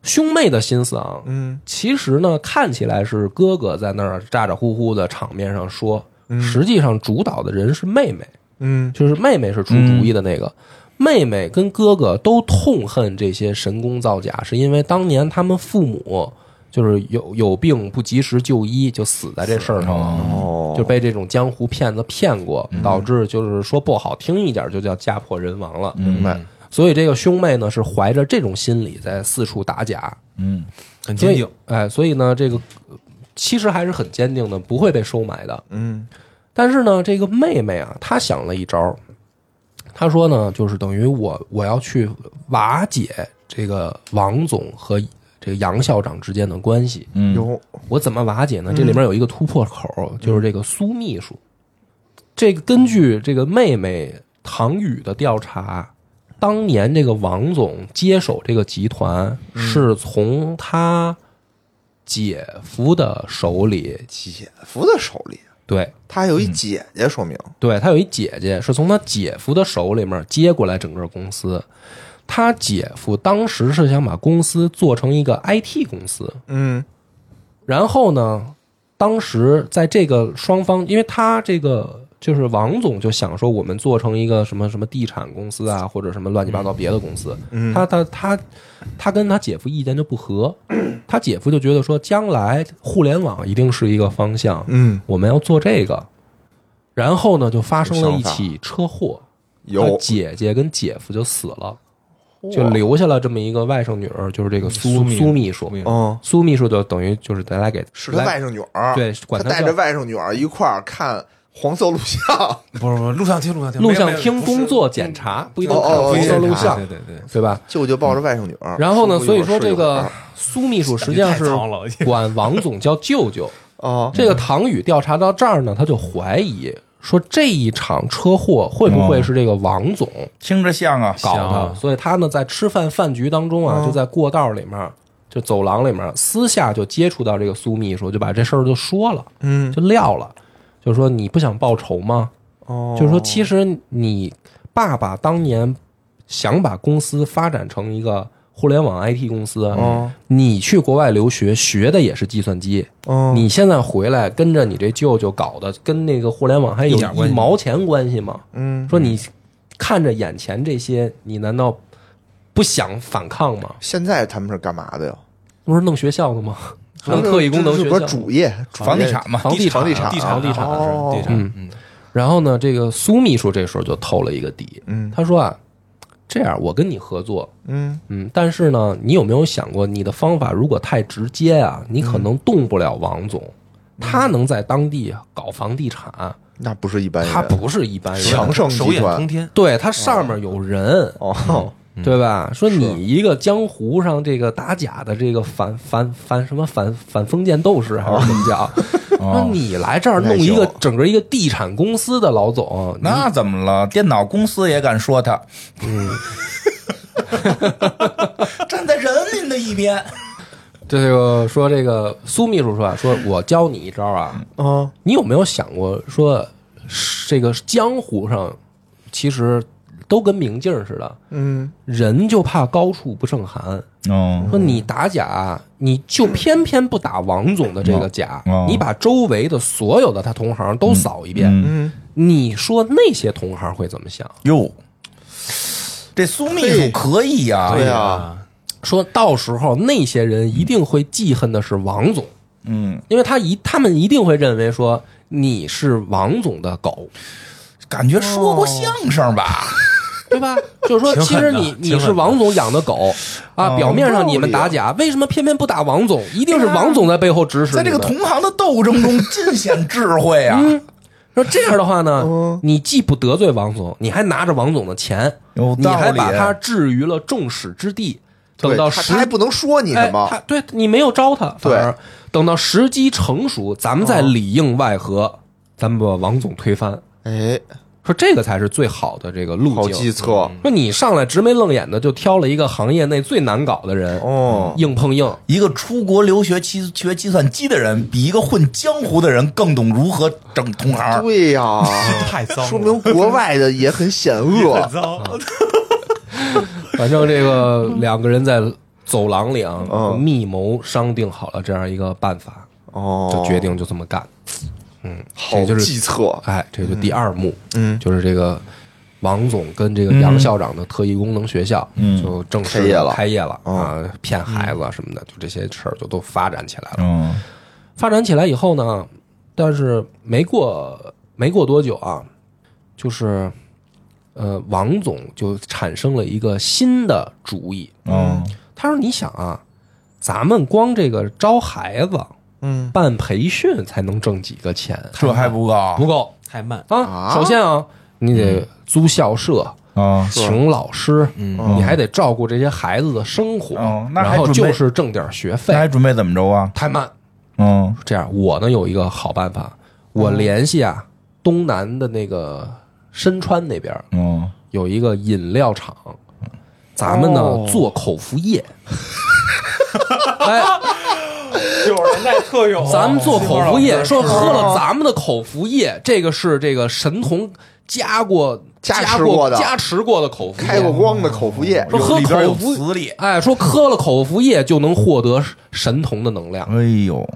[SPEAKER 1] 兄妹的心思啊，
[SPEAKER 3] 嗯，
[SPEAKER 1] 其实呢看起来是哥哥在那儿咋咋呼呼的场面上说，实际上主导的人是妹妹，
[SPEAKER 3] 嗯
[SPEAKER 1] 就是妹妹是出主意的那个。妹妹跟哥哥都痛恨这些神功造假，是因为当年他们父母就是有有病不及时就医，就死在这事儿上了，
[SPEAKER 3] 哦，
[SPEAKER 1] 就被这种江湖骗子骗过，
[SPEAKER 3] 嗯
[SPEAKER 1] 导致就是说不好听一点就叫家破人亡了。
[SPEAKER 3] 明白，
[SPEAKER 1] 所以这个兄妹呢是怀着这种心理在四处打假，
[SPEAKER 2] 嗯
[SPEAKER 4] 很
[SPEAKER 1] 所
[SPEAKER 4] 坚
[SPEAKER 1] 以
[SPEAKER 4] 定。
[SPEAKER 1] 哎，所以呢这个呃其实还是很坚定的，不会被收买的。
[SPEAKER 3] 嗯
[SPEAKER 1] 但是呢，这个妹妹啊，她想了一招，她说呢，就是等于我我要去瓦解这个王总和这个杨校长之间的关系。
[SPEAKER 2] 嗯
[SPEAKER 3] 有
[SPEAKER 1] 我怎么瓦解呢？这里面有一个突破口，就是这个苏秘书。这个根据这个妹妹唐雨的调查，当年这个王总接手这个集团是从他姐夫的手里，
[SPEAKER 3] 姐夫的手里，
[SPEAKER 1] 对，
[SPEAKER 3] 他还有一姐姐，说明
[SPEAKER 1] 对他有一姐姐是从他姐夫的手里面接过来整个公司。他姐夫当时是想把公司做成一个 IT 公司，
[SPEAKER 3] 嗯
[SPEAKER 1] 然后呢，当时在这个双方，因为他这个就是王总就想说，我们做成一个什么什么地产公司啊，或者什么乱七八糟别的公司，他他他他跟他姐夫意见就不 合，他姐夫就觉得说，将来互联网一定是一个方向，
[SPEAKER 3] 嗯
[SPEAKER 1] 我们要做这个。然后呢，就发生了一
[SPEAKER 3] 有
[SPEAKER 1] 起车祸，
[SPEAKER 3] 有
[SPEAKER 1] 他啊姐姐跟姐夫就死了，就留下了这么一个外甥女儿，就是这个苏
[SPEAKER 4] 秘
[SPEAKER 1] 苏秘书。
[SPEAKER 3] 嗯。
[SPEAKER 1] 苏秘书就等于就是大家给
[SPEAKER 3] 是他外甥女儿，
[SPEAKER 1] 对管
[SPEAKER 3] 他
[SPEAKER 1] 他
[SPEAKER 3] 带
[SPEAKER 1] 叫
[SPEAKER 3] 着外甥女儿一块儿看黄色录像，
[SPEAKER 4] 不是不是，录像厅，录像厅，
[SPEAKER 1] 录
[SPEAKER 4] 没有
[SPEAKER 1] 像厅工作检查，不一定
[SPEAKER 3] 哦
[SPEAKER 1] 看
[SPEAKER 3] 哦
[SPEAKER 1] 回头
[SPEAKER 3] 哦检
[SPEAKER 1] 录
[SPEAKER 3] 查
[SPEAKER 1] 像，
[SPEAKER 4] 对对对，
[SPEAKER 1] 对吧？
[SPEAKER 3] 舅舅抱着外甥女儿。
[SPEAKER 1] 嗯然后呢，
[SPEAKER 3] 叔叔
[SPEAKER 1] 所
[SPEAKER 3] 一
[SPEAKER 1] 以
[SPEAKER 3] 会
[SPEAKER 1] 说
[SPEAKER 3] 儿
[SPEAKER 1] 这
[SPEAKER 3] 是一啊
[SPEAKER 1] 个
[SPEAKER 3] 会儿
[SPEAKER 1] 苏秘书实际上
[SPEAKER 4] 太
[SPEAKER 1] 是
[SPEAKER 4] 脏了
[SPEAKER 1] 管王总叫舅舅。
[SPEAKER 3] 哦，
[SPEAKER 1] 这个唐宇调查到这儿呢，他就怀疑说这一场车祸会不
[SPEAKER 3] 哦
[SPEAKER 1] 会是这个王总
[SPEAKER 2] 听着像啊，
[SPEAKER 1] 搞
[SPEAKER 4] 像
[SPEAKER 1] 的？
[SPEAKER 4] 啊
[SPEAKER 1] 所以他呢，在吃饭饭局当中啊，就在过道里面。就走廊里面私下就接触到这个苏秘书，就把这事儿就说了，
[SPEAKER 3] 嗯，
[SPEAKER 1] 就撂了，就说你不想报仇吗？
[SPEAKER 3] 哦，
[SPEAKER 1] 就是说，其实你爸爸当年想把公司发展成一个互联网 IT 公司，
[SPEAKER 3] 哦
[SPEAKER 1] 你去国外留学学的也是计算机，
[SPEAKER 3] 哦
[SPEAKER 1] 你现在回来跟着你这舅舅搞的，跟那个互联网还有
[SPEAKER 4] 一点关
[SPEAKER 1] 一
[SPEAKER 4] 系
[SPEAKER 1] 毛钱关系吗？
[SPEAKER 3] 嗯，
[SPEAKER 1] 说你看着眼前这些，你难道不想反抗吗？
[SPEAKER 3] 现在他们是干嘛的呀？
[SPEAKER 1] 不是弄学校的 吗？弄
[SPEAKER 3] 是
[SPEAKER 1] 特异功能
[SPEAKER 3] 是
[SPEAKER 1] 学
[SPEAKER 3] 不是
[SPEAKER 1] 校。
[SPEAKER 3] 主业
[SPEAKER 2] 房地产嘛，
[SPEAKER 1] 房地
[SPEAKER 3] 房地
[SPEAKER 1] 产
[SPEAKER 3] 产哦
[SPEAKER 4] 地产
[SPEAKER 1] 地产
[SPEAKER 4] 是地产，嗯，
[SPEAKER 1] 然后呢，这个苏秘书这时候就透了一个底，
[SPEAKER 3] 嗯
[SPEAKER 1] 他说啊，这样我跟你合作，
[SPEAKER 3] 嗯
[SPEAKER 1] 嗯，但是呢，你有没有想过，你的方法如果太直接啊，你
[SPEAKER 3] 嗯
[SPEAKER 1] 可能动不了王总，他能在当地搞房地产，
[SPEAKER 3] 那不是一般人，
[SPEAKER 1] 他不是一般人，
[SPEAKER 3] 强盛集
[SPEAKER 4] 手眼
[SPEAKER 3] 团
[SPEAKER 4] 通天，
[SPEAKER 1] 对他上面有人，嗯
[SPEAKER 3] 哦，
[SPEAKER 1] 对吧？说你一个江湖上这个打假的这个反反反什么反反封建斗士还是怎么 叫？说你来这儿弄一
[SPEAKER 3] 那
[SPEAKER 1] 个
[SPEAKER 3] 行
[SPEAKER 1] 整个一个地产公司的老总，你
[SPEAKER 2] 那怎么了？电脑公司也敢说他？ 嗯，站在人民的一边。
[SPEAKER 1] 这个说这个苏秘书说啊，说我教你一招啊，
[SPEAKER 3] 啊，
[SPEAKER 1] 你有没有想过说，这个江湖上其实都跟明镜儿似的，
[SPEAKER 3] 嗯，
[SPEAKER 1] 人就怕高处不胜寒。
[SPEAKER 2] 嗯
[SPEAKER 1] 说你打假，你就偏偏不打王总的这个假
[SPEAKER 2] 嗯哦，
[SPEAKER 1] 你把周围的所有的他同行都扫一遍，
[SPEAKER 2] 嗯
[SPEAKER 1] 你说那些同行会怎么想？
[SPEAKER 2] 哟，这苏秘书可以呀、
[SPEAKER 3] 对呀，
[SPEAKER 1] 说到时候那些人一定会记恨的是王总，
[SPEAKER 2] 嗯，
[SPEAKER 1] 因为他一他们一定会认为说你是王总的狗，
[SPEAKER 2] 感觉说过相声吧？
[SPEAKER 1] 对吧？就是说，
[SPEAKER 4] 挺
[SPEAKER 1] 其
[SPEAKER 4] 狠
[SPEAKER 1] 实
[SPEAKER 4] 的哦
[SPEAKER 1] 你
[SPEAKER 4] 挺
[SPEAKER 1] 你
[SPEAKER 4] 狠
[SPEAKER 1] 是
[SPEAKER 4] 的
[SPEAKER 1] 王总养的狗啊，表面上你们打假，为什么偏偏不打王总？一定是
[SPEAKER 4] 啊
[SPEAKER 1] 王总在背后指
[SPEAKER 3] 哦
[SPEAKER 1] 使
[SPEAKER 2] 在
[SPEAKER 1] 你
[SPEAKER 2] 这个
[SPEAKER 1] 们。
[SPEAKER 2] 同行的斗争中尽显智慧啊！
[SPEAKER 1] 说这样的话
[SPEAKER 3] 嗯
[SPEAKER 1] 呢，你既不得罪王总，你还拿着王总的钱，
[SPEAKER 2] 有道理
[SPEAKER 1] 你还把他置于了众矢之的。等
[SPEAKER 3] 对
[SPEAKER 1] 到
[SPEAKER 3] 他
[SPEAKER 1] 时
[SPEAKER 3] 他还不能说你
[SPEAKER 1] 哎
[SPEAKER 3] 什么
[SPEAKER 1] 他，对你没有招他，反而等到时机成熟，咱们再
[SPEAKER 3] 嗯
[SPEAKER 1] 里应外合，咱们把王总推翻。
[SPEAKER 3] 哎，
[SPEAKER 1] 说这个才是最好的这个路
[SPEAKER 3] 好
[SPEAKER 1] 径。
[SPEAKER 3] 计策
[SPEAKER 1] 说你上来直眉愣眼的就挑了一个行业内最难搞的人，
[SPEAKER 3] 哦，
[SPEAKER 1] 硬碰 硬，
[SPEAKER 2] 一个出国留学计学计算机的人，比一个混江湖的人更懂如何整同行。
[SPEAKER 3] 对呀，
[SPEAKER 4] 太 脏了，
[SPEAKER 3] 说明国外的也很险恶
[SPEAKER 4] 很，脏。
[SPEAKER 1] 反正这个两个人在走廊里啊，
[SPEAKER 3] 嗯
[SPEAKER 1] 密谋商定好了这样一个办法，
[SPEAKER 3] 哦，
[SPEAKER 1] 就决定就这么干。
[SPEAKER 3] 好
[SPEAKER 1] 这就是
[SPEAKER 3] 计策，
[SPEAKER 1] 哎，这就第二幕，
[SPEAKER 3] 嗯
[SPEAKER 1] 就是这个王总跟这个杨校长的特异功能学校，嗯，就正式
[SPEAKER 3] 开业了哦
[SPEAKER 1] 开业了啊，骗孩子什么的，就这些事儿就都发展起来了。
[SPEAKER 2] 嗯
[SPEAKER 1] 发展起来以后呢，但是没过没过多久啊，就是呃，王总就产生了一个新的主意。
[SPEAKER 2] 嗯
[SPEAKER 1] 他说：“你想啊，咱们光这个招孩子、
[SPEAKER 3] 嗯
[SPEAKER 1] 办培训才能挣几个钱，
[SPEAKER 2] 这还不够
[SPEAKER 1] 不够
[SPEAKER 4] 太慢，
[SPEAKER 1] 啊。首先啊，你得租校舍。
[SPEAKER 2] 啊！
[SPEAKER 1] 请老师，你还得照顾这些孩子的生活，
[SPEAKER 2] 嗯哦那还
[SPEAKER 1] 然后
[SPEAKER 2] 准
[SPEAKER 1] 就
[SPEAKER 2] 备
[SPEAKER 1] 是挣点学
[SPEAKER 2] 那
[SPEAKER 1] 费
[SPEAKER 2] 还，准备怎么着啊？
[SPEAKER 1] 太慢
[SPEAKER 2] 嗯
[SPEAKER 1] 这样，我呢有一个好办法，我联系啊东南的那个深川那边儿
[SPEAKER 2] 嗯，
[SPEAKER 1] 有一个饮料厂，咱们呢、
[SPEAKER 2] 哦
[SPEAKER 1] 做口服液。 哎，
[SPEAKER 4] 九十年代特 有
[SPEAKER 1] 咱们做口服
[SPEAKER 2] 哦
[SPEAKER 1] 液，
[SPEAKER 2] 啊
[SPEAKER 1] 说喝了咱们的口服液，这个是这个神童加过
[SPEAKER 3] 加持过
[SPEAKER 1] 过
[SPEAKER 3] 的
[SPEAKER 1] 加持过的口服液，
[SPEAKER 3] 开过光的口服液，
[SPEAKER 1] 说喝
[SPEAKER 2] 里边有
[SPEAKER 1] 口服
[SPEAKER 2] 磁力。
[SPEAKER 1] 哎，说喝了口服液就能获得神童的能量，
[SPEAKER 2] 哎呦，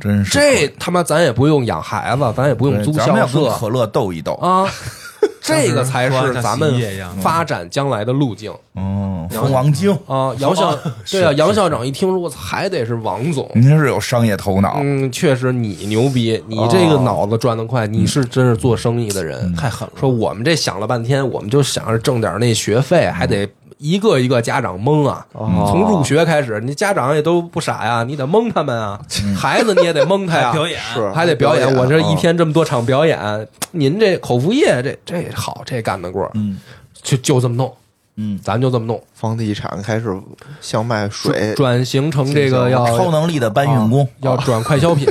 [SPEAKER 2] 真是
[SPEAKER 1] 这他妈咱也不用养孩子，咱也不用租
[SPEAKER 2] 咱们
[SPEAKER 1] 校
[SPEAKER 2] 要跟
[SPEAKER 1] 舍
[SPEAKER 2] 可乐斗一斗。
[SPEAKER 1] 啊， 这个才
[SPEAKER 4] 当时
[SPEAKER 1] 是
[SPEAKER 4] 说
[SPEAKER 1] 咱
[SPEAKER 4] 像洗
[SPEAKER 1] 们
[SPEAKER 4] 衣液一样
[SPEAKER 1] 发展将来的路径
[SPEAKER 2] 嗯，蜂王精，
[SPEAKER 1] 啊。杨校对啊，杨校长一听说，我操，还得是王总。
[SPEAKER 2] 您是有商业头脑。
[SPEAKER 1] 嗯，确实你牛逼，你这个脑子转得快，你是真是做生意的人，太狠了。说我们这想了半天，我们就想着挣点那学费，还得一个一个家长蒙啊。从入学开始，你家长也都不傻呀，你得蒙他们 啊，孩子你也得蒙他呀，
[SPEAKER 4] 表演
[SPEAKER 3] 是
[SPEAKER 1] 还得表演。我这一
[SPEAKER 3] 啊
[SPEAKER 1] 天这么多场表演，您这口服液这这好，这干得过，
[SPEAKER 2] 嗯
[SPEAKER 1] 就就这么弄，
[SPEAKER 2] 嗯，
[SPEAKER 1] 咱就这么弄，
[SPEAKER 3] 房地产开始向卖水
[SPEAKER 1] 转，转型成这个要
[SPEAKER 2] 嗯超能力的搬运工，
[SPEAKER 1] 要
[SPEAKER 3] 哦
[SPEAKER 1] 转快 消品，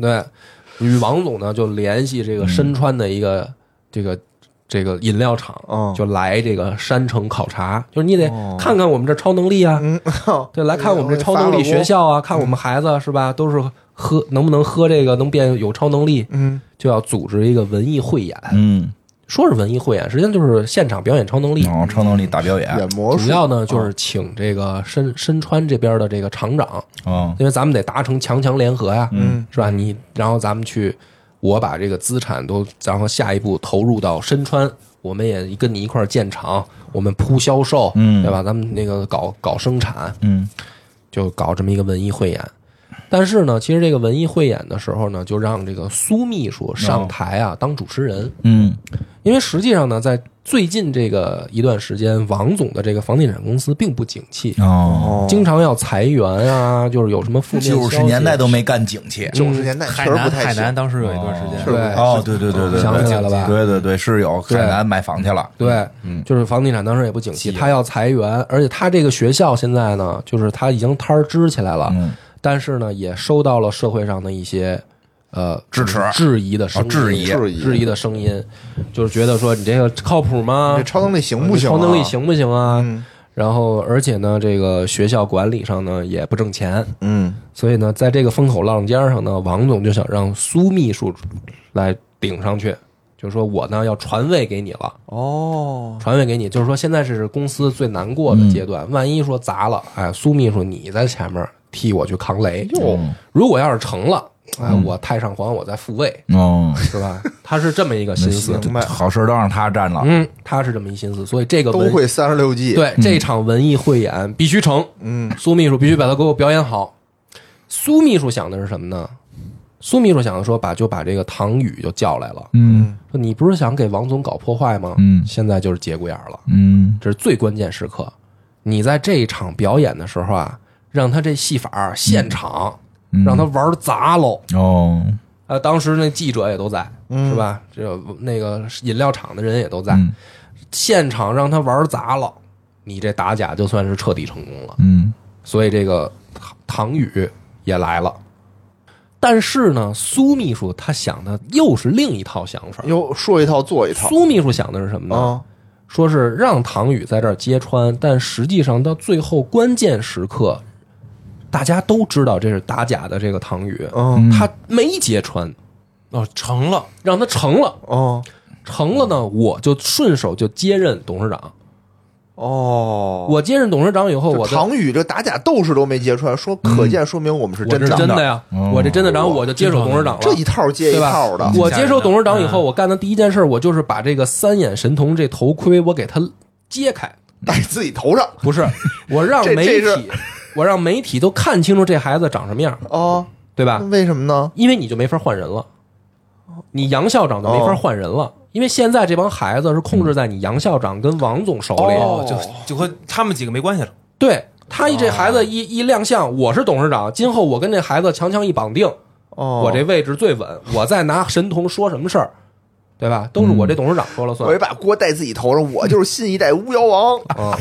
[SPEAKER 1] 对，与王总呢就联系
[SPEAKER 3] 嗯
[SPEAKER 1] 这个深川的一个这个这个饮料厂，
[SPEAKER 3] 哦
[SPEAKER 1] 就来这个山城考察，就是你得
[SPEAKER 3] 哦
[SPEAKER 1] 看看我们这超能力啊，
[SPEAKER 3] 嗯，
[SPEAKER 1] 对，来看我们这超能力学校啊，看我们孩子是吧，都是喝能不能喝这个能变有超能力，
[SPEAKER 3] 嗯，
[SPEAKER 1] 就要组织一个文艺汇演，
[SPEAKER 2] 嗯，
[SPEAKER 1] 说是文艺汇演，实际上就是现场表演超能力。
[SPEAKER 2] 然后嗯超能力大表演，
[SPEAKER 3] 演魔术
[SPEAKER 1] 主要呢
[SPEAKER 3] 啊
[SPEAKER 1] 就是请这个深深川这边的这个厂长，
[SPEAKER 2] 嗯
[SPEAKER 1] 因为咱们得达成强强联合呀，
[SPEAKER 3] 嗯，
[SPEAKER 1] 是吧？你然后咱们去，我把这个资产都，然后下一步投入到深川，我们也跟你一块儿建厂，我们铺销售，
[SPEAKER 2] 嗯
[SPEAKER 1] 对吧？咱们那个搞搞生产，
[SPEAKER 2] 嗯
[SPEAKER 1] 就搞这么一个文艺汇演。但是呢，其实这个文艺汇演的时候呢，就让这个苏秘
[SPEAKER 2] 哦
[SPEAKER 1] 书上台啊、当主持人，
[SPEAKER 2] 嗯
[SPEAKER 1] 因为实际上呢，在最近这个一段时间，王总的这个房地产公司并不景气，
[SPEAKER 2] 哦，
[SPEAKER 3] 哦，
[SPEAKER 1] 经常要裁员啊，就是有什么负面消
[SPEAKER 2] 九
[SPEAKER 1] 息
[SPEAKER 2] 十年代都没干景气，
[SPEAKER 3] 九十年代
[SPEAKER 1] 嗯
[SPEAKER 3] 确
[SPEAKER 4] 海
[SPEAKER 3] 实不
[SPEAKER 4] 南
[SPEAKER 3] 太
[SPEAKER 4] 海
[SPEAKER 3] 行
[SPEAKER 4] 南，当时有一段时间，
[SPEAKER 1] 对
[SPEAKER 2] 哦，对对对对，
[SPEAKER 1] 哎想起来了吧
[SPEAKER 2] 对对对，是有海南买房去了，
[SPEAKER 1] 对，就是房地产当时也不景气，嗯他要裁员，而且他这个学校现在呢，就是他已经摊儿支起来了，
[SPEAKER 2] 嗯
[SPEAKER 1] 但是呢，也收到了社会上的一些呃
[SPEAKER 2] 支持
[SPEAKER 1] 质疑的声音，
[SPEAKER 2] 哦质疑
[SPEAKER 3] 质疑
[SPEAKER 1] 质疑的声音，就是觉得说你这个靠谱吗呃
[SPEAKER 3] 这？超能力行不行啊？
[SPEAKER 1] 超能力行不行啊？然后而且呢，这个学校管理上呢也不挣钱，
[SPEAKER 3] 嗯，
[SPEAKER 1] 所以呢，在这个风口浪尖上呢，王总就想让苏秘书来顶上去，就是说我呢要传位给你了，
[SPEAKER 3] 哦，嗯
[SPEAKER 1] 传位给你，就是说现在是公司最难过的阶段，万一说砸了，哎，苏秘书你在前面替我去扛雷，哟，如果要是成了，哎，
[SPEAKER 3] 嗯
[SPEAKER 1] 我太上皇我再复位，
[SPEAKER 2] 哦，
[SPEAKER 1] 是吧？他是这么一个心 思，
[SPEAKER 3] 明白，
[SPEAKER 2] 好事儿都让他占了，
[SPEAKER 1] 嗯，他是这么一心思，所以这个
[SPEAKER 3] 都
[SPEAKER 1] 文
[SPEAKER 3] 会三十六计，，
[SPEAKER 1] 对
[SPEAKER 2] 嗯
[SPEAKER 1] 这场文艺汇演必须成，
[SPEAKER 3] 嗯，
[SPEAKER 1] 苏秘书必须把它给我表演好。苏秘书想的是什么呢？苏秘书想的说把就把这个唐宇就叫来了，
[SPEAKER 2] 嗯
[SPEAKER 1] 说你不是想给王总搞破坏吗？
[SPEAKER 2] 嗯
[SPEAKER 1] 现在就是节骨眼儿了。
[SPEAKER 2] 嗯
[SPEAKER 1] 这是最关键时刻。你在这一场表演的时候啊，让他这戏法儿
[SPEAKER 2] 嗯
[SPEAKER 1] 现场、让他玩砸喽。
[SPEAKER 2] 哦，
[SPEAKER 1] 呃，当时那记者也都在，是吧？这那个饮料厂的人也都在，
[SPEAKER 2] 嗯
[SPEAKER 1] 现场让他玩砸了，你这打假就算是彻底成功了。
[SPEAKER 2] 嗯
[SPEAKER 1] 所以这个唐唐宇也来了。但是呢，苏秘书他想的又是另一套想法。
[SPEAKER 3] 又说一套做一套
[SPEAKER 1] 苏秘书想的是什么呢？
[SPEAKER 3] 啊，
[SPEAKER 1] 说是让唐宇在这儿揭穿，但实际上到最后关键时刻，大家都知道这是打假的这个唐宇，
[SPEAKER 3] 嗯
[SPEAKER 1] 他没揭穿，
[SPEAKER 4] 哦，成了，
[SPEAKER 1] 让他成了，
[SPEAKER 3] 哦
[SPEAKER 1] 成了呢，我就顺手就接任董事长。
[SPEAKER 3] 哦，
[SPEAKER 1] 我接任董事长以后，
[SPEAKER 3] 就
[SPEAKER 1] 我的嗯
[SPEAKER 3] 唐宇这打假斗士都没揭穿，说可见说明我们是
[SPEAKER 1] 我
[SPEAKER 3] 真
[SPEAKER 1] 这是
[SPEAKER 3] 的，
[SPEAKER 1] 真的呀，
[SPEAKER 2] 哦
[SPEAKER 1] 我这真的，然后我就接手董事长了。
[SPEAKER 3] 这一套接一
[SPEAKER 1] 对吧
[SPEAKER 3] 套的，嗯
[SPEAKER 1] 我接手董事长以后，我干的第一件事，我就是把这个三眼神童这头盔，我给它揭开。
[SPEAKER 3] 戴自己头上
[SPEAKER 1] 不是，我让
[SPEAKER 3] 这
[SPEAKER 1] 媒
[SPEAKER 3] 这是
[SPEAKER 1] 体，我让媒体都看清楚这孩子长什么样，
[SPEAKER 3] 哦，
[SPEAKER 1] 对吧
[SPEAKER 3] 那？为什么呢？
[SPEAKER 1] 因为你就没法换人了，
[SPEAKER 3] 哦
[SPEAKER 1] 你杨校长就没法换人了，因为现在这帮孩子是控制在你杨校长跟王总手里。
[SPEAKER 3] 哦
[SPEAKER 4] 就就和他们几个没关系了。
[SPEAKER 1] 对他一这孩子一一亮相，我是董事长，今后我跟这孩子强强一绑定，
[SPEAKER 3] 哦，
[SPEAKER 1] 我这位置最稳，我再拿神童说什么事儿， 对吧？都是我这董事长说了算
[SPEAKER 3] 嗯我也。把锅戴自己头上，我就是新一代巫妖王。
[SPEAKER 1] 啊，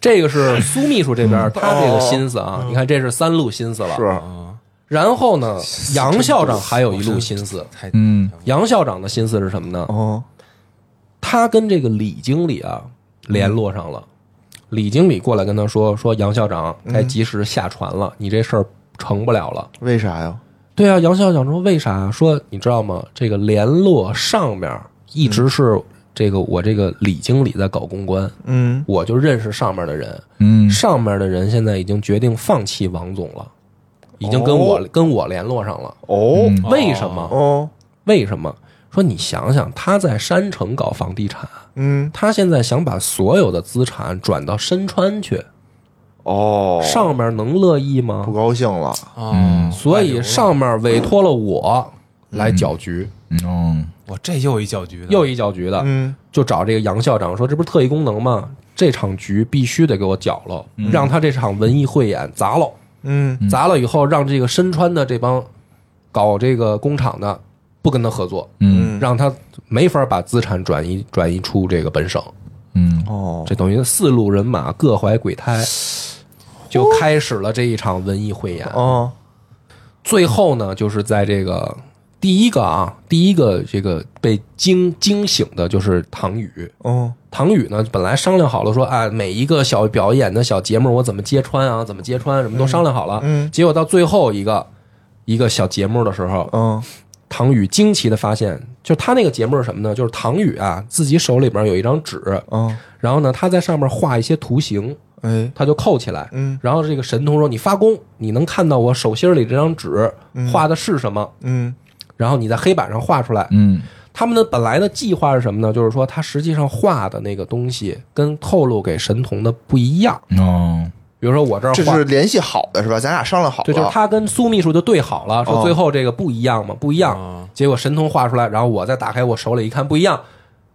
[SPEAKER 1] 这个是苏秘书这边他这个心思啊，你看 这是啊三路心思了。
[SPEAKER 3] 嗯是，
[SPEAKER 1] 然后呢，杨校长还有一路心思。
[SPEAKER 4] 太
[SPEAKER 2] 嗯
[SPEAKER 1] 杨校长的心思是什么呢？
[SPEAKER 3] 哦，
[SPEAKER 1] 他跟这个李经理啊
[SPEAKER 3] 嗯
[SPEAKER 1] 联络上了，李经理过来跟他说说杨校长该
[SPEAKER 3] 嗯
[SPEAKER 1] 及时下船了，你这事儿成不了了。
[SPEAKER 3] 为啥呀？
[SPEAKER 1] 对啊，杨校长说为啥？说你知道吗？这个联络上面一直是这个我这个李经理在搞公关，
[SPEAKER 3] 嗯，
[SPEAKER 1] 我就认识上面的人，
[SPEAKER 2] 嗯
[SPEAKER 1] 上面的人现在已经决定放弃王总了，已经跟我、跟我联络上了。
[SPEAKER 3] 哦，
[SPEAKER 1] 为什么？
[SPEAKER 3] 哦，
[SPEAKER 1] 为什么？说你想想，他在山城搞房地产，
[SPEAKER 3] 嗯，
[SPEAKER 1] 他现在想把所有的资产转到深川去，
[SPEAKER 3] 哦，
[SPEAKER 1] 上面能乐意
[SPEAKER 3] 不
[SPEAKER 1] 吗？
[SPEAKER 3] 高兴了。
[SPEAKER 1] 啊
[SPEAKER 2] 嗯
[SPEAKER 4] 哦，
[SPEAKER 1] 所以上面委托了我来搅局，
[SPEAKER 2] 哦，
[SPEAKER 4] 我这又一搅局的，
[SPEAKER 1] 又一搅局的，
[SPEAKER 3] 嗯，
[SPEAKER 1] 就找这个杨校长说，这不是特异功能吗？这场局必须得给我搅了，让他这场文艺汇演砸了。
[SPEAKER 3] 嗯，
[SPEAKER 1] 砸了以后，让这个身穿的这帮搞这个工厂的不跟他合作，
[SPEAKER 2] 嗯
[SPEAKER 1] 让他没法把资产转移转移出这个本省，
[SPEAKER 2] 嗯
[SPEAKER 3] 哦，
[SPEAKER 1] 这等于四路人马各怀鬼胎，就开始了这一场文艺汇演。
[SPEAKER 3] 哦，
[SPEAKER 1] 最后呢，就是在这个第一个啊，第一个这个被惊惊醒的就是唐宇。
[SPEAKER 3] 哦，
[SPEAKER 1] 唐宇呢，本来商量好了说，啊，每一个小表演的小节目我怎么揭穿啊，怎么揭穿，什么都商量好了。
[SPEAKER 3] 嗯
[SPEAKER 1] 结果到最后一个一个小节目的时候，
[SPEAKER 3] 嗯，
[SPEAKER 1] 唐宇惊奇的发现，就他那个节目是什么呢？就是唐宇啊，自己手里边有一张纸，
[SPEAKER 3] 哦，
[SPEAKER 1] 然后呢，他在上面画一些图形，
[SPEAKER 3] 哎，
[SPEAKER 1] 他就扣起来。
[SPEAKER 3] 嗯，
[SPEAKER 1] 然后这个神童说：“你发功，你能看到我手心里这张纸画的是什么？
[SPEAKER 3] 嗯，
[SPEAKER 1] 然后你在黑板上画出来。”
[SPEAKER 2] 嗯
[SPEAKER 1] 他们的本来的计划是什么呢？就是说他实际上画的那个东西跟透露给神童的不一样。
[SPEAKER 2] 哦，
[SPEAKER 1] 比如说我这儿
[SPEAKER 3] 这
[SPEAKER 1] 画
[SPEAKER 3] 是联系好啊的是吧？咱俩商量好
[SPEAKER 1] 对，就是
[SPEAKER 3] 了。
[SPEAKER 1] 他跟苏秘书就对好了，说
[SPEAKER 3] 哦
[SPEAKER 1] 最后这个不一样嘛，不一样
[SPEAKER 4] 哦。
[SPEAKER 1] 结果神童画出来，然后我再打开我手里一看不一样，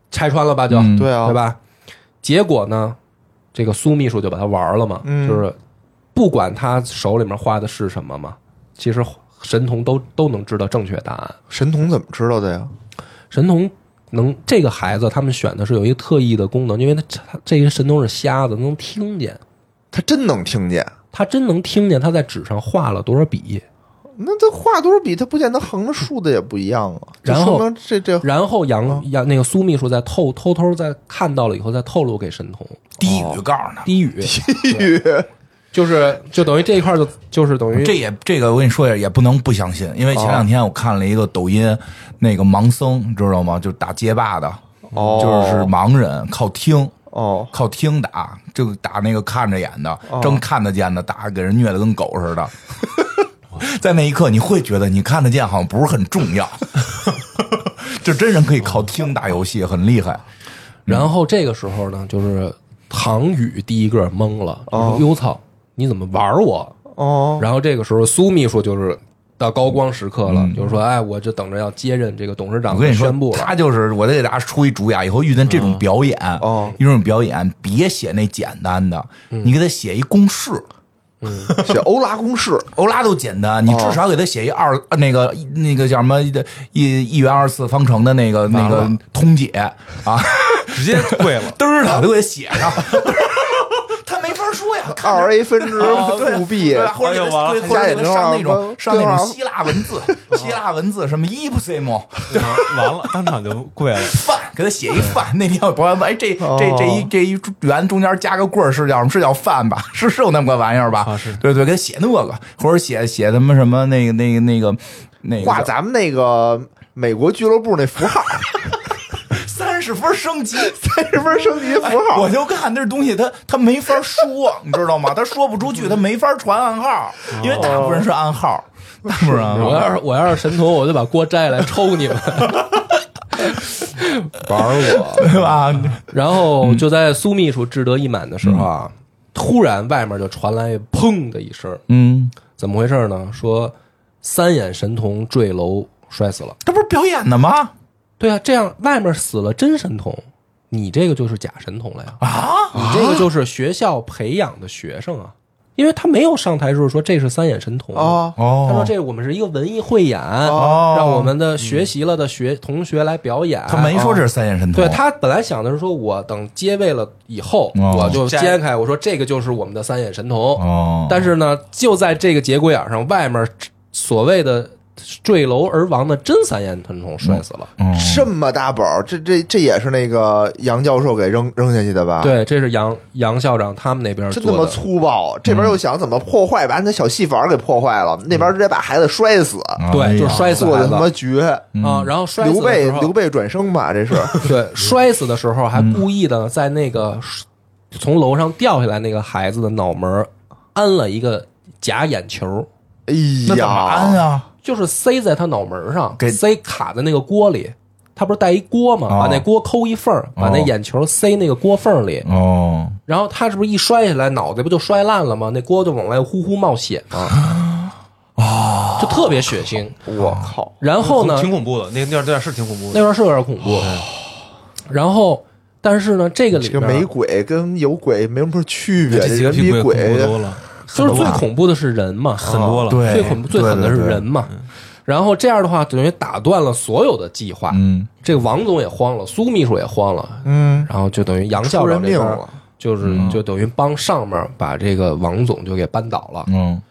[SPEAKER 1] 拆穿了吧就，
[SPEAKER 2] 嗯
[SPEAKER 3] 对啊，
[SPEAKER 1] 对？吧？结果呢，这个苏秘书就把他玩了嘛，
[SPEAKER 3] 嗯
[SPEAKER 1] 就是不管他手里面画的是什么嘛，其实神童都都能知道正确答案。
[SPEAKER 3] 神童怎么知道的呀？
[SPEAKER 1] 神童能这个孩子，他们选的是有一个特异的功能，因为他他这个神童是瞎子，能听见，
[SPEAKER 3] 他真能听见
[SPEAKER 1] 他真能听见他在纸上画了多少笔。
[SPEAKER 3] 那这画都是比它不见得横的竖的也不一样啊。就
[SPEAKER 1] 然后
[SPEAKER 3] 说明这这
[SPEAKER 1] 然后杨杨那个苏秘书在透偷偷在看到了以后，再透露给神童
[SPEAKER 2] 低语告诉他，
[SPEAKER 1] 低语，
[SPEAKER 3] 玉
[SPEAKER 1] 就是就等于这一块儿就就是等于
[SPEAKER 2] 这也这个我跟你说一下，也不能不相信，因为前两天我看了一个抖音，那个盲僧你知道吗？就是打街霸的，
[SPEAKER 3] 哦
[SPEAKER 2] 就是盲人靠听。
[SPEAKER 3] 哦，
[SPEAKER 2] 靠听打，就打那个看着眼的，
[SPEAKER 1] 哦
[SPEAKER 2] 真看得见的打，给人虐得跟狗似的。 在那一刻，你会觉得你看得见好像不是很重要。 就真人可以靠听打游戏，很厉害。
[SPEAKER 1] 然后这个时候呢，就是唐宇第一个懵了，说：“哟操，你怎么玩我？”
[SPEAKER 3] 哦，
[SPEAKER 1] 然后这个时候苏秘书就是到高光时刻了，就是说：“哎，我就等着要接任这个董事长
[SPEAKER 2] 我跟
[SPEAKER 1] 的
[SPEAKER 2] 你说
[SPEAKER 1] 宣布，了。嗯
[SPEAKER 2] 他就是我得给大家出一主意啊，以后遇见这种表演，
[SPEAKER 3] 哦
[SPEAKER 2] 遇见这种表演别写那简单的，
[SPEAKER 1] 嗯
[SPEAKER 2] 你给他写一公式。
[SPEAKER 3] 写欧拉 公式，
[SPEAKER 2] 欧拉都简单，你
[SPEAKER 1] 哦
[SPEAKER 2] 至少给他写一二、那个那个叫什么一一元二次方程的那个那个通解啊，。
[SPEAKER 4] 直接跪 了
[SPEAKER 2] 嘚儿的都给写上， 他没法说呀，看着
[SPEAKER 3] 二 a 分之
[SPEAKER 1] 哦
[SPEAKER 3] 复 b
[SPEAKER 2] 对吧？或者给
[SPEAKER 4] 哎呦完
[SPEAKER 2] 他
[SPEAKER 4] 了
[SPEAKER 2] 对或者给他上那种
[SPEAKER 3] 加
[SPEAKER 2] 上
[SPEAKER 3] 点
[SPEAKER 2] 那
[SPEAKER 3] 料啊
[SPEAKER 2] 种希腊文字，希腊文字什么 ipsimo
[SPEAKER 4] 完了，当场就跪了。
[SPEAKER 2] 饭，给他写一饭。那天我朋友问，哎，这
[SPEAKER 3] 哦
[SPEAKER 2] 这这一这一圆中间加个棍儿是叫什么？是叫饭吧？是是有那么个玩意儿吧？
[SPEAKER 4] 啊是
[SPEAKER 2] 对对，给他写那个，或者写写他妈什么那个那个那个那个
[SPEAKER 3] 画咱们那个美国俱乐部那符号，
[SPEAKER 2] 三十分升级。
[SPEAKER 3] 三十分升级符号
[SPEAKER 2] 我，
[SPEAKER 1] 哎
[SPEAKER 2] 就看这东西他，他没法说，你知道吗？他说不出去，他没法传暗号，因为大部分人是暗号，大部分人暗
[SPEAKER 1] 我
[SPEAKER 2] 号。
[SPEAKER 1] 要是我要是神童，我就把锅摘下来抽你们，玩我。
[SPEAKER 2] 对吧？
[SPEAKER 1] 然后就在苏秘书志得意满的时候啊，突然外面就传来砰的一声，
[SPEAKER 2] 嗯，
[SPEAKER 1] 怎么回事呢？说三眼神童坠楼摔死了。
[SPEAKER 2] 这不是表演的吗？
[SPEAKER 1] 对啊，这样外面死了真神童，你这个就是假神童了呀！
[SPEAKER 2] 啊，
[SPEAKER 1] 你这个就是学校培养的学生啊，因为他没有上台时候说这是三眼神童
[SPEAKER 3] 哦
[SPEAKER 2] 哦
[SPEAKER 1] 他说这我们是一个文艺汇演，
[SPEAKER 2] 哦
[SPEAKER 1] 让我们的学习了的学、同学来表演。啊
[SPEAKER 2] 他没说这是三眼神童，
[SPEAKER 1] 对他本来想的是说，我等接位了以后，
[SPEAKER 2] 哦
[SPEAKER 1] 我就掀开，我说这个就是我们的三眼神童。
[SPEAKER 2] 哦，
[SPEAKER 1] 但是呢，就在这个节骨眼上，外面所谓的坠楼而亡的真三眼神童摔死了。
[SPEAKER 2] 嗯
[SPEAKER 3] 这么大本儿，这这这也是那个杨教授给扔扔下去的吧？，
[SPEAKER 1] 对，这是杨杨校长他们那边
[SPEAKER 3] 真他
[SPEAKER 1] 做
[SPEAKER 3] 妈
[SPEAKER 1] 的。
[SPEAKER 3] 粗暴！这边又想怎么破坏，把你的小戏法给破坏了，那边直接把孩子摔死，
[SPEAKER 2] 哎
[SPEAKER 1] 对，
[SPEAKER 2] 呀
[SPEAKER 1] 就嗯摔死
[SPEAKER 3] 做的
[SPEAKER 1] 孩子
[SPEAKER 3] 他妈绝。
[SPEAKER 1] 啊！然后摔死
[SPEAKER 3] 刘
[SPEAKER 1] 的
[SPEAKER 3] 备
[SPEAKER 1] 时候
[SPEAKER 3] 刘备转生吧，这是哎
[SPEAKER 1] 对，摔死的时候还故意的在那个从楼上掉下来那个孩子的脑门儿安了一个假眼球，
[SPEAKER 3] 哎
[SPEAKER 2] 那怎
[SPEAKER 3] 呀，
[SPEAKER 2] 么安啊？
[SPEAKER 1] 就是塞在他脑门儿上，
[SPEAKER 2] 给
[SPEAKER 1] 塞卡在那个锅里。他不是带一锅吗？
[SPEAKER 2] 哦
[SPEAKER 1] 把那锅抠一缝儿，把那
[SPEAKER 2] 哦
[SPEAKER 1] 眼球塞那个锅缝儿里。
[SPEAKER 2] 哦，
[SPEAKER 1] 然后他是不是一摔下来，脑袋不就摔烂了吗？那锅就往外呼呼冒血吗？啊，就特别血腥。
[SPEAKER 3] 我靠！
[SPEAKER 1] 然后呢，
[SPEAKER 4] 挺恐怖的，那个那段是挺恐怖
[SPEAKER 1] 那
[SPEAKER 4] 的。
[SPEAKER 1] 边是有点恐怖。然后，但是呢，这个里
[SPEAKER 3] 这个
[SPEAKER 1] 边
[SPEAKER 3] 没鬼跟有鬼没什么区别，
[SPEAKER 4] 这几
[SPEAKER 3] 这
[SPEAKER 4] 个
[SPEAKER 3] 人比
[SPEAKER 4] 比鬼恐怖
[SPEAKER 3] 鬼
[SPEAKER 4] 多了，
[SPEAKER 1] 就是最恐怖的是人嘛，很
[SPEAKER 4] 很多了。
[SPEAKER 2] 对
[SPEAKER 1] 最恐怖最狠的是
[SPEAKER 2] 对对对
[SPEAKER 1] 人嘛。然后这样的话，等于打断了所有的计划。
[SPEAKER 2] 嗯，
[SPEAKER 1] 这个王总也慌了，苏秘书也慌了，
[SPEAKER 3] 嗯，
[SPEAKER 1] 然后就等于杨校
[SPEAKER 3] 出
[SPEAKER 1] 长
[SPEAKER 3] 人
[SPEAKER 1] 这
[SPEAKER 3] 命
[SPEAKER 1] 边
[SPEAKER 3] 了，
[SPEAKER 1] 就是就等于帮上面把这个王总就给扳倒了。
[SPEAKER 2] 嗯，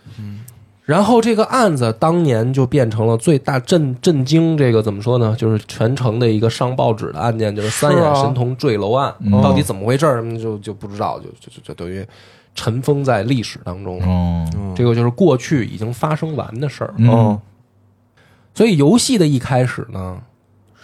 [SPEAKER 1] 然后这个案子当年就变成了最大震震惊，这个怎么说呢？就是全城的一个上报纸的案件，就是三眼神童坠楼案，到底怎么回事儿？就就不知道，就就就就等于尘封在历史当中。
[SPEAKER 2] 哦，
[SPEAKER 1] 这个就是过去已经发生完的事儿。
[SPEAKER 2] 嗯，
[SPEAKER 1] 所以游戏的一开始呢，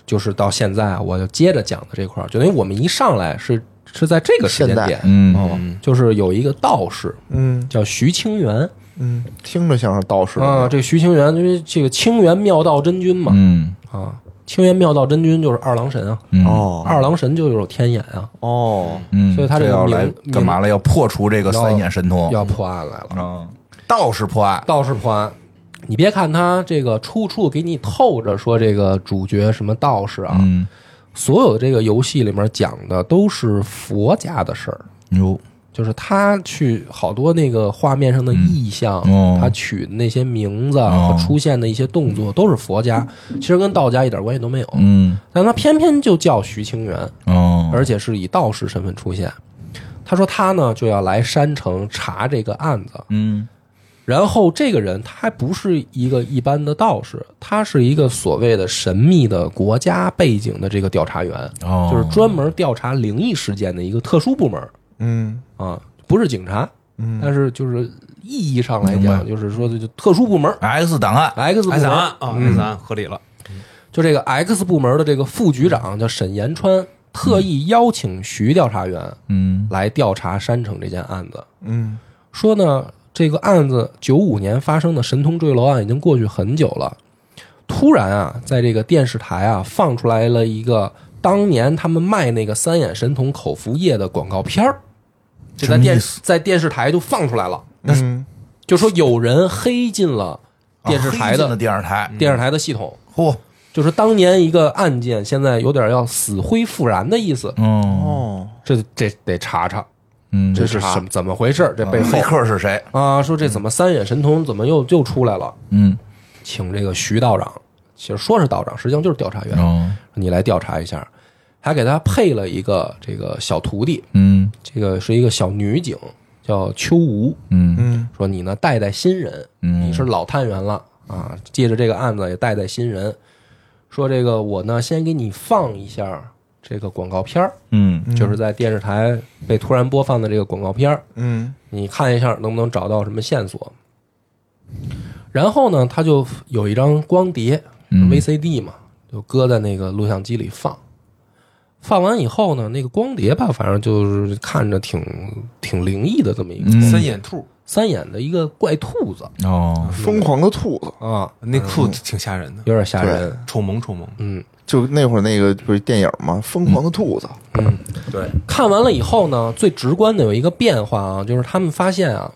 [SPEAKER 1] 就是到现在啊我就接着讲的这块儿，就等于我们一上来是是在这个时间
[SPEAKER 3] 现
[SPEAKER 1] 点，哦
[SPEAKER 2] 嗯，
[SPEAKER 1] 就是有一个道士
[SPEAKER 3] 嗯
[SPEAKER 1] 叫徐清源
[SPEAKER 3] 嗯，听着像是道士
[SPEAKER 1] 啊，
[SPEAKER 3] 的
[SPEAKER 1] 这个徐清源因为这个清源妙道真君嘛
[SPEAKER 2] 嗯，
[SPEAKER 1] 啊，清源妙道真君就是二郎神啊，
[SPEAKER 2] 嗯，
[SPEAKER 3] 哦
[SPEAKER 1] 二郎神就有天眼啊，
[SPEAKER 3] 哦，
[SPEAKER 2] 嗯，
[SPEAKER 1] 所以他这
[SPEAKER 2] 这
[SPEAKER 1] 个
[SPEAKER 2] 要
[SPEAKER 1] 名
[SPEAKER 2] 来
[SPEAKER 1] 名
[SPEAKER 2] 干嘛了？要破除这个三眼神童，
[SPEAKER 1] 要破案来了，
[SPEAKER 2] 嗯，道士破案，
[SPEAKER 1] 道士破案。你别看他这个处处给你透着说这个主角什么道士啊，
[SPEAKER 2] 嗯，
[SPEAKER 1] 所有的这个游戏里面讲的都是佛家的事儿，
[SPEAKER 2] 哟，
[SPEAKER 1] 就是他去好多那个画面上的意象，
[SPEAKER 2] 嗯哦
[SPEAKER 1] 他取的那些名字
[SPEAKER 2] 哦
[SPEAKER 1] 和出现的一些动作都是佛家，其实跟道家一点关系都没有。
[SPEAKER 2] 嗯，
[SPEAKER 1] 但他偏偏就叫徐清源，
[SPEAKER 2] 哦，
[SPEAKER 1] 而且是以道士身份出现。他说他呢就要来山城查这个案子，
[SPEAKER 2] 嗯，
[SPEAKER 1] 然后这个人他还不是一个一般的道士，他是一个所谓的神秘的国家背景的这个调查员，
[SPEAKER 2] 哦
[SPEAKER 1] 就是专门调查灵异事件的一个特殊部门
[SPEAKER 3] 嗯
[SPEAKER 1] 啊，不是警察，但是就是意义上来
[SPEAKER 2] 明白
[SPEAKER 1] 讲，就是说就特殊部门
[SPEAKER 2] X 档案，
[SPEAKER 1] X 嗯部
[SPEAKER 4] 还咱
[SPEAKER 1] 门，
[SPEAKER 4] 啊，还咱合理了。
[SPEAKER 1] 就这个 X 部门的这个副局长叫沈延川，特意邀请徐调查员
[SPEAKER 2] 嗯
[SPEAKER 1] 来调查山城这件案子，
[SPEAKER 3] 嗯
[SPEAKER 1] 说呢，这个案子九五年发生的神通坠楼案已经过去很久了，突然啊，在这个电视台啊放出来了一个当年他们卖那个三眼神童口服液的广告片儿，就在
[SPEAKER 2] 什么意
[SPEAKER 1] 电
[SPEAKER 2] 思
[SPEAKER 1] 在电视台就放出来了，
[SPEAKER 3] 嗯，
[SPEAKER 1] 就说有人黑进了电视台
[SPEAKER 2] 啊黑
[SPEAKER 1] 的、
[SPEAKER 2] 进了电视台，
[SPEAKER 1] 电视台的系统。
[SPEAKER 2] 嚯，
[SPEAKER 1] 就是当年一个案件，现在有点要死灰复燃的意思，
[SPEAKER 2] 嗯
[SPEAKER 3] 哦，
[SPEAKER 1] 这这得查查，
[SPEAKER 2] 嗯，
[SPEAKER 1] 这是什么怎么回事？这背后
[SPEAKER 2] 黑客是谁？
[SPEAKER 1] 啊，说这怎么三眼神童怎么又又出来了？
[SPEAKER 2] 嗯，
[SPEAKER 1] 请这个徐道长，其实说是道长，实际上就是调查员，
[SPEAKER 2] 哦，
[SPEAKER 1] 你来调查一下。还给他配了一个这个小徒弟，
[SPEAKER 2] 嗯
[SPEAKER 1] 这个是一个小女警，叫秋无。
[SPEAKER 2] 嗯
[SPEAKER 3] 嗯
[SPEAKER 1] 说你呢带带新人，
[SPEAKER 2] 嗯
[SPEAKER 1] 你是老探员了啊，借着这个案子也带带新人。说这个我呢先给你放一下这个广告片儿，
[SPEAKER 2] 嗯
[SPEAKER 1] 就是在电视台被突然播放的这个广告片儿，
[SPEAKER 3] 嗯
[SPEAKER 1] 你看一下能不能找到什么线索。然后呢，他就有一张光碟
[SPEAKER 2] 嗯
[SPEAKER 1] VCD 嘛，就搁在那个录像机里放。放完以后呢，那个光碟吧，反正就是看着挺挺灵异的这么一个、
[SPEAKER 2] 嗯
[SPEAKER 4] 三眼兔，
[SPEAKER 1] 三眼的一个怪兔子
[SPEAKER 2] 哦，
[SPEAKER 3] 疯狂的兔子，
[SPEAKER 1] 啊，
[SPEAKER 4] 那兔子挺吓人的，
[SPEAKER 1] 有点吓人。
[SPEAKER 4] 丑萌丑萌。
[SPEAKER 1] 嗯
[SPEAKER 3] 就那会儿那个不是电影嘛，《疯狂的兔子》
[SPEAKER 1] 嗯，
[SPEAKER 4] 对，
[SPEAKER 1] 看完了以后呢，最直观的有一个变化啊，就是他们发现啊，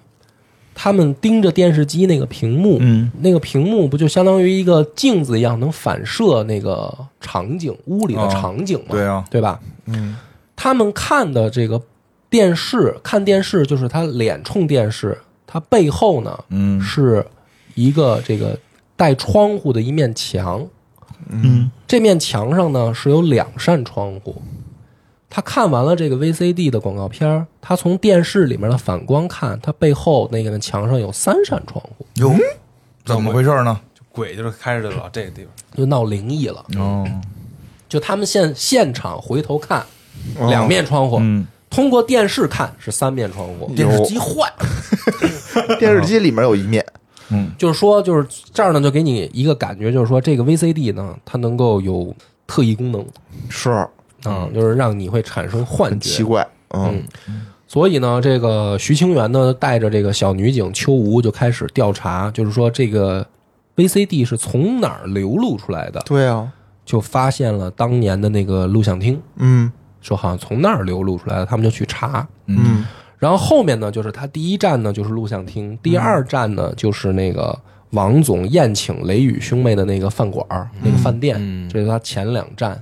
[SPEAKER 1] 他们盯着电视机那个屏幕，
[SPEAKER 2] 嗯，
[SPEAKER 1] 那个屏幕不就相当于一个镜子一样，能反射那个场景屋里的场景嘛、
[SPEAKER 2] 对啊，
[SPEAKER 1] 对吧？
[SPEAKER 3] 嗯
[SPEAKER 1] 他们看的这个电视，看电视就是他脸冲电视，他背后呢
[SPEAKER 2] 嗯
[SPEAKER 1] 是一个这个带窗户的一面墙，
[SPEAKER 2] 嗯
[SPEAKER 1] 这面墙上呢是有两扇窗户。他看完了这个 VCD 的广告片儿，他从电视里面的反光看，他背后那个墙上有三扇窗户，
[SPEAKER 2] 哟，怎么回事呢？
[SPEAKER 4] 就鬼就是开着老这个地方，
[SPEAKER 1] 就闹灵异了。
[SPEAKER 2] 哦，
[SPEAKER 1] 就他们现现场回头看，
[SPEAKER 2] 哦
[SPEAKER 1] 两面窗户，
[SPEAKER 2] 嗯，
[SPEAKER 1] 通过电视看是三面窗户。
[SPEAKER 2] 电视机坏，
[SPEAKER 3] 嗯电视机里面有一面，
[SPEAKER 1] 就是说，就是这儿呢，就给你一个感觉，就是说这个 VCD 呢，它能够有特异功能
[SPEAKER 3] 是
[SPEAKER 1] 啊、就是让你会产生幻
[SPEAKER 3] 嗯很
[SPEAKER 1] 觉。
[SPEAKER 3] 奇怪，嗯
[SPEAKER 1] 所以呢，这个徐清源呢，带着这个小女警秋无就开始调查，就是说这个 VCD 是从哪儿流露出来的，
[SPEAKER 3] 对啊，
[SPEAKER 1] 就发现了当年的那个录像厅，
[SPEAKER 3] 嗯
[SPEAKER 1] 说好像从那儿流露出来的，他们就去查。
[SPEAKER 3] 嗯
[SPEAKER 1] 然后后面呢，就是他第一站呢就是录像厅，第二站呢就是那个王总宴请雷雨兄妹的那个饭馆儿、那个饭店，
[SPEAKER 4] 嗯
[SPEAKER 1] 这是他前两站。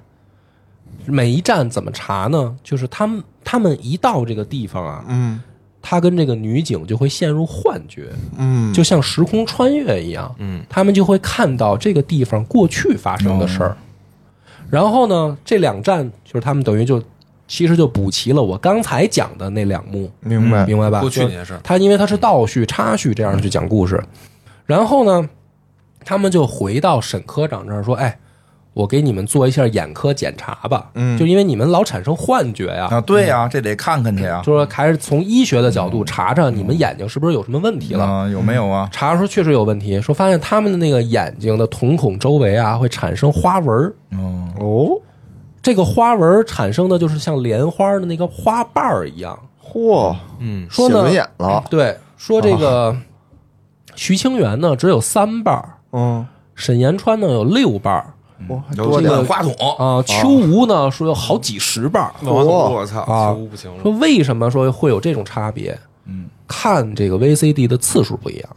[SPEAKER 1] 每一站怎么查呢？就是他们他们一到这个地方啊，
[SPEAKER 3] 嗯
[SPEAKER 1] 他跟这个女警就会陷入幻觉，
[SPEAKER 3] 嗯，
[SPEAKER 1] 就像时空穿越一样，
[SPEAKER 4] 嗯，
[SPEAKER 1] 他们就会看到这个地方过去发生的事儿。然后呢，这两站就是他们等于就其实就补齐了我刚才讲的那两幕，
[SPEAKER 3] 嗯明白，
[SPEAKER 1] 明白吧？
[SPEAKER 4] 哎过去
[SPEAKER 1] 就
[SPEAKER 4] 那些事儿
[SPEAKER 1] 他因为他是倒叙、插叙这样去讲故事。然后呢，他们就回到沈科长这儿说：“哎，我给你们做一下眼科检查吧，
[SPEAKER 3] 嗯
[SPEAKER 1] 就因为你们老产生幻觉呀、
[SPEAKER 2] 啊，对呀，这得看看去啊，
[SPEAKER 1] 就说还是从医学的角度查查
[SPEAKER 4] 嗯
[SPEAKER 1] 你们眼睛是不是有什么问题了。
[SPEAKER 2] 啊，有没有啊？
[SPEAKER 1] 查说确实有问题，说发现他们的那个眼睛的瞳孔周围啊会产生花纹儿，
[SPEAKER 2] 哦，
[SPEAKER 3] 哦，
[SPEAKER 1] 这个花纹儿产生的就是像莲花的那个花瓣儿一样。
[SPEAKER 3] 嚯，
[SPEAKER 4] 嗯，
[SPEAKER 1] 说
[SPEAKER 3] 写
[SPEAKER 1] 呢哎
[SPEAKER 3] 文，眼了，
[SPEAKER 1] 对，说这个徐清源呢只有三瓣儿，
[SPEAKER 3] 嗯，
[SPEAKER 1] 沈延川呢有六瓣儿，
[SPEAKER 3] 我还
[SPEAKER 2] 有
[SPEAKER 3] 多点
[SPEAKER 2] 万花筒，
[SPEAKER 3] 哦
[SPEAKER 1] 啊，秋无呢说有好几十瓣儿。
[SPEAKER 4] 那王总我操，
[SPEAKER 1] 啊
[SPEAKER 4] 几乎不行了。
[SPEAKER 1] 说为什么说会有这种差别？
[SPEAKER 2] 嗯，
[SPEAKER 1] 看这个 VCD 的次数不一样。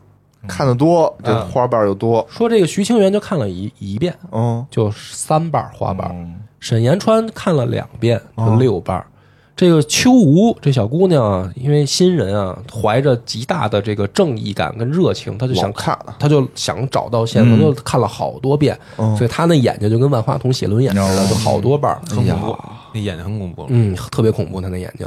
[SPEAKER 3] 看的多，这花瓣又多，
[SPEAKER 1] 说这个徐清源就看了一一遍，
[SPEAKER 3] 嗯
[SPEAKER 1] 就三瓣儿花瓣儿。
[SPEAKER 2] 嗯
[SPEAKER 1] 沈延川看了两遍，
[SPEAKER 3] 哦
[SPEAKER 1] 就六瓣儿。这个秋无这小姑娘啊，因为新人啊，怀着极大的这个正义感跟热情，她就想
[SPEAKER 3] 老看了
[SPEAKER 1] 她就想找到线索，就看了好多遍，
[SPEAKER 3] 嗯
[SPEAKER 1] 所以她那眼睛就跟万花筒写轮眼似
[SPEAKER 3] 哦
[SPEAKER 1] 的，就好多瓣儿。
[SPEAKER 3] 哎
[SPEAKER 4] 很恐怖，那眼睛很恐怖了。
[SPEAKER 1] 嗯，特别恐怖，他那眼睛。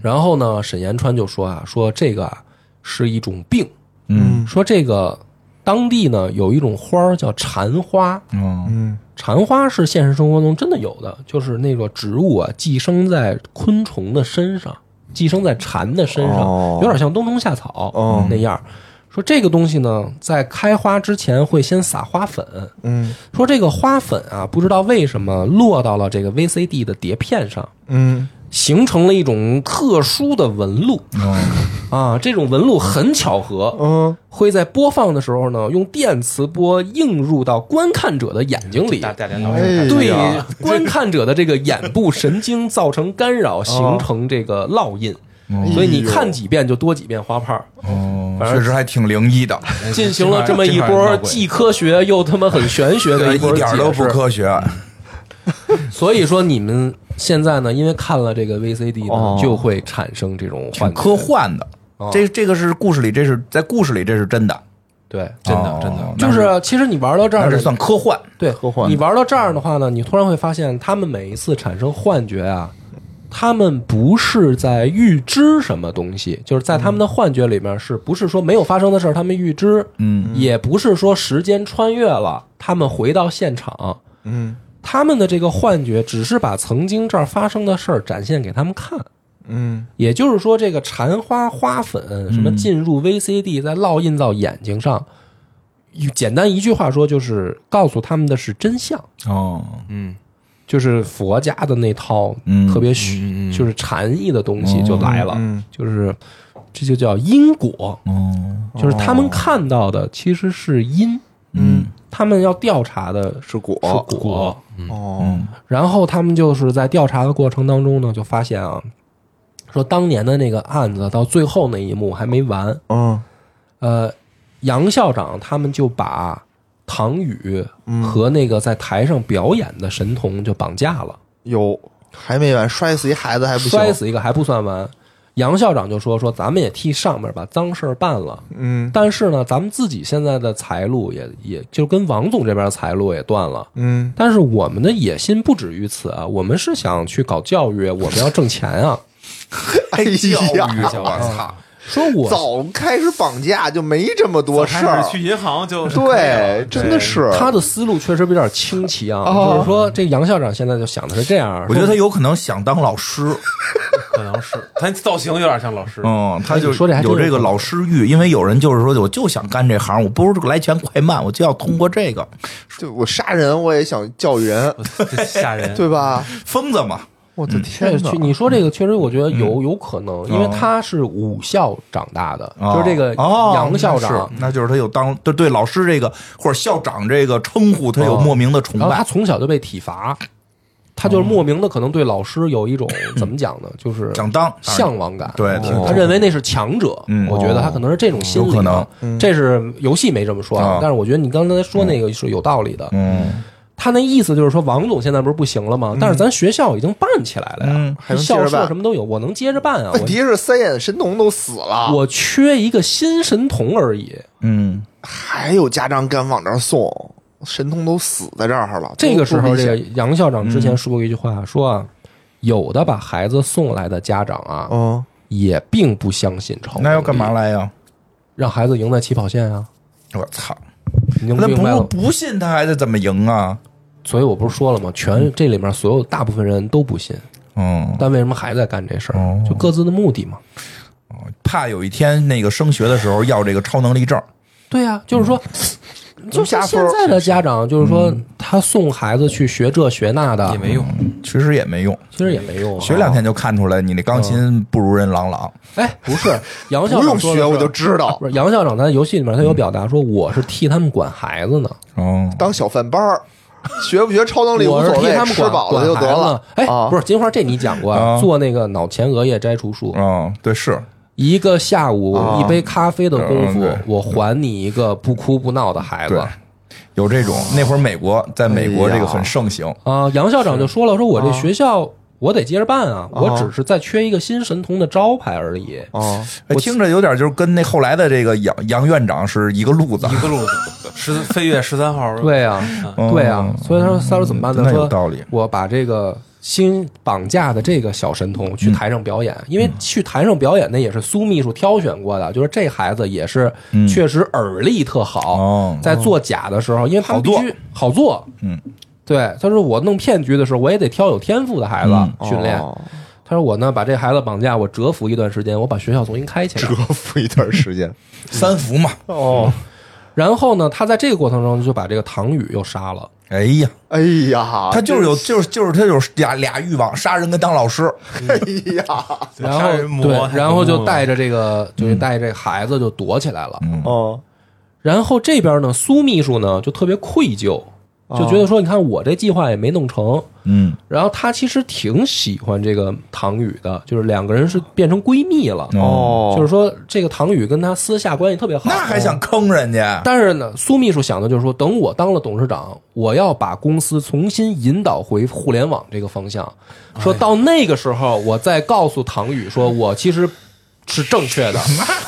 [SPEAKER 1] 然后呢，沈延川就说啊，说这个啊是一种病，
[SPEAKER 2] 嗯
[SPEAKER 1] 说这个当地呢有一种花儿叫蝉花，
[SPEAKER 2] 嗯
[SPEAKER 3] 嗯
[SPEAKER 1] 蝉花是现实生活中真的有的，就是那个植物啊寄生在昆虫的身上，寄生在蝉的身上，
[SPEAKER 3] 哦
[SPEAKER 1] 有点像冬虫夏草、
[SPEAKER 3] 哦
[SPEAKER 1] 那样儿。说这个东西呢，在开花之前会先撒花粉，
[SPEAKER 3] 嗯
[SPEAKER 1] 说这个花粉啊，不知道为什么落到了这个 VCD 的碟片上，
[SPEAKER 3] 嗯
[SPEAKER 1] 形成了一种特殊的纹路
[SPEAKER 2] 嗯
[SPEAKER 1] 啊。这种纹路很巧合，
[SPEAKER 3] 嗯，
[SPEAKER 1] 会在播放的时候呢，用电磁波映入到观看者的眼睛里，
[SPEAKER 4] 大大连导
[SPEAKER 3] 哎
[SPEAKER 1] 嗯
[SPEAKER 4] 演，
[SPEAKER 1] 对
[SPEAKER 3] 呀
[SPEAKER 1] 观看者的这个眼部神经造成干扰，形成这个烙印。所以你看几遍就多几遍花瓣儿，
[SPEAKER 2] 哦，
[SPEAKER 1] 反正
[SPEAKER 2] 确实还挺灵异的，
[SPEAKER 1] 进行了这么一波既科学又他妈很玄学的
[SPEAKER 2] 一
[SPEAKER 1] 波
[SPEAKER 2] 点儿都不
[SPEAKER 1] 解释
[SPEAKER 2] 科学。
[SPEAKER 1] 所以说你们现在呢，因为看了这个 VCD
[SPEAKER 3] 哦
[SPEAKER 1] 呢，就会产生这种幻
[SPEAKER 2] 挺
[SPEAKER 1] 觉
[SPEAKER 2] 科幻的
[SPEAKER 1] 哦。
[SPEAKER 2] 这这个是故事里，这是在故事里这是真的，
[SPEAKER 1] 对，
[SPEAKER 4] 真的
[SPEAKER 2] 哦
[SPEAKER 4] 真的
[SPEAKER 2] 那
[SPEAKER 1] 就是其实你玩到这
[SPEAKER 2] 那
[SPEAKER 1] 儿
[SPEAKER 2] 是
[SPEAKER 1] 呢，
[SPEAKER 2] 算科幻。
[SPEAKER 1] 对
[SPEAKER 3] 科幻
[SPEAKER 1] 你玩到这儿的话呢，你突然会发现，他们每一次产生幻觉啊，他们不是在预知什么东西，就是在他们的幻觉里面，是不是说没有发生的事儿他们预知，
[SPEAKER 2] 嗯，
[SPEAKER 1] 也不是说时间穿越了，他们回到现场，
[SPEAKER 3] 嗯
[SPEAKER 1] 他们的这个幻觉只是把曾经这儿发生的事儿展现给他们看。
[SPEAKER 3] 嗯
[SPEAKER 1] 也就是说，这个蝉花花粉什么进入 VCD，再烙印到眼睛上，一简单一句话说，就是告诉他们的是真相，
[SPEAKER 2] 哦，
[SPEAKER 4] 嗯
[SPEAKER 1] 就是佛家的那套
[SPEAKER 2] 嗯
[SPEAKER 1] 特别虚，就是禅意的东西就来了，
[SPEAKER 3] 嗯嗯
[SPEAKER 1] 就是这就叫因果，
[SPEAKER 2] 哦，
[SPEAKER 1] 就是他们看到的其实是因，
[SPEAKER 2] 嗯，
[SPEAKER 1] 他们要调查的是
[SPEAKER 3] 是果
[SPEAKER 1] 是果，
[SPEAKER 3] 哦
[SPEAKER 1] 然后他们就是在调查的过程当中呢，就发现啊，说当年的那个案子到最后那一幕还没完。
[SPEAKER 3] 嗯
[SPEAKER 1] 呃，杨校长他们就把唐宇
[SPEAKER 2] 嗯
[SPEAKER 1] 和那个在台上表演的神童就绑架了，
[SPEAKER 3] 有还没完，摔死一孩子还不行
[SPEAKER 1] 摔死一个还不算完。杨校长就说：“说咱们也替上面把脏事儿办了，
[SPEAKER 3] 嗯
[SPEAKER 1] 但是呢，咱们自己现在的财路也也就跟王总这边的财路也断了。
[SPEAKER 3] 嗯
[SPEAKER 1] 但是我们的野心不止于此啊，我们是想去搞教育，我们要挣钱啊。
[SPEAKER 3] 哎呀，
[SPEAKER 4] 我操，
[SPEAKER 1] 说我
[SPEAKER 3] 早开始绑架就没这么多事
[SPEAKER 4] 开
[SPEAKER 3] 儿
[SPEAKER 4] 始，去银行就
[SPEAKER 3] 对，真的是
[SPEAKER 1] 他的思路确实有点清奇啊，
[SPEAKER 3] 哦
[SPEAKER 1] 就是说这杨校长现在就想的是这样，
[SPEAKER 2] 我觉得他有可能想当老师，
[SPEAKER 4] 可能是他造型有点像老师，
[SPEAKER 2] 嗯，他就
[SPEAKER 1] 你说这还真
[SPEAKER 2] 有
[SPEAKER 1] 有
[SPEAKER 2] 这个
[SPEAKER 1] 可能
[SPEAKER 2] 老师欲，因为有人就是说，我就想干这行，我不如来钱快慢，我就要通过这个
[SPEAKER 3] 就我杀人我也想教育人，
[SPEAKER 4] 这吓人。
[SPEAKER 3] 对吧？
[SPEAKER 2] 疯子嘛，
[SPEAKER 3] 我的
[SPEAKER 1] 确
[SPEAKER 3] 天哪嗯哦
[SPEAKER 1] 实，！嗯你说这个确实，我觉得有有可能，因为他是武校长大的，
[SPEAKER 2] 哦
[SPEAKER 1] 就是这个
[SPEAKER 2] 哦
[SPEAKER 1] 杨校
[SPEAKER 2] 那
[SPEAKER 1] 长
[SPEAKER 2] 是，那就是他有当对对老师这个或者校长这个称呼，他有
[SPEAKER 1] 哦
[SPEAKER 2] 莫名的崇
[SPEAKER 1] 然后他
[SPEAKER 2] 拜。
[SPEAKER 1] 从小就被体罚，他
[SPEAKER 3] 哦
[SPEAKER 1] 就是莫名的可能对老师有一种怎么讲呢，
[SPEAKER 3] 嗯
[SPEAKER 1] 就是
[SPEAKER 2] 想当当然
[SPEAKER 1] 向往感，哦
[SPEAKER 2] 对挺
[SPEAKER 1] 他认为那是强者
[SPEAKER 2] 嗯，
[SPEAKER 1] 我觉
[SPEAKER 3] 哦
[SPEAKER 1] 得他可能是这种心理，
[SPEAKER 2] 有可能，
[SPEAKER 3] 嗯
[SPEAKER 1] 这是游戏没这么说
[SPEAKER 2] 啊
[SPEAKER 1] 啊，但是我觉得你刚才说那个是有道理的，
[SPEAKER 2] 嗯
[SPEAKER 1] 他那意思就是说，王总现在不是不行了吗？但是咱学校已经办起来了呀
[SPEAKER 2] 嗯，哎
[SPEAKER 3] 还能接着
[SPEAKER 1] 校
[SPEAKER 3] 办
[SPEAKER 1] 舍什么都有，我能接着办啊，
[SPEAKER 3] 问
[SPEAKER 1] 我
[SPEAKER 3] 题是三眼神童都死了，
[SPEAKER 1] 我缺一个新神童而已。
[SPEAKER 2] 嗯，
[SPEAKER 3] 还有家长敢往这儿送，神童都死在这儿了。
[SPEAKER 1] 这个时候，
[SPEAKER 3] 多
[SPEAKER 1] 这个
[SPEAKER 3] 危险
[SPEAKER 1] 杨校长之
[SPEAKER 2] 嗯
[SPEAKER 1] 前说过一句话，说啊，有的把孩子送来的家长啊，
[SPEAKER 3] 嗯，
[SPEAKER 1] 也并不相信超能力
[SPEAKER 2] 那要干嘛？来呀？
[SPEAKER 1] 让孩子赢在起跑线啊！
[SPEAKER 2] 我操！
[SPEAKER 1] 你能
[SPEAKER 2] 那
[SPEAKER 1] 明白
[SPEAKER 2] 不
[SPEAKER 1] 吗？
[SPEAKER 2] 不信他还得怎么赢啊？
[SPEAKER 1] 所以我不是说了吗？
[SPEAKER 3] 嗯
[SPEAKER 1] 全这里面所有大部分人都不信，
[SPEAKER 2] 嗯，
[SPEAKER 1] 但为什么还在干这事
[SPEAKER 2] 哦
[SPEAKER 1] 儿？就各自的目的嘛。
[SPEAKER 2] 怕有一天那个升学的时候要这个超能力证。
[SPEAKER 1] 对
[SPEAKER 3] 啊
[SPEAKER 1] 呀、就是说，嗯就像现在的家长，就是说
[SPEAKER 3] 嗯
[SPEAKER 1] 他送孩子去学这学那的
[SPEAKER 4] 也，没用，
[SPEAKER 2] 其实也没用，
[SPEAKER 1] 其实也没用啊。
[SPEAKER 2] 学两天就看出来你那
[SPEAKER 1] 嗯
[SPEAKER 2] 钢琴不如人郎朗。
[SPEAKER 1] 哎，不 是杨校长
[SPEAKER 3] 不用
[SPEAKER 1] 说的
[SPEAKER 3] 学
[SPEAKER 1] 是
[SPEAKER 3] 我就知道，嗯
[SPEAKER 1] 不是杨校长在游戏里面他有表达说我是替他们管孩子呢，
[SPEAKER 2] 哦，
[SPEAKER 3] 当小饭班儿，学不学超能力无
[SPEAKER 1] 我是
[SPEAKER 3] 所
[SPEAKER 1] 替
[SPEAKER 3] 谓
[SPEAKER 1] 他，们
[SPEAKER 3] 吃
[SPEAKER 1] 管
[SPEAKER 3] 饱了
[SPEAKER 1] 管
[SPEAKER 3] 就得
[SPEAKER 1] 孩
[SPEAKER 3] 了
[SPEAKER 1] 子。。哎，
[SPEAKER 3] 啊
[SPEAKER 1] 不是金花，这你讲过
[SPEAKER 2] 啊
[SPEAKER 1] 啊？做那个脑前额叶摘除术，
[SPEAKER 2] 哦，对，是
[SPEAKER 1] 一个下午
[SPEAKER 3] 啊
[SPEAKER 1] 一杯咖啡的功
[SPEAKER 2] 嗯
[SPEAKER 1] 夫
[SPEAKER 2] 对，
[SPEAKER 1] 我还你一个不哭不闹的孩子
[SPEAKER 2] 对。有这种。那会儿美国在美国
[SPEAKER 3] 哎呀
[SPEAKER 2] 这个很盛行。
[SPEAKER 1] 啊！杨校长就说了，说我这学校我得接着办啊，
[SPEAKER 3] 啊
[SPEAKER 1] 我只是在缺一个新神童的招牌而已。
[SPEAKER 3] 哦，
[SPEAKER 2] 哎听着有点就是跟那后来的这个杨杨院长是一个路子。
[SPEAKER 4] 一个路子，十飞跃十三号，
[SPEAKER 1] 对啊，
[SPEAKER 2] 嗯
[SPEAKER 1] 对啊，所以他说他说怎么办呢？
[SPEAKER 2] 那有
[SPEAKER 1] 说
[SPEAKER 2] 道理
[SPEAKER 1] 我把这个新绑架的这个小神童去台上表演，
[SPEAKER 2] 嗯
[SPEAKER 1] 因为去台上表演那也是苏秘书挑选过的，就是这孩子也是确实耳力特好，
[SPEAKER 2] 嗯哦
[SPEAKER 1] 在做假的时候，因为他们
[SPEAKER 2] 好
[SPEAKER 1] 必
[SPEAKER 2] 做
[SPEAKER 1] 须好做，
[SPEAKER 2] 嗯，
[SPEAKER 1] 对，他说我弄骗局的时候，我也得挑有天赋的孩子
[SPEAKER 2] 嗯
[SPEAKER 1] 训练。
[SPEAKER 3] 哦
[SPEAKER 1] 他说我呢把这孩子绑架，我蛰伏一段时间，我把学校重新开起来
[SPEAKER 3] 蛰。伏一段时间，
[SPEAKER 2] 三伏嘛，
[SPEAKER 1] 哦，然后呢，他在这个过程中就把这个唐宇又杀了。
[SPEAKER 2] 哎呀，
[SPEAKER 3] 哎呀，
[SPEAKER 2] 他就是有，就是就是他有俩俩欲望，杀人跟当老师，
[SPEAKER 3] 哎呀，
[SPEAKER 1] 然后
[SPEAKER 4] 杀人魔太恐怖
[SPEAKER 1] 对，
[SPEAKER 4] 嗯了
[SPEAKER 1] 然后就带着这个，就是带着这个孩子就躲起来了。
[SPEAKER 3] 哦，
[SPEAKER 1] 然后这边呢，苏秘书呢就特别愧疚，就
[SPEAKER 4] 哦
[SPEAKER 1] 觉得说，你看我这计划也没弄成。
[SPEAKER 2] 嗯，
[SPEAKER 1] 然后他其实挺喜欢这个唐宇的，就是两个人是变成闺蜜了。
[SPEAKER 3] 哦，
[SPEAKER 1] 就是说，这个唐宇跟他私下关系特别好。
[SPEAKER 2] 那还想坑人家？
[SPEAKER 1] 但是呢，苏秘书想的就是说，等我当了董事长，我要把公司重新引导回互联网这个方向。说到那个时候，我再告诉唐宇，说我其实是正确的。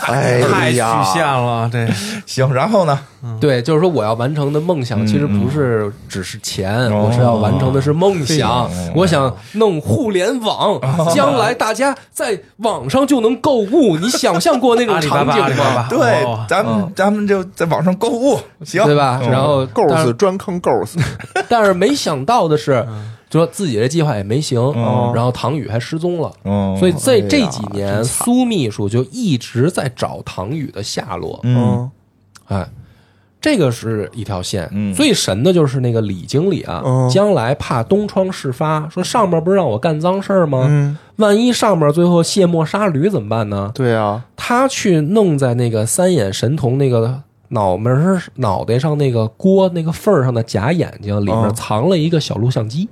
[SPEAKER 3] 哎
[SPEAKER 4] 太曲
[SPEAKER 3] 呀，
[SPEAKER 4] 线了，这
[SPEAKER 2] 行，然后呢？
[SPEAKER 1] 对，就是说我要完成的梦想，其实不是只是钱，
[SPEAKER 2] 哦
[SPEAKER 1] 我是要完成的是梦想。我想弄互联网，将来大家在网上就能购物。你想象过那种
[SPEAKER 4] 阿里巴
[SPEAKER 1] 场
[SPEAKER 4] 巴阿
[SPEAKER 1] 景
[SPEAKER 4] 里巴
[SPEAKER 1] 吗
[SPEAKER 4] 巴？
[SPEAKER 2] 对
[SPEAKER 4] 哦，
[SPEAKER 2] 咱们咱们就在网上购物，行，
[SPEAKER 1] 对吧？然后
[SPEAKER 3] 够
[SPEAKER 1] 但是
[SPEAKER 3] 死专坑够死，
[SPEAKER 1] 但是没想到的是，
[SPEAKER 3] 嗯
[SPEAKER 1] 就说自己这计划也没行，
[SPEAKER 2] 嗯
[SPEAKER 1] 然后唐宇还失踪了。
[SPEAKER 2] 嗯
[SPEAKER 1] 所以这
[SPEAKER 3] 哦哎呀
[SPEAKER 1] 这几年，苏秘书就一直在找唐宇的下落。
[SPEAKER 2] 嗯，
[SPEAKER 3] 嗯
[SPEAKER 1] 哎，这个是一条线。
[SPEAKER 2] 嗯
[SPEAKER 1] 最神的就是那个李经理啊，
[SPEAKER 3] 嗯
[SPEAKER 1] 将来怕东窗事发，说上面不是让我干脏事儿吗？
[SPEAKER 3] 嗯，
[SPEAKER 1] 万一上面最后卸磨杀驴怎么办呢？
[SPEAKER 3] 对啊，
[SPEAKER 1] 他去弄在那个三眼神童那个脑门儿脑袋上那个锅那个缝儿上的假眼睛里面
[SPEAKER 3] 嗯
[SPEAKER 1] 藏了一个小录像机，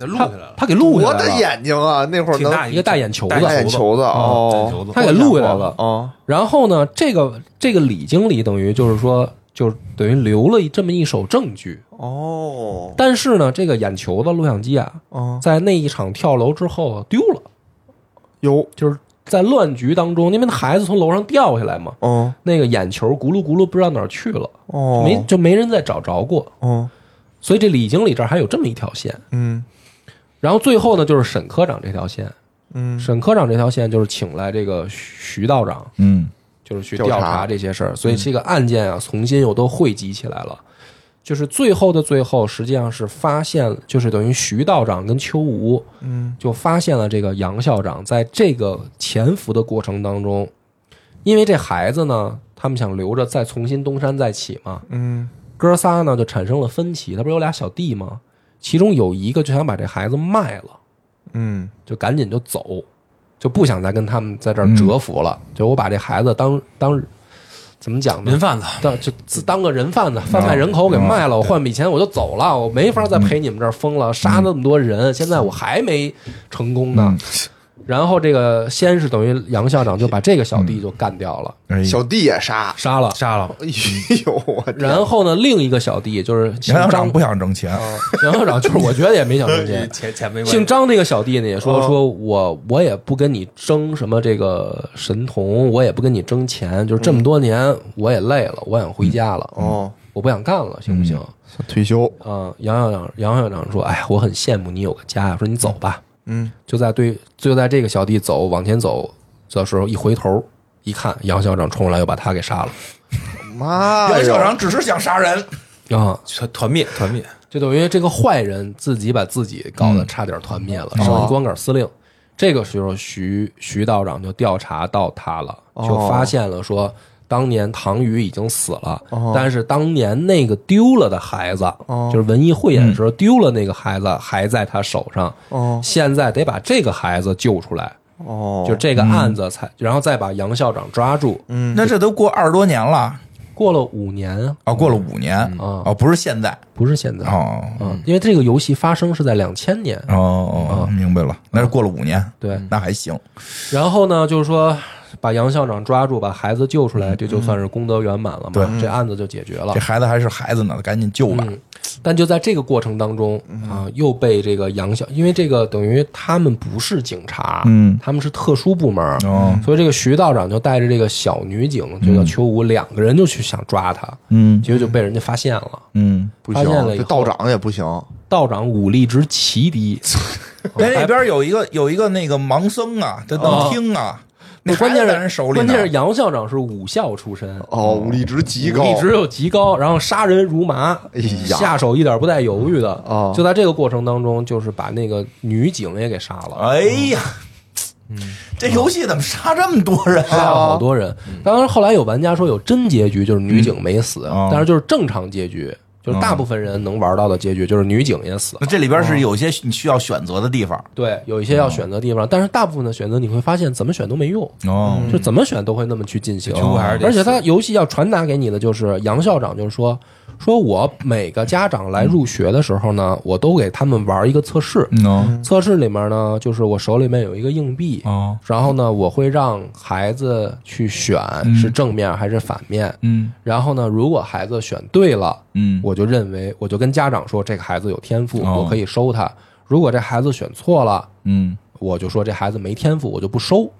[SPEAKER 4] 哦录
[SPEAKER 1] 他
[SPEAKER 4] 下来了，
[SPEAKER 1] 他给录下
[SPEAKER 3] 我
[SPEAKER 1] 来
[SPEAKER 3] 的
[SPEAKER 1] 了。
[SPEAKER 3] 眼睛啊，那会儿
[SPEAKER 4] 挺
[SPEAKER 3] 能
[SPEAKER 4] 大
[SPEAKER 1] 一个大眼球子
[SPEAKER 3] 大眼球子哦
[SPEAKER 4] 大眼球子
[SPEAKER 1] 他给录下来了。
[SPEAKER 3] 哦，
[SPEAKER 1] 然后呢，这个这个李经理等于就是说，就是等于留了这么一手证据。
[SPEAKER 3] 哦，
[SPEAKER 1] 但是呢，这个眼球的录像机啊，
[SPEAKER 3] 哦，
[SPEAKER 1] 在那一场跳楼之后啊丢了，
[SPEAKER 3] 有，
[SPEAKER 1] 就是在乱局当中，因为那孩子从楼上掉下来嘛，
[SPEAKER 3] 哦
[SPEAKER 1] 那个眼球咕噜咕噜不知道哪儿去了，
[SPEAKER 3] 哦，
[SPEAKER 1] 没就没人再找着过。
[SPEAKER 3] 哦，
[SPEAKER 1] 所以这李经理这儿还有这么一条线。
[SPEAKER 3] 嗯
[SPEAKER 1] 然后最后呢，就是沈科长这条线，
[SPEAKER 3] 嗯，
[SPEAKER 1] 沈科长这条线就是请来这个徐徐道长，
[SPEAKER 2] 嗯，
[SPEAKER 1] 就是去
[SPEAKER 3] 调
[SPEAKER 1] 调
[SPEAKER 3] 查嗯
[SPEAKER 1] 查这些事儿，所以这个案件啊，重新又都汇集起来了。就是最后的最后，实际上是发现，就是等于徐道长跟邱无，
[SPEAKER 3] 嗯，
[SPEAKER 1] 就发现了这个杨校长在这个潜伏的过程当中，因为这孩子呢，他们想留着再重新东山再起嘛，
[SPEAKER 3] 嗯
[SPEAKER 1] 哥仨呢就产生了分歧，他不是有俩小弟吗？其中有一个就想把这孩子卖了，
[SPEAKER 3] 嗯
[SPEAKER 1] 就赶紧就走，就不想再跟他们在这儿蛰伏了。就我把这孩子当当怎么讲呢？
[SPEAKER 4] 民贩子，
[SPEAKER 1] 当就自当个人贩子，贩卖人口给卖了，我换笔钱我就走了，我没法再陪你们这儿疯了，杀那么多人，现在我还没成功呢。
[SPEAKER 2] 嗯
[SPEAKER 1] 然后这个先是等于杨校长就把这个小弟就干掉了，
[SPEAKER 2] 哎
[SPEAKER 3] 小弟也杀，
[SPEAKER 1] 杀了。
[SPEAKER 4] 杀了，
[SPEAKER 3] 哎呦我天，
[SPEAKER 1] 然后呢，另一个小弟就是姓
[SPEAKER 2] 杨校
[SPEAKER 1] 张
[SPEAKER 2] 长，不想挣钱，
[SPEAKER 1] 杨校长就是我觉得也没想哦挣钱，
[SPEAKER 4] 钱钱没关系
[SPEAKER 1] 姓，张那个小弟呢，也说说我我也不跟你争什么这个神童，我也不跟你争钱，就是这么多年我也累了，我想回家了，嗯
[SPEAKER 3] 哦，
[SPEAKER 1] 我不想干了，行不行？
[SPEAKER 3] 想退休，
[SPEAKER 1] 啊，杨校长杨校长说，哎，我很羡慕你有个家呀，说你走吧。
[SPEAKER 3] 嗯，
[SPEAKER 1] 就在对就在这个小弟走往前走的时候，一回头一看，杨校长冲过来又把他给杀了
[SPEAKER 3] 妈
[SPEAKER 2] 杨校
[SPEAKER 3] 呀，
[SPEAKER 2] 长只是想杀人，
[SPEAKER 1] 啊！
[SPEAKER 4] 团团灭团灭，
[SPEAKER 1] 就等于这个坏人自己把自己搞得差点团灭了，
[SPEAKER 3] 哦
[SPEAKER 2] 嗯
[SPEAKER 1] 手上一光杆司令。这个时候徐，徐道长就调查到他了，
[SPEAKER 3] 哦
[SPEAKER 1] 就发现了说，当年唐宇已经死了，
[SPEAKER 3] 哦
[SPEAKER 1] 但是当年那个丢了的孩子，
[SPEAKER 3] 哦
[SPEAKER 1] 就是文艺汇演的时候丢了那个孩子，还在他手上。
[SPEAKER 3] 哦
[SPEAKER 1] 现在得把这个孩子救出来，
[SPEAKER 3] 哦，嗯
[SPEAKER 1] 就这个案子才，然后再把杨校长抓住。
[SPEAKER 2] 那这都过二十多年了
[SPEAKER 1] 过了五年啊，
[SPEAKER 2] 啊，过了五年
[SPEAKER 1] 嗯
[SPEAKER 2] 啊，不是现在
[SPEAKER 1] 不是现在，
[SPEAKER 2] 哦
[SPEAKER 1] 嗯，因为这个游戏发生是在两千年，
[SPEAKER 2] 哦哦，明白了，那是过了五年，
[SPEAKER 1] 嗯对，嗯
[SPEAKER 2] 那还行，
[SPEAKER 1] 然后呢，就是说把杨校长抓住，把孩子救出来，这就算是功德圆满了嘛。
[SPEAKER 2] 嗯对
[SPEAKER 1] 这案子就解决了
[SPEAKER 2] 这。孩子还是孩子呢，赶紧救吧，
[SPEAKER 1] 嗯，但就在这个过程当中
[SPEAKER 2] 嗯
[SPEAKER 1] 啊、又被这个杨校，因为这个等于他们不是警察，
[SPEAKER 2] 嗯
[SPEAKER 1] 他们是特殊部门，
[SPEAKER 2] 哦，
[SPEAKER 1] 所以这个徐道长就带着这个小女警，就叫邱武，两个人就去想抓他，
[SPEAKER 2] 嗯
[SPEAKER 1] 结果就被人家发现了。
[SPEAKER 2] 嗯
[SPEAKER 3] 不
[SPEAKER 1] 发现了
[SPEAKER 3] 行，
[SPEAKER 1] 以
[SPEAKER 3] 这
[SPEAKER 1] 后
[SPEAKER 3] 道长也不行，哦
[SPEAKER 1] 道长武力值奇低，
[SPEAKER 2] 人哎那边有一个有一个那个盲僧啊，他能听啊， 那
[SPEAKER 1] 哦关键
[SPEAKER 2] 孩子
[SPEAKER 1] 是
[SPEAKER 2] 在人手里呢，
[SPEAKER 1] 关键是杨校长是武校出身，
[SPEAKER 3] 哦，武力值极高，
[SPEAKER 1] 武力值又极高，然后杀人如麻，
[SPEAKER 3] 哎呀
[SPEAKER 1] 下手一点不带犹豫的。
[SPEAKER 3] 哦
[SPEAKER 1] 就在这个过程当中，就是把那个女警也给杀了，
[SPEAKER 2] 哎呀，
[SPEAKER 1] 嗯
[SPEAKER 2] 这游戏怎么杀这么多人
[SPEAKER 1] 杀了
[SPEAKER 2] 啊？
[SPEAKER 1] 好多人。
[SPEAKER 3] 嗯
[SPEAKER 1] 当然后来有玩家说有真结局，就是女警没死，
[SPEAKER 2] 哦
[SPEAKER 1] 但是就是正常结局，就是大部分人能玩到的结局，就是女警也死了
[SPEAKER 2] 那。这里边是有些你需要选择的地方
[SPEAKER 1] 对，有一些要选择地方，但是大部分的选择你会发现怎么选都没用，
[SPEAKER 2] 哦
[SPEAKER 1] 就怎么选都会那么去进行。
[SPEAKER 4] 全部还是得
[SPEAKER 1] 而且他游戏要传达给你的就是杨校长就是说，说我每个家长来入学的时候呢，我都给他们玩一个测试，
[SPEAKER 2] 嗯
[SPEAKER 1] 测试里面呢，就是我手里面有一个硬币，
[SPEAKER 2] 哦
[SPEAKER 1] 然后呢，我会让孩子去选是正面还是反面。
[SPEAKER 2] 嗯
[SPEAKER 1] 然后呢，如果孩子选对了，
[SPEAKER 2] 嗯
[SPEAKER 1] 我就认为我就跟家长说这个孩子有天赋，
[SPEAKER 2] 哦
[SPEAKER 1] 我可以收他；如果这孩子选错了，
[SPEAKER 2] 嗯
[SPEAKER 1] 我就说这孩子没天赋，我就不收。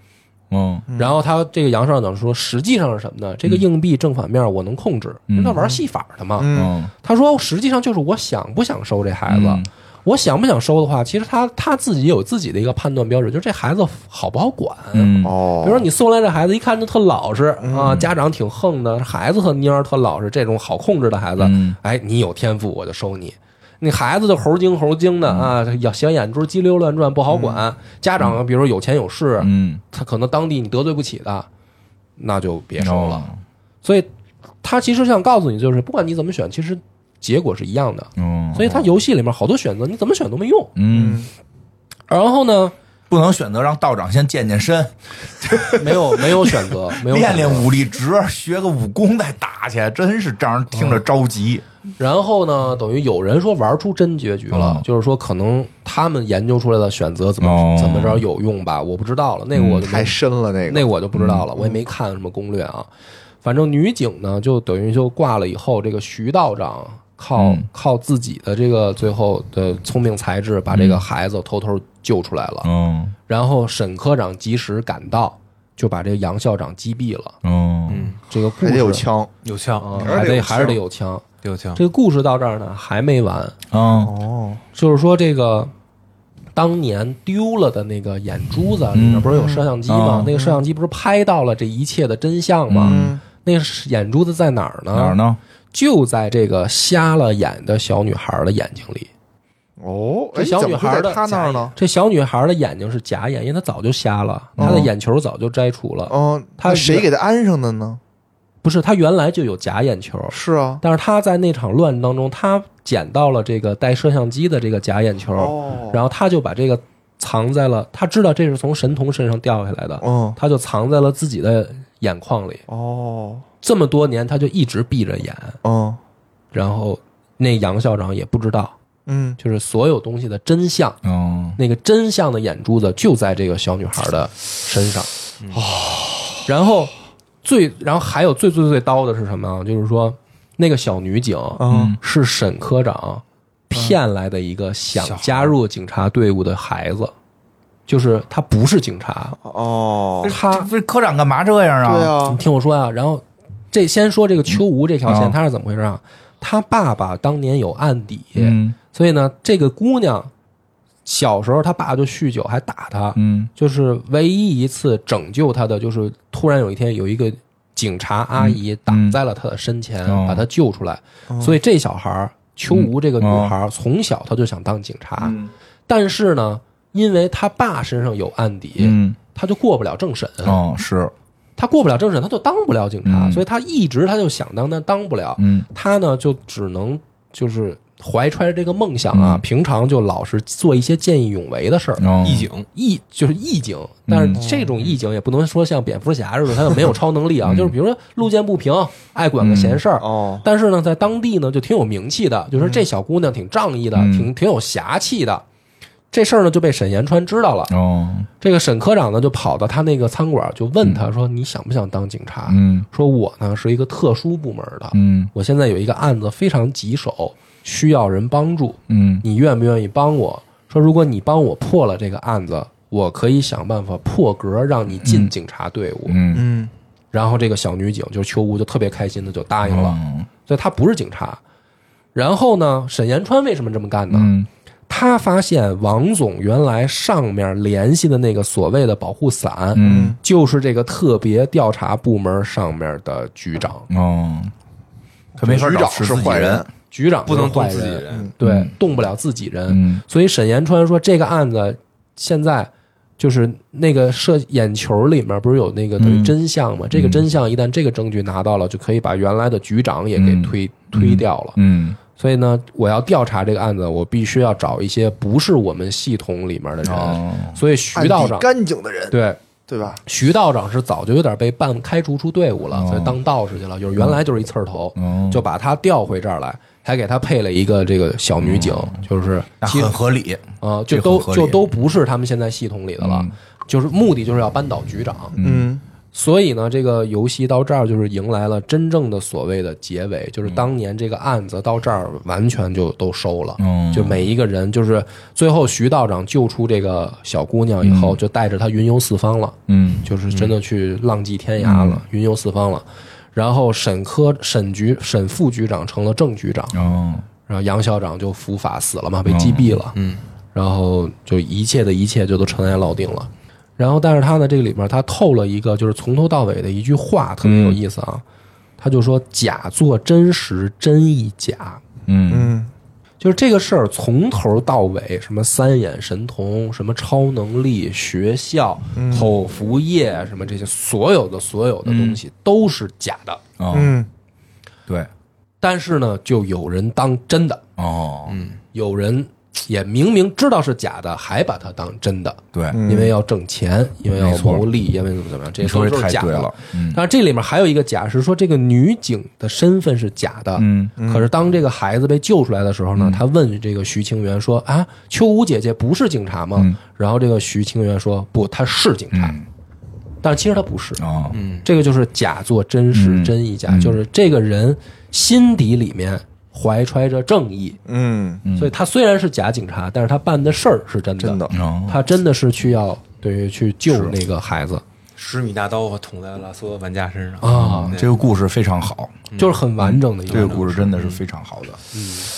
[SPEAKER 2] 嗯
[SPEAKER 1] 然后他这个杨校长说，实际上是什么呢？这个硬币正反面我能控制，因为他玩戏法的嘛。
[SPEAKER 2] 嗯
[SPEAKER 1] 他说，实际上就是我想不想收这孩子。
[SPEAKER 2] 嗯
[SPEAKER 1] 我想不想收的话，其实他他自己也有自己的一个判断标准，就是这孩子好不好管。
[SPEAKER 2] 嗯
[SPEAKER 1] 比
[SPEAKER 3] 哦，
[SPEAKER 1] 如说你送来这孩子，一看就特老实啊，家长挺横的，孩子特蔫儿、特老实，这种好控制的孩子
[SPEAKER 2] 嗯，
[SPEAKER 1] 哎，你有天赋我就收你。那孩子就猴精猴精
[SPEAKER 2] 嗯
[SPEAKER 1] 的啊，小小眼珠叽溜乱转，不好管。家长啊比如有钱有势，
[SPEAKER 2] 嗯，
[SPEAKER 1] 他可能当地你得罪不起的，那就别收了。
[SPEAKER 2] 了，
[SPEAKER 1] 所以他其实想告诉你，就是不管你怎么选，其实结果是一样的。
[SPEAKER 2] 嗯
[SPEAKER 1] 所以他游戏里面好多选择，你怎么选都没用。
[SPEAKER 2] 嗯，
[SPEAKER 1] 然后呢，
[SPEAKER 2] 不能选择让道长先健健身，
[SPEAKER 1] 没有没有选 择，没有选
[SPEAKER 2] 练
[SPEAKER 1] 择
[SPEAKER 2] 练武力值，学个武功再打去，真是让人听着着急。
[SPEAKER 1] 然后呢，等于有人说玩出真结局了，
[SPEAKER 2] 嗯
[SPEAKER 1] 就是说可能他们研究出来的选择怎么、
[SPEAKER 2] 哦
[SPEAKER 1] 怎么着有用吧，我不知道了，那个我就没、
[SPEAKER 3] 太深了那
[SPEAKER 1] 那个
[SPEAKER 3] 个，
[SPEAKER 1] 我就不知道了，我也没看什么攻略啊。反正女警呢，就等于就挂了以后，这个徐道长靠、
[SPEAKER 2] 嗯
[SPEAKER 1] 靠自己的这个最后的聪明才智，把这个孩子偷偷救出来了。
[SPEAKER 2] 嗯
[SPEAKER 1] 然后沈科长及时赶到，就把这个杨校长击毙了。
[SPEAKER 2] 嗯
[SPEAKER 1] 这个故
[SPEAKER 3] 还得
[SPEAKER 1] 事
[SPEAKER 3] 有枪，
[SPEAKER 4] 有枪
[SPEAKER 1] 啊，还得还是得有枪。
[SPEAKER 4] 有枪，
[SPEAKER 1] 这个故事到这儿呢还没完，
[SPEAKER 2] 嗯
[SPEAKER 3] 哦
[SPEAKER 1] 就是说这个当年丢了的那个眼珠子里面不是有摄像机吗？
[SPEAKER 2] 嗯
[SPEAKER 1] 那个摄像机不是拍到了这一切的真相吗？那个眼珠子在哪儿呢？
[SPEAKER 2] 哪儿？呢？
[SPEAKER 1] 就在这个瞎了眼的小女孩的眼睛里。
[SPEAKER 3] 哦，
[SPEAKER 1] 这
[SPEAKER 3] 哎
[SPEAKER 1] 小
[SPEAKER 3] 怎
[SPEAKER 1] 女
[SPEAKER 3] 么会
[SPEAKER 1] 孩的
[SPEAKER 3] 在他那儿呢？
[SPEAKER 1] 这小女孩的眼睛是假眼，因为她早就瞎了，
[SPEAKER 2] 哦
[SPEAKER 1] 她的眼球早就摘除了。
[SPEAKER 3] 嗯，
[SPEAKER 1] 她
[SPEAKER 3] 那谁给他安上的呢？
[SPEAKER 1] 不是，她原来就有假眼球，
[SPEAKER 3] 是啊，
[SPEAKER 1] 但是她在那场乱当中，她捡到了这个带摄像机的这个假眼球。
[SPEAKER 3] 哦，
[SPEAKER 1] 然后他就把这个藏在了，他知道这是从神童身上掉下来的，
[SPEAKER 3] 嗯，
[SPEAKER 1] 他就藏在了自己的眼眶里。
[SPEAKER 3] 哦，
[SPEAKER 1] 这么多年，他就一直闭着眼，
[SPEAKER 3] 嗯
[SPEAKER 1] 然后那杨校长也不知道，
[SPEAKER 3] 嗯，
[SPEAKER 1] 就是所有东西的真相，
[SPEAKER 2] 嗯
[SPEAKER 1] 那个真相的眼珠子就在这个小女孩的身上。哦，然后最，然后还有最最最刀的是什么啊？就是说，那个小女警
[SPEAKER 2] 嗯
[SPEAKER 1] 是沈科长骗来的一个想加入警察队伍的孩子，就是他不是警察，
[SPEAKER 3] 哦，
[SPEAKER 2] 这
[SPEAKER 1] 他
[SPEAKER 2] 不是科长干嘛这样啊？
[SPEAKER 3] 对
[SPEAKER 1] 你
[SPEAKER 3] 啊，
[SPEAKER 1] 听我说啊，然后这先说这个秋吴这条
[SPEAKER 2] 嗯
[SPEAKER 1] 线，
[SPEAKER 2] 啊
[SPEAKER 1] 他是怎么回事啊？他爸爸当年有案底，
[SPEAKER 2] 嗯
[SPEAKER 1] 所以呢，这个姑娘小时候他爸就酗酒还打她，
[SPEAKER 2] 嗯
[SPEAKER 1] 就是唯一一次拯救她的，就是突然有一天有一个警察阿
[SPEAKER 2] 嗯
[SPEAKER 1] 姨挡在了她的身前，
[SPEAKER 2] 嗯嗯
[SPEAKER 1] 把她救出来。所以这小孩儿秋
[SPEAKER 2] 嗯
[SPEAKER 1] 吴这个女
[SPEAKER 2] 哦
[SPEAKER 1] 孩儿、从小她就想当警察，
[SPEAKER 2] 啊
[SPEAKER 1] 但是呢，因为她爸身上有案底，
[SPEAKER 2] 嗯
[SPEAKER 1] 她就过不了政审，
[SPEAKER 2] 哦是
[SPEAKER 1] 她过不了政审，她就当不了警察，
[SPEAKER 2] 嗯
[SPEAKER 1] 所以她一直她就想当，但当不了。
[SPEAKER 2] 嗯
[SPEAKER 1] 她呢就只能就是怀揣着这个梦想
[SPEAKER 2] 嗯
[SPEAKER 1] 啊，平常就老是做一些见义勇为的事儿。
[SPEAKER 2] 哦
[SPEAKER 4] 义警
[SPEAKER 1] 意就是意警，但
[SPEAKER 2] 嗯
[SPEAKER 1] 是这种意警也不能说像蝙蝠侠似的，他就没有超能力
[SPEAKER 2] 嗯
[SPEAKER 1] 啊。 就是比如说路见不平，爱管个闲事儿。
[SPEAKER 3] 哦，
[SPEAKER 1] 但是呢，在当地呢就挺有名气的，就是这小姑娘挺仗义的，
[SPEAKER 2] 嗯
[SPEAKER 1] 挺挺有侠气的。这事儿呢就被沈延川知道了。
[SPEAKER 2] 哦
[SPEAKER 1] 这个沈科长呢就跑到他那个餐馆，就问他说：“你想不想当警察？”
[SPEAKER 2] 嗯
[SPEAKER 1] 说：“我呢是一个特殊部门的，
[SPEAKER 2] 嗯
[SPEAKER 1] 我现在有一个案子非常棘手，需要人帮助。
[SPEAKER 2] 嗯
[SPEAKER 1] 你愿不愿意帮我？说如果你帮我破了这个案子，我可以想办法破格让你进警察队伍。
[SPEAKER 2] 嗯
[SPEAKER 3] 嗯，
[SPEAKER 1] 然后这个小女警就是秋吴就特别开心的就答应了，
[SPEAKER 2] 嗯
[SPEAKER 1] 所以她不是警察。然后呢，沈延川为什么这么干呢？
[SPEAKER 2] 嗯
[SPEAKER 1] 他发现王总原来上面联系的那个所谓的保护伞，
[SPEAKER 2] 嗯，
[SPEAKER 1] 就是这个特别调查部门上面的局长，
[SPEAKER 2] 哦，他没法
[SPEAKER 3] 局
[SPEAKER 2] 找
[SPEAKER 3] 长
[SPEAKER 2] 十
[SPEAKER 3] 是
[SPEAKER 2] 自己
[SPEAKER 3] 坏人
[SPEAKER 2] 人，，
[SPEAKER 1] 局长
[SPEAKER 4] 不能
[SPEAKER 1] 坏
[SPEAKER 4] 动自己人，
[SPEAKER 1] 对，
[SPEAKER 2] 嗯
[SPEAKER 1] 动不了自己人。
[SPEAKER 2] 嗯
[SPEAKER 1] 所以沈延川说，这个案子现在就是那个射眼球里面不是有那个等于真相
[SPEAKER 2] 嗯
[SPEAKER 1] 吗？这个真相一旦这个证据拿到了，就可以把原来的局长也给推、推掉了。
[SPEAKER 2] 嗯
[SPEAKER 1] 所以呢，我要调查这个案子，我必须要找一些不是我们系统里面的人。
[SPEAKER 2] 哦，
[SPEAKER 1] 所以徐
[SPEAKER 3] 暗
[SPEAKER 1] 道
[SPEAKER 3] 地
[SPEAKER 1] 长
[SPEAKER 3] 干净的人，
[SPEAKER 1] 对
[SPEAKER 3] 对吧？
[SPEAKER 1] 徐道长是早就有点被半开除出队伍了，
[SPEAKER 2] 哦
[SPEAKER 1] 所以当道士去了，就是原来就是一刺儿头，
[SPEAKER 2] 哦
[SPEAKER 1] 就把他调回这儿来，还给他配了一个这个小女警，就是
[SPEAKER 2] 嗯那
[SPEAKER 1] 其实
[SPEAKER 2] 很合理，
[SPEAKER 1] 啊、
[SPEAKER 2] 这
[SPEAKER 1] 就都
[SPEAKER 2] 很合理
[SPEAKER 1] 就都不是他们现在系统里的了，
[SPEAKER 2] 嗯
[SPEAKER 1] 就是目的就是要扳倒局长。
[SPEAKER 3] 嗯，
[SPEAKER 1] 所以呢，这个游戏到这儿就是迎来了真正的所谓的结尾，
[SPEAKER 2] 嗯
[SPEAKER 1] 就是当年这个案子到这儿完全就都收了，
[SPEAKER 2] 嗯
[SPEAKER 1] 就每一个人就是最后徐道长救出这个小姑娘以后，就带着她云游四方了。
[SPEAKER 2] 嗯
[SPEAKER 1] 就是真的去浪迹天涯了，云游四方了。然后沈科、沈局、沈副局长成了正局长，
[SPEAKER 2] 哦，
[SPEAKER 1] 然后杨校长就伏法死了嘛，被击毙了。嗯，然后就一切的一切就都尘埃落定了。然后，但是他呢，这个里面他透了一个就是从头到尾的一句话，特别有意思啊。他就说：“假作真实，真亦假。”
[SPEAKER 2] 嗯
[SPEAKER 3] 嗯
[SPEAKER 1] 就是这个事儿从头到尾，什么三眼神童，什么超能力、学校、口服液，什么这些所有的所有的东西都是假的。
[SPEAKER 2] 哦，
[SPEAKER 3] 嗯，
[SPEAKER 2] 对，
[SPEAKER 1] 但是呢，就有人当真的，
[SPEAKER 2] 哦，
[SPEAKER 1] 有人也明明知道是假的，还把它当真的，
[SPEAKER 2] 对，
[SPEAKER 1] 因为要挣钱，因为要
[SPEAKER 2] 嗯没错
[SPEAKER 1] 牟利，因为怎么怎么样，这
[SPEAKER 2] 你
[SPEAKER 1] 些都
[SPEAKER 2] 说
[SPEAKER 1] 是
[SPEAKER 2] 这太
[SPEAKER 1] 假
[SPEAKER 2] 对
[SPEAKER 1] 的
[SPEAKER 2] 了。，嗯
[SPEAKER 1] 但是这里面还有一个假是说，这个女警的身份是假的。
[SPEAKER 2] 嗯，
[SPEAKER 1] 可是当这个孩子被救出来的时候呢，他问这个徐清源说：“啊，秋武姐姐不是警察吗？”
[SPEAKER 2] 嗯
[SPEAKER 1] 然后这个徐清源说：“不，她是警察。但是其实她不是。
[SPEAKER 2] 哦，
[SPEAKER 1] 这个就是假作真实，
[SPEAKER 2] 嗯
[SPEAKER 1] 真亦假，就是这个人心底里面怀揣着正义，
[SPEAKER 3] 嗯，
[SPEAKER 1] 所以他虽然是假警察，但是他办的事儿是真的。
[SPEAKER 3] 真的
[SPEAKER 2] 哦，
[SPEAKER 1] 他真的是去要对于去救那个孩子
[SPEAKER 4] 十米大刀捅在了所有玩家身上
[SPEAKER 1] 啊，
[SPEAKER 2] 这个故事非常好，
[SPEAKER 1] 就是很完整的一个
[SPEAKER 2] 这个
[SPEAKER 1] 人。
[SPEAKER 2] 故事真的是非常好的，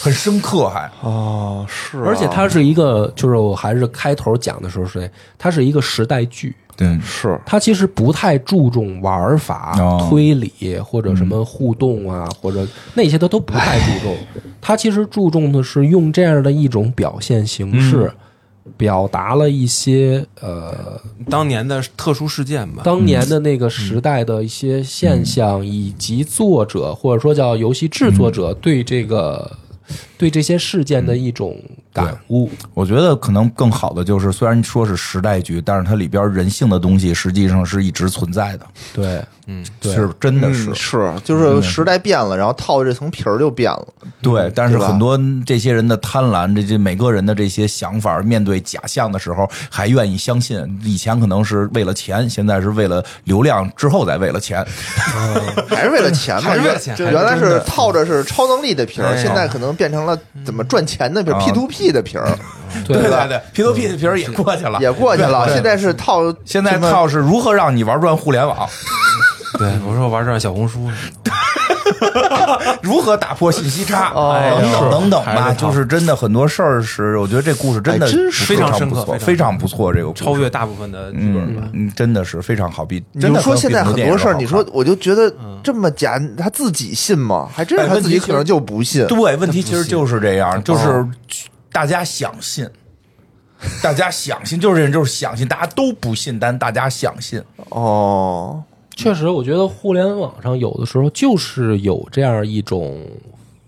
[SPEAKER 2] 很深刻，还
[SPEAKER 3] 哦，是啊，
[SPEAKER 1] 而且它是一个，就是我还是开头讲的时候是那，它是一个时代剧，
[SPEAKER 2] 对，
[SPEAKER 3] 是
[SPEAKER 1] 它其实不太注重玩法、
[SPEAKER 2] 哦
[SPEAKER 1] 推理或者什么互动啊，或者那些它都不太注重。它其实注重的是用这样的一种表现形式，表达了一些呃
[SPEAKER 4] 当年的特殊事件吧，
[SPEAKER 1] 当年的那个时代的一些现象，以及作者或者说叫游戏制作者对这个对这些事件的一种感悟。
[SPEAKER 2] 我觉得可能更好的就是，虽然说是时代剧，但是它里边人性的东西实际上是一直存在的，
[SPEAKER 1] 对，对
[SPEAKER 2] 是真的是
[SPEAKER 3] 嗯是，就是时代变了，然后套这层皮儿就变了，
[SPEAKER 2] 对。但是
[SPEAKER 3] 对吧
[SPEAKER 2] 很多这些人的贪婪，这这每个人的这些想法，面对假象的时候还愿意相信。以前可能是为了钱，现在是为了流量，之后再为了钱。
[SPEAKER 3] 还是为了钱嘛？
[SPEAKER 4] 还是为了
[SPEAKER 3] 原
[SPEAKER 4] 钱
[SPEAKER 3] 就
[SPEAKER 4] 还是
[SPEAKER 3] 原来
[SPEAKER 4] 真
[SPEAKER 3] 是
[SPEAKER 4] 的
[SPEAKER 3] 套着是超能力的皮儿，
[SPEAKER 4] 哎
[SPEAKER 3] 现在可能变成了怎么赚钱的皮儿
[SPEAKER 2] 啊
[SPEAKER 3] ，P to P 的皮儿
[SPEAKER 1] 对
[SPEAKER 2] 对对，P to P 的皮儿也过去了，
[SPEAKER 3] 嗯 也过去了。
[SPEAKER 2] 对对
[SPEAKER 3] 现在是套，
[SPEAKER 2] 现在
[SPEAKER 3] 什么
[SPEAKER 2] 套是如何让你玩转互联网，
[SPEAKER 4] 对，我说玩转小红书，
[SPEAKER 2] 如何打破信息差，
[SPEAKER 3] 哦
[SPEAKER 2] 等等等等
[SPEAKER 4] 还
[SPEAKER 2] 吧，
[SPEAKER 4] 是套
[SPEAKER 2] 就是真的很多事儿是，我觉得这故事真的
[SPEAKER 3] 哎真是
[SPEAKER 2] 非常
[SPEAKER 4] 非常深
[SPEAKER 2] 不
[SPEAKER 4] 刻
[SPEAKER 2] 错
[SPEAKER 4] 非常
[SPEAKER 2] 非常不错，这个故事
[SPEAKER 4] 超越大部分的剧本吧。
[SPEAKER 2] 嗯，真的是非常好，比
[SPEAKER 3] 你
[SPEAKER 2] 真
[SPEAKER 3] 就
[SPEAKER 2] 的
[SPEAKER 3] 说
[SPEAKER 2] 可能
[SPEAKER 3] 现在
[SPEAKER 2] 比
[SPEAKER 3] 很
[SPEAKER 2] 电
[SPEAKER 3] 多
[SPEAKER 2] 影
[SPEAKER 3] 事儿，
[SPEAKER 2] 好
[SPEAKER 3] 你说
[SPEAKER 2] 看
[SPEAKER 3] 我就觉得这么假，他自己信吗？还真是
[SPEAKER 2] 哎
[SPEAKER 3] 他
[SPEAKER 2] 问
[SPEAKER 3] 自
[SPEAKER 2] 题
[SPEAKER 3] 己
[SPEAKER 2] 其
[SPEAKER 3] 可能
[SPEAKER 2] 实
[SPEAKER 3] 就不信。
[SPEAKER 2] 对，问题其实就是这样，就是大家想信，大家想信，就是就是想信，大家都不信，但大家想信，
[SPEAKER 3] 哦，
[SPEAKER 1] 确实，我觉得互联网上有的时候就是有这样一种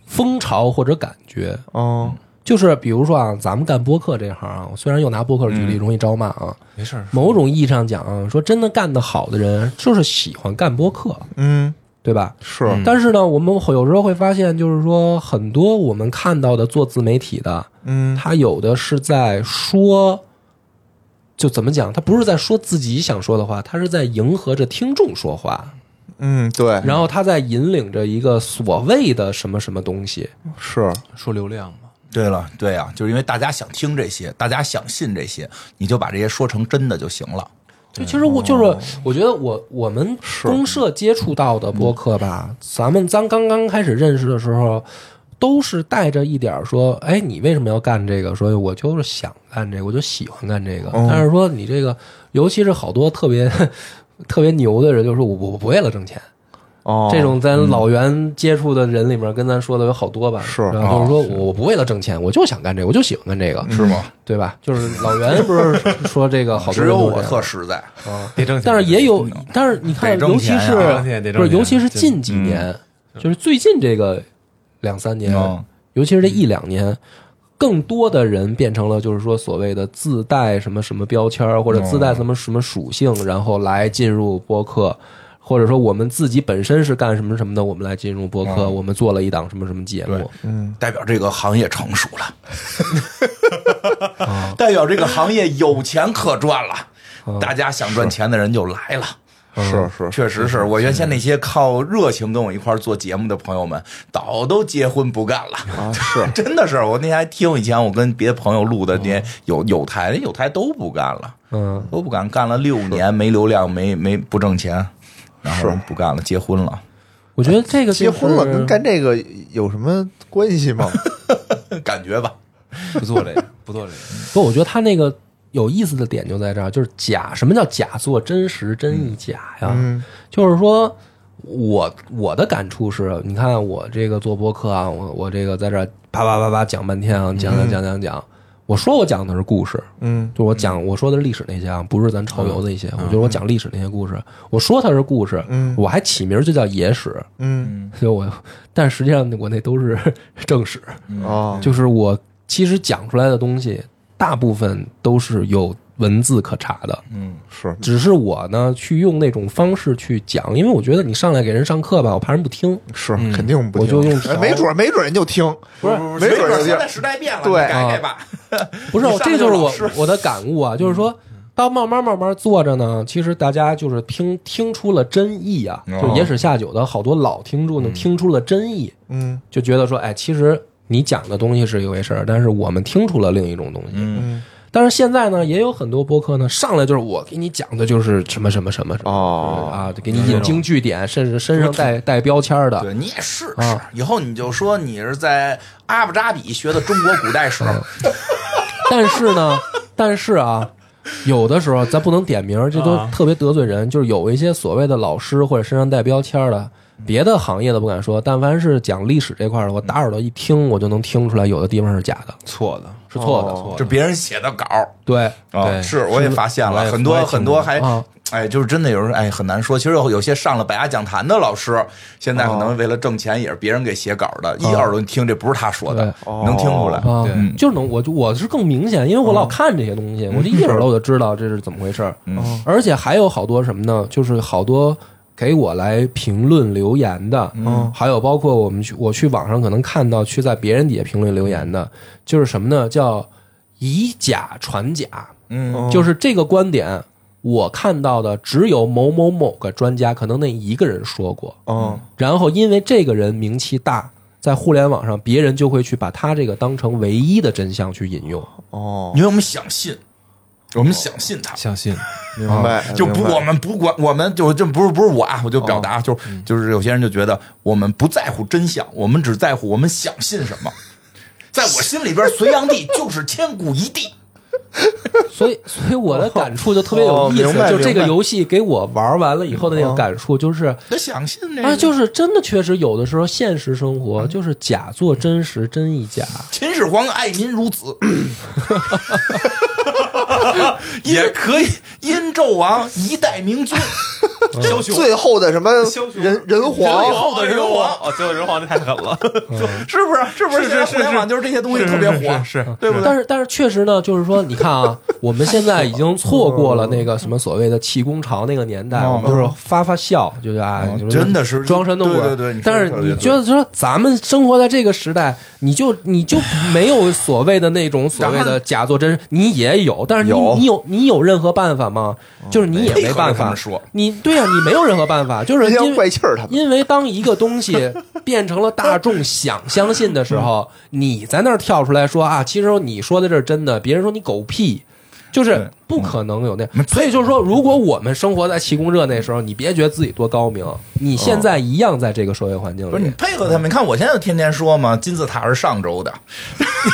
[SPEAKER 1] 风潮或者感觉，
[SPEAKER 3] 哦，
[SPEAKER 1] 就是比如说啊，咱们干播客这行啊，我虽然又拿播客举例，容易招骂啊。
[SPEAKER 4] 没事儿，
[SPEAKER 1] 某种意义上讲啊，说真的干得好的人，就是喜欢干播客，
[SPEAKER 3] 嗯，
[SPEAKER 1] 对吧？
[SPEAKER 3] 是，
[SPEAKER 1] 但是呢，我们会有时候会发现，就是说很多我们看到的做自媒体的，
[SPEAKER 3] 嗯，
[SPEAKER 1] 他有的是在说，就怎么讲，他不是在说自己想说的话，他是在迎合着听众说话，
[SPEAKER 3] 嗯，对，
[SPEAKER 1] 然后他在引领着一个所谓的什么什么东西。
[SPEAKER 3] 是，
[SPEAKER 4] 说流量 嘛，
[SPEAKER 2] 对了，对啊，就是因为大家想听这些，大家想信这些，你就把这些说成真的就行了。
[SPEAKER 1] 就其实
[SPEAKER 2] 哦
[SPEAKER 1] 我就是，我觉得我我们公社接触到的播客吧，咱们刚刚刚开始认识的时候，都是带着一点儿说，哎，你为什么要干这个？说我就是想干这个，我就喜欢干这个。
[SPEAKER 2] 哦
[SPEAKER 1] 但是说你这个，尤其是好多特别特别牛的人，就是我我不为了挣钱。
[SPEAKER 3] 哦，
[SPEAKER 1] 这种咱
[SPEAKER 2] 嗯
[SPEAKER 1] 老袁接触的人里面，跟咱说的有好多吧，
[SPEAKER 3] 是
[SPEAKER 1] 然
[SPEAKER 2] 哦
[SPEAKER 1] 后就是说我我不为了挣钱，我就想干这个，我就喜欢干这个，
[SPEAKER 2] 嗯是吗？
[SPEAKER 1] 对吧？就是老袁不是说这个好多
[SPEAKER 2] 只
[SPEAKER 1] 人
[SPEAKER 2] 有
[SPEAKER 1] 都
[SPEAKER 2] 我
[SPEAKER 1] 这样
[SPEAKER 2] 特实在，
[SPEAKER 4] 得挣钱，
[SPEAKER 1] 但是也有，但是你看，
[SPEAKER 2] 得挣
[SPEAKER 1] 尤其
[SPEAKER 2] 钱
[SPEAKER 1] 是
[SPEAKER 2] 呀
[SPEAKER 4] 得挣钱得挣
[SPEAKER 1] 不是，
[SPEAKER 4] 钱
[SPEAKER 1] 尤其是近几年，就是最近这个两三年，
[SPEAKER 2] 嗯
[SPEAKER 1] 尤其是这一两年，更多的人变成了就是说所谓的自带什么什么标签儿，或者自带什么什么属性，然后来进入播客。或者说我们自己本身是干什么什么的，我们来进入播客，我们做了一档什么什么节目，
[SPEAKER 2] 代表这个行业成熟 了，代表这个行业有钱可赚了。大家想赚钱的人就来了，
[SPEAKER 3] 是 是
[SPEAKER 2] 确实嗯是嗯我原先那些靠热情跟我一块儿做节目的朋友们，早都结婚不干了。
[SPEAKER 3] 啊，是
[SPEAKER 2] 真的是，我那天还听以前我跟别的朋友录的那些有有台有台都不干了，
[SPEAKER 1] 嗯，
[SPEAKER 2] 都不干，干了六 年没流量，没没不挣钱，然后不干了，结婚了，
[SPEAKER 1] 我觉得这个
[SPEAKER 3] 结
[SPEAKER 1] 就是
[SPEAKER 3] 婚了跟干这个有什么关系吗？
[SPEAKER 2] 感觉吧，
[SPEAKER 4] 不做 这个，不做这个，
[SPEAKER 1] 不，我觉得他那个有意思的点就在这儿，就是假，什么叫假作真实，真亦假呀？就是说我我的感触是，你看我这个做播客啊，我我这个在这儿叭叭叭叭讲半天啊，讲讲讲讲讲。我说我讲的是故事，
[SPEAKER 3] 嗯，
[SPEAKER 1] 就我讲我说的是历史那些啊，不是咱潮流的那些。我觉得我讲历史那些故事，我说它是故事，
[SPEAKER 3] 嗯
[SPEAKER 1] 我还起名儿就叫野史，
[SPEAKER 3] 嗯
[SPEAKER 1] 所以我，但实际上我那都是正史，
[SPEAKER 3] 哦，
[SPEAKER 2] 嗯
[SPEAKER 1] 就是我其实讲出来的东西，大部分都是有文字可查的，
[SPEAKER 2] 嗯，
[SPEAKER 3] 是
[SPEAKER 1] 只是我呢去用那种方式去讲，因为我觉得你上来给人上课吧，我怕人不听。
[SPEAKER 2] 嗯
[SPEAKER 3] 是肯定不
[SPEAKER 1] 我
[SPEAKER 3] 听，
[SPEAKER 1] 就用
[SPEAKER 3] 哎没准儿没准儿人就听，不是没准儿就听
[SPEAKER 2] 现在，时代变了，
[SPEAKER 3] 对
[SPEAKER 2] 你改改吧，
[SPEAKER 1] 不是，
[SPEAKER 2] 你
[SPEAKER 1] 我
[SPEAKER 2] 上
[SPEAKER 1] 这就是
[SPEAKER 2] 来就
[SPEAKER 1] 我
[SPEAKER 2] 老师嗯
[SPEAKER 1] 我的感悟啊，就是说，当慢慢慢慢做着呢，其实大家就是听听出了真意啊，
[SPEAKER 2] 哦嗯
[SPEAKER 1] 就野史下酒的好多老听众呢，听出了真意，
[SPEAKER 3] 嗯
[SPEAKER 1] 就觉得说，哎，其实你讲的东西是一回事儿，但是我们听出了另一种东西。
[SPEAKER 3] 嗯
[SPEAKER 1] 但是现在呢，也有很多播客呢，上来就是我给你讲的就是什么什么什么什么
[SPEAKER 3] 哦
[SPEAKER 1] 啊，就给你引经据典， 甚至身上带带标签儿的。
[SPEAKER 2] 对你也试试，
[SPEAKER 1] 啊
[SPEAKER 2] 以后你就说你是在阿布扎比学的中国古代史，
[SPEAKER 1] 但是 呢，但是啊，有的时候咱不能点名儿，这都
[SPEAKER 3] 啊
[SPEAKER 1] 特别得罪人。就是有一些所谓的老师或者身上带标签儿的，
[SPEAKER 3] 嗯
[SPEAKER 1] 别的行业的不敢说，但凡是讲历史这块儿的，我打耳朵一听，我就能听出来有的地方是假的，
[SPEAKER 4] 错的，
[SPEAKER 1] 是错的。
[SPEAKER 4] 错
[SPEAKER 3] 哦
[SPEAKER 2] 这
[SPEAKER 4] 的，
[SPEAKER 2] 别人写的稿儿。
[SPEAKER 1] 对，
[SPEAKER 2] 啊，
[SPEAKER 4] 对
[SPEAKER 2] 是，我也发现
[SPEAKER 4] 我
[SPEAKER 2] 了
[SPEAKER 4] 也
[SPEAKER 2] 很多
[SPEAKER 4] 我也听
[SPEAKER 2] 很多还
[SPEAKER 1] 啊，
[SPEAKER 2] 哎，就是真的有人哎很难说。其实有有些上了百家讲坛的老师，现在可能为了挣钱也是别人给写稿的，一耳朵听这不是他说的，
[SPEAKER 3] 对
[SPEAKER 2] 能听出来。
[SPEAKER 1] 啊
[SPEAKER 4] 对，
[SPEAKER 1] 就是能，我就我是更明显，因为我老看这些东西，我这一耳朵我就知道这是怎么回事儿。
[SPEAKER 2] 嗯
[SPEAKER 1] 而且还有好多什么呢？就是好多给我来评论留言的，
[SPEAKER 3] 嗯，
[SPEAKER 1] 还有包括我们去我去网上可能看到去在别人底下评论留言的，就是什么呢？叫以假传假，
[SPEAKER 2] 嗯
[SPEAKER 3] 嗯
[SPEAKER 1] 就是这个观点。我看到的只有某某某个专家，可能那一个人说过，
[SPEAKER 3] 嗯
[SPEAKER 1] 然后因为这个人名气大，在互联网上，别人就会去把他这个当成唯一的真相去引用。
[SPEAKER 3] 哦，
[SPEAKER 2] 因为我们想信，我们想信他。
[SPEAKER 4] 相信
[SPEAKER 3] 明白
[SPEAKER 2] 就不，
[SPEAKER 3] 明白
[SPEAKER 2] 我们不管，我们就就不是不是我啊，我就表
[SPEAKER 4] 哦
[SPEAKER 2] 达，
[SPEAKER 4] 嗯
[SPEAKER 2] 就是就是有些人就觉得我们不在乎真相，我们只在乎我们想信什么。在我心里边，隋炀帝就是千古一帝。
[SPEAKER 1] 所以，所以我的感触就特别有意思，
[SPEAKER 3] 哦明白
[SPEAKER 1] 就这个
[SPEAKER 3] 明白哦
[SPEAKER 1] 游戏给我玩完了以后的那个感触，就是
[SPEAKER 2] 他想信这
[SPEAKER 1] 啊，
[SPEAKER 2] 个，
[SPEAKER 1] 就是真的确实有的时候现实生活就是假作真实，真亦假。
[SPEAKER 2] 秦始皇爱民如 子，也可以。殷纣王一代明君，
[SPEAKER 4] 枭雄，
[SPEAKER 3] 最后的什么
[SPEAKER 4] 枭雄
[SPEAKER 3] 人人
[SPEAKER 4] 最
[SPEAKER 3] 皇，
[SPEAKER 4] 后的人皇，哦，最后人皇那太狠 了，
[SPEAKER 2] 是不是？是不
[SPEAKER 4] 是
[SPEAKER 2] 现在
[SPEAKER 4] 是
[SPEAKER 2] 互联网就是这些东西特别火，
[SPEAKER 4] 是是是
[SPEAKER 2] 对不对？
[SPEAKER 1] 但是，但是确实呢，就是说，你看啊，我们现在已经错过了那个什么所谓的气功潮那个年代，我们就是发发笑，就是啊，
[SPEAKER 2] 嗯
[SPEAKER 1] 就是
[SPEAKER 2] 哦真的是
[SPEAKER 1] 装神弄鬼。
[SPEAKER 2] 对对对你说
[SPEAKER 1] 但
[SPEAKER 2] 的
[SPEAKER 1] 是
[SPEAKER 2] 特别
[SPEAKER 1] 你
[SPEAKER 2] 对
[SPEAKER 1] 觉得说咱们生活在这个时代，你就你就没有所谓的那种所谓的假作真，你也有，但是你
[SPEAKER 3] 有
[SPEAKER 1] 你有你有任何办法吗？就是你也没办
[SPEAKER 2] 配合着他
[SPEAKER 1] 法
[SPEAKER 2] 们说，
[SPEAKER 1] 你对呀、你没有任何办法，就是
[SPEAKER 3] 阴阳
[SPEAKER 1] 因
[SPEAKER 3] 怪
[SPEAKER 1] 为。
[SPEAKER 3] 气儿他们
[SPEAKER 1] 因为当一个东西变成了大众想相信的时候，你在那儿跳出来说啊，其实你说的这是真的，别人说你狗屁，就是不可能有那
[SPEAKER 2] 嗯，
[SPEAKER 1] 所以就是说，如果我们生活在气功热那时候，你别觉得自己多高明，你现在一样在这个社会环境
[SPEAKER 2] 不是你
[SPEAKER 1] 里。
[SPEAKER 2] 配合他们，你看我现在就天天说嘛，金字塔是上周的，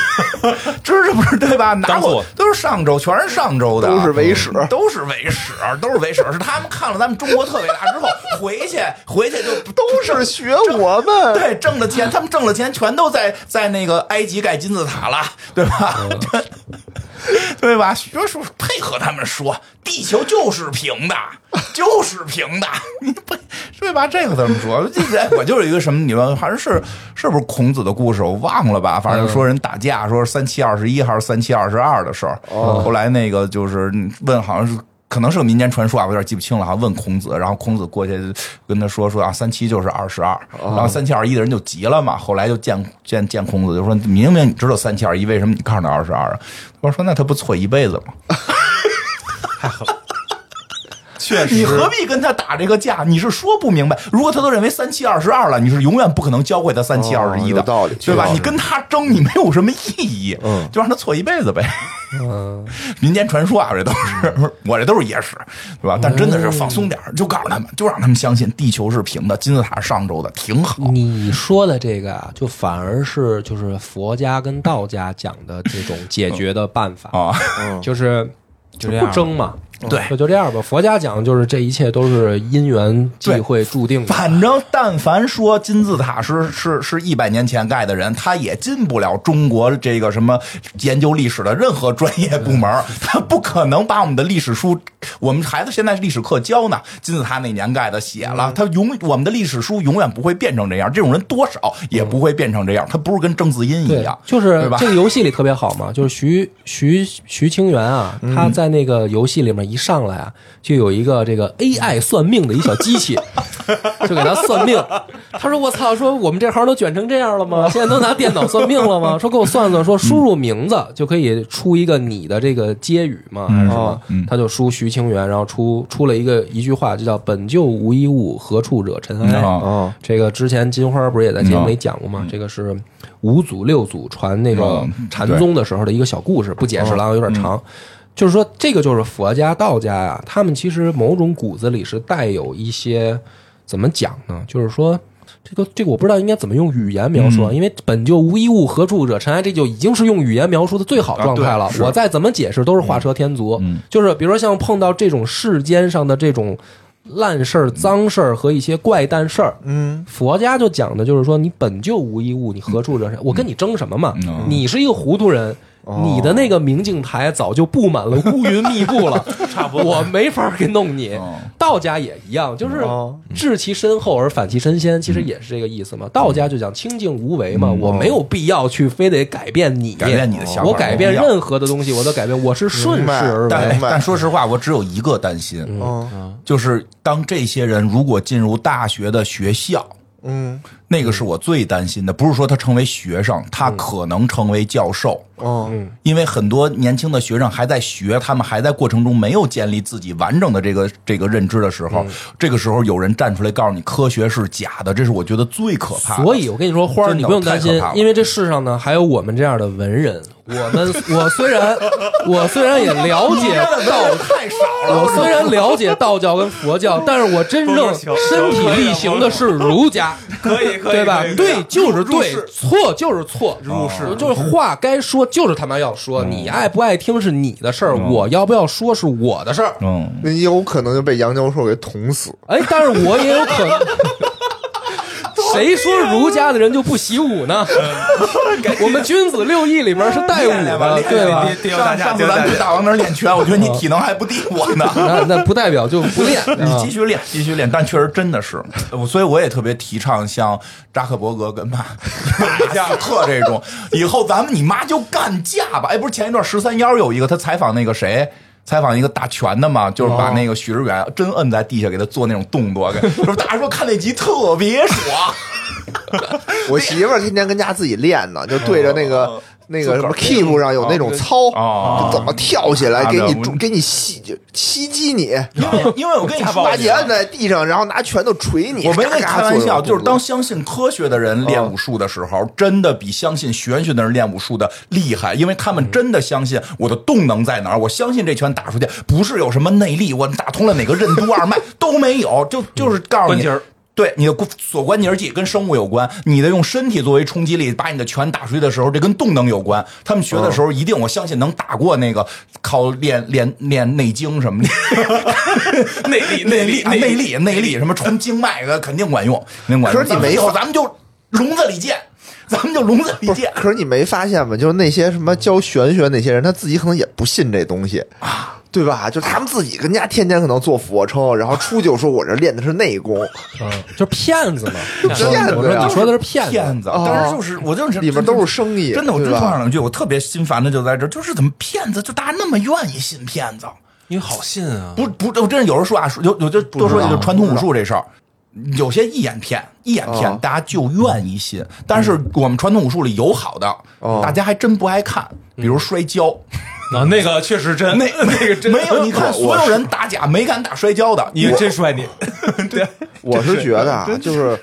[SPEAKER 2] 知道不是对吧？拿
[SPEAKER 4] 当
[SPEAKER 2] 我
[SPEAKER 4] 做
[SPEAKER 2] 都是上周，全是上周的，
[SPEAKER 3] 都是伪史
[SPEAKER 2] 嗯都是伪史，都是伪史，是他们看了咱们中国特伟大之后回去，回去就
[SPEAKER 3] 都是学我们。
[SPEAKER 2] 对挣的钱，他们挣的钱全都在在那个埃及盖金字塔 了，对吧？ 对吧？学术配合他们说，地球就是 平的，就是平的， 你不对吧？这个怎么说？这人我就是一个什么？你们好像是是不是孔子的故事？我忘了吧。反正说人打架，说是三七二十一还是三七二十二的事儿。嗯哦后来那个就是嗯问，好像是。可能是个民间传说啊，我有点记不清了哈。问孔子，然后孔子过去跟他说说啊，三七就是二十二，
[SPEAKER 3] 哦
[SPEAKER 2] 然后三七二一的人就急了嘛。后来就见见见孔子，就说明明你知道三七二一，为什么你告诉他二十二啊？他说那他不错一辈子吗？
[SPEAKER 4] 确
[SPEAKER 2] 你何必跟他打这个架？你是说不明白。如果他都认为三七二十二了，你是永远不可能教会他三七二十一的，
[SPEAKER 3] 哦有道理
[SPEAKER 2] 对吧
[SPEAKER 3] 确？实
[SPEAKER 2] 你跟他争，你没有什么意义，嗯，就让他错一辈子呗。
[SPEAKER 1] 嗯，
[SPEAKER 2] 民间传说啊，这都是、 我这都是野史，对吧？但真
[SPEAKER 1] 哦
[SPEAKER 2] 的是放松点儿，就告诉他们，就让他们相信地球是平的，金字塔是上周的，挺好。
[SPEAKER 1] 你说的这个啊，就反而是就是佛家跟道家讲的这种解决的办法
[SPEAKER 2] 啊，
[SPEAKER 1] 就是就
[SPEAKER 4] 这样
[SPEAKER 1] 不争嘛，
[SPEAKER 2] 对
[SPEAKER 1] 嗯就就这样吧。佛家讲就是这一切都是因缘际会注定的，
[SPEAKER 2] 反正但凡说金字塔是是是一百年前盖的人，他也进不了中国这个什么研究历史的任何专业部门，
[SPEAKER 1] 嗯
[SPEAKER 2] 他不可能把我们的历史书，我们孩子现在历史课教呢，金字塔哪年盖的写
[SPEAKER 1] 嗯
[SPEAKER 2] 了，他永我们的历史书永远不会变成这样，这种人多少也不会变成这样，他不是跟郑子音
[SPEAKER 1] 嗯对
[SPEAKER 2] 一样，，
[SPEAKER 1] 就是
[SPEAKER 2] 对吧
[SPEAKER 1] 这个游戏里特别好嘛，就是 徐徐徐清源啊，
[SPEAKER 2] 嗯
[SPEAKER 1] 他在那个游戏里面一上来啊，就有一个这个 AI 算命的一小机 器，就给他算命。他说：“我操，说我们这行都卷成这样了吗？现在都拿电脑算命了吗？说给我算算，说输入名字就可以出一个你的这个接语嘛，
[SPEAKER 2] 嗯
[SPEAKER 1] 还是什
[SPEAKER 2] 哦
[SPEAKER 1] 么？他就输徐清源，然后出出了一个一句话，就叫‘本就无一物，何处惹尘埃’。
[SPEAKER 2] 啊
[SPEAKER 3] 哦，
[SPEAKER 1] 这个之前金花不是也在节目里讲过吗？这个是五祖六祖传那个
[SPEAKER 2] 嗯
[SPEAKER 1] 禅宗的时候的一个小故事，不解释了，
[SPEAKER 2] 哦
[SPEAKER 1] 有点长。就是说，这个就是佛家、道家呀、他们其实某种骨子里是带有一些怎么讲呢？就是说。这个这个我不知道应该怎么用语言描述，啊，
[SPEAKER 2] 嗯
[SPEAKER 1] 因为本就无一物，何处惹尘埃，这就已经是用语言描述的最好状态了。
[SPEAKER 2] 啊对是
[SPEAKER 1] 我再怎么解释都是画蛇添足。
[SPEAKER 2] 嗯
[SPEAKER 1] 就是比如说像碰到这种世间上的这种烂事儿、脏事儿和一些怪诞事儿，
[SPEAKER 3] 嗯，
[SPEAKER 1] 佛家就讲的就是说，你本就无一物，你何处惹谁？我跟你争什么嘛？
[SPEAKER 2] 嗯哦
[SPEAKER 1] 你是一个糊涂人，你的那个明镜台早就布满了乌云密布 了，
[SPEAKER 4] 差不多
[SPEAKER 1] 我没法给弄你。
[SPEAKER 2] 哦
[SPEAKER 1] 道家也一样，就是
[SPEAKER 3] 哦
[SPEAKER 1] 治其身后而反其身先，其实也是这个意思
[SPEAKER 2] 嗯
[SPEAKER 1] 嘛。道家就讲清净无为嘛，我没有必要去非得改变你，
[SPEAKER 2] 改变你的想法
[SPEAKER 1] 我改变
[SPEAKER 2] 没必要
[SPEAKER 1] 任何的东西我都改变，我是顺势而
[SPEAKER 3] 明白
[SPEAKER 1] 为
[SPEAKER 2] 哎但。但说实话，我只有一个担心，
[SPEAKER 3] 嗯
[SPEAKER 2] 就是当这些人如果进入大学的学校，
[SPEAKER 3] 嗯
[SPEAKER 2] 那个是我最担心的。不是说他成为学生，他可能成为教授，
[SPEAKER 3] 嗯，
[SPEAKER 2] 因为很多年轻的学生还在学，他们还在过程中没有建立自己完整的这个这个认知的时候，这个时候有人站出来告诉你科学是假的，这是我觉得最可怕的。
[SPEAKER 1] 所以，我跟你说，花儿，
[SPEAKER 2] 真的
[SPEAKER 1] 你不用担
[SPEAKER 2] 太
[SPEAKER 1] 心
[SPEAKER 2] 可怕，了
[SPEAKER 1] 因为这世上呢还有我们这样的文人。我们，我虽然，我虽然也了
[SPEAKER 2] 你
[SPEAKER 1] 解
[SPEAKER 2] 这个
[SPEAKER 1] 道
[SPEAKER 2] 道理太少了，
[SPEAKER 1] 我虽然了解道教跟佛教，但是我真正身体力行的是儒家，
[SPEAKER 4] 可以可以，
[SPEAKER 1] 对吧
[SPEAKER 4] 可以？
[SPEAKER 1] 对就是
[SPEAKER 4] 入
[SPEAKER 1] 对
[SPEAKER 4] 世，
[SPEAKER 1] 错就是错，入
[SPEAKER 2] 哦
[SPEAKER 1] 世就是话该说就是他妈要说，
[SPEAKER 2] 嗯
[SPEAKER 1] 你爱不爱听是你的事
[SPEAKER 2] 哦
[SPEAKER 1] 儿，我要不要说是我的事儿。
[SPEAKER 2] 嗯，
[SPEAKER 3] 那你有可能就被杨教授给 捅死。
[SPEAKER 1] 哎，但是我也有可能。谁说儒家的人就不习武呢？我们君子六艺里面是带武
[SPEAKER 2] 练吧
[SPEAKER 1] 的，
[SPEAKER 2] 练
[SPEAKER 1] 对吧
[SPEAKER 4] 练？练练到大
[SPEAKER 2] 上
[SPEAKER 4] 家
[SPEAKER 2] 上次
[SPEAKER 4] 练到
[SPEAKER 2] 咱
[SPEAKER 4] 大
[SPEAKER 2] 去
[SPEAKER 4] 家
[SPEAKER 2] 大王那儿练拳，我觉得你
[SPEAKER 1] 嗯
[SPEAKER 2] 体能还不敌我呢。
[SPEAKER 1] 那那不代表就不练。
[SPEAKER 2] 你
[SPEAKER 1] 啊
[SPEAKER 2] 继续练，继续练，但确实真的是，我所以我也特别提倡像扎克伯格 跟马马斯克这种，以后咱们你妈就干架吧。哎，不是前一段十三幺有一个他采访那个谁。采访一个打拳的嘛，就是把那个许知远真摁在地下给他做那种动作，给就是大家说看那集特别爽，
[SPEAKER 3] 我媳妇儿天天跟家自己练呢，就对着那个那个什么
[SPEAKER 4] 自个儿
[SPEAKER 3] Keep 上有那种操，
[SPEAKER 2] 哦
[SPEAKER 3] 就怎么跳起来
[SPEAKER 2] 啊
[SPEAKER 3] 给你
[SPEAKER 2] 我
[SPEAKER 3] 助给你袭袭击你，
[SPEAKER 2] 因为因为我 跟你说，
[SPEAKER 3] 把你按在地上，然后拿拳头捶你。
[SPEAKER 2] 我没
[SPEAKER 3] 嘎
[SPEAKER 2] 在
[SPEAKER 3] 嘎
[SPEAKER 2] 开玩
[SPEAKER 3] 做这
[SPEAKER 2] 笑，
[SPEAKER 3] 种
[SPEAKER 2] 就是
[SPEAKER 3] 动作
[SPEAKER 2] 当相信科学的人练武术的时候，真的比相信玄学的人练武术的厉害，因为他们真的相信我的动能在哪儿，我相信这拳打出去不是有什么内力，我打通了哪个任督二脉都没有，就就是告诉
[SPEAKER 4] 关
[SPEAKER 2] 你
[SPEAKER 4] 节儿。
[SPEAKER 2] 对你的骨锁关节儿技跟生物有关，你的用身体作为冲击力把你的拳打出去的时候，这跟动能有关。他们学的时候一定，我相信能打过那个靠练练练内经什么的。
[SPEAKER 4] 内力
[SPEAKER 2] 内
[SPEAKER 4] 力
[SPEAKER 2] 力啊，内力内力，什么冲经脉的肯定管用，肯定管用。
[SPEAKER 3] 可是你
[SPEAKER 2] 咱们
[SPEAKER 3] 没
[SPEAKER 2] 以后
[SPEAKER 3] 法
[SPEAKER 2] 咱们就笼子里见，咱们就笼子里
[SPEAKER 3] 不是
[SPEAKER 2] 见，。
[SPEAKER 3] 可是你没发现吗？就是那些什么教玄学那些人，他自己可能也不信这东西，
[SPEAKER 1] 啊
[SPEAKER 3] 对吧？就是他们自己跟家天天可能做俯卧撑，然后出去就说我这练的是内 功，
[SPEAKER 1] 嗯，就是骗子嘛，
[SPEAKER 3] 骗子呀
[SPEAKER 1] 我说你说的是骗
[SPEAKER 2] 骗
[SPEAKER 1] 子，
[SPEAKER 2] 子，当时就是我就是
[SPEAKER 3] 哦里面都是生意
[SPEAKER 2] 真的，我真
[SPEAKER 3] 对吧
[SPEAKER 2] 碰上两句，我特别心烦的就在这儿，就是怎么骗子，就大家那么愿意信骗子，
[SPEAKER 4] 你好信啊！
[SPEAKER 2] 不不，我真是有人说啊，说有有就多说一个传统武术这事儿，有些一眼骗，一眼骗，
[SPEAKER 3] 哦
[SPEAKER 2] 大家就愿意信。但是我们传统武术里有好的，
[SPEAKER 3] 哦嗯
[SPEAKER 2] 大家还真不爱看，比如摔跤。
[SPEAKER 4] 啊，那个确实真，
[SPEAKER 2] 那
[SPEAKER 4] 那个真
[SPEAKER 2] 没有，你看所有人打架没敢打摔跤的，
[SPEAKER 4] 你真摔你，对，
[SPEAKER 3] 我是觉得啊，就是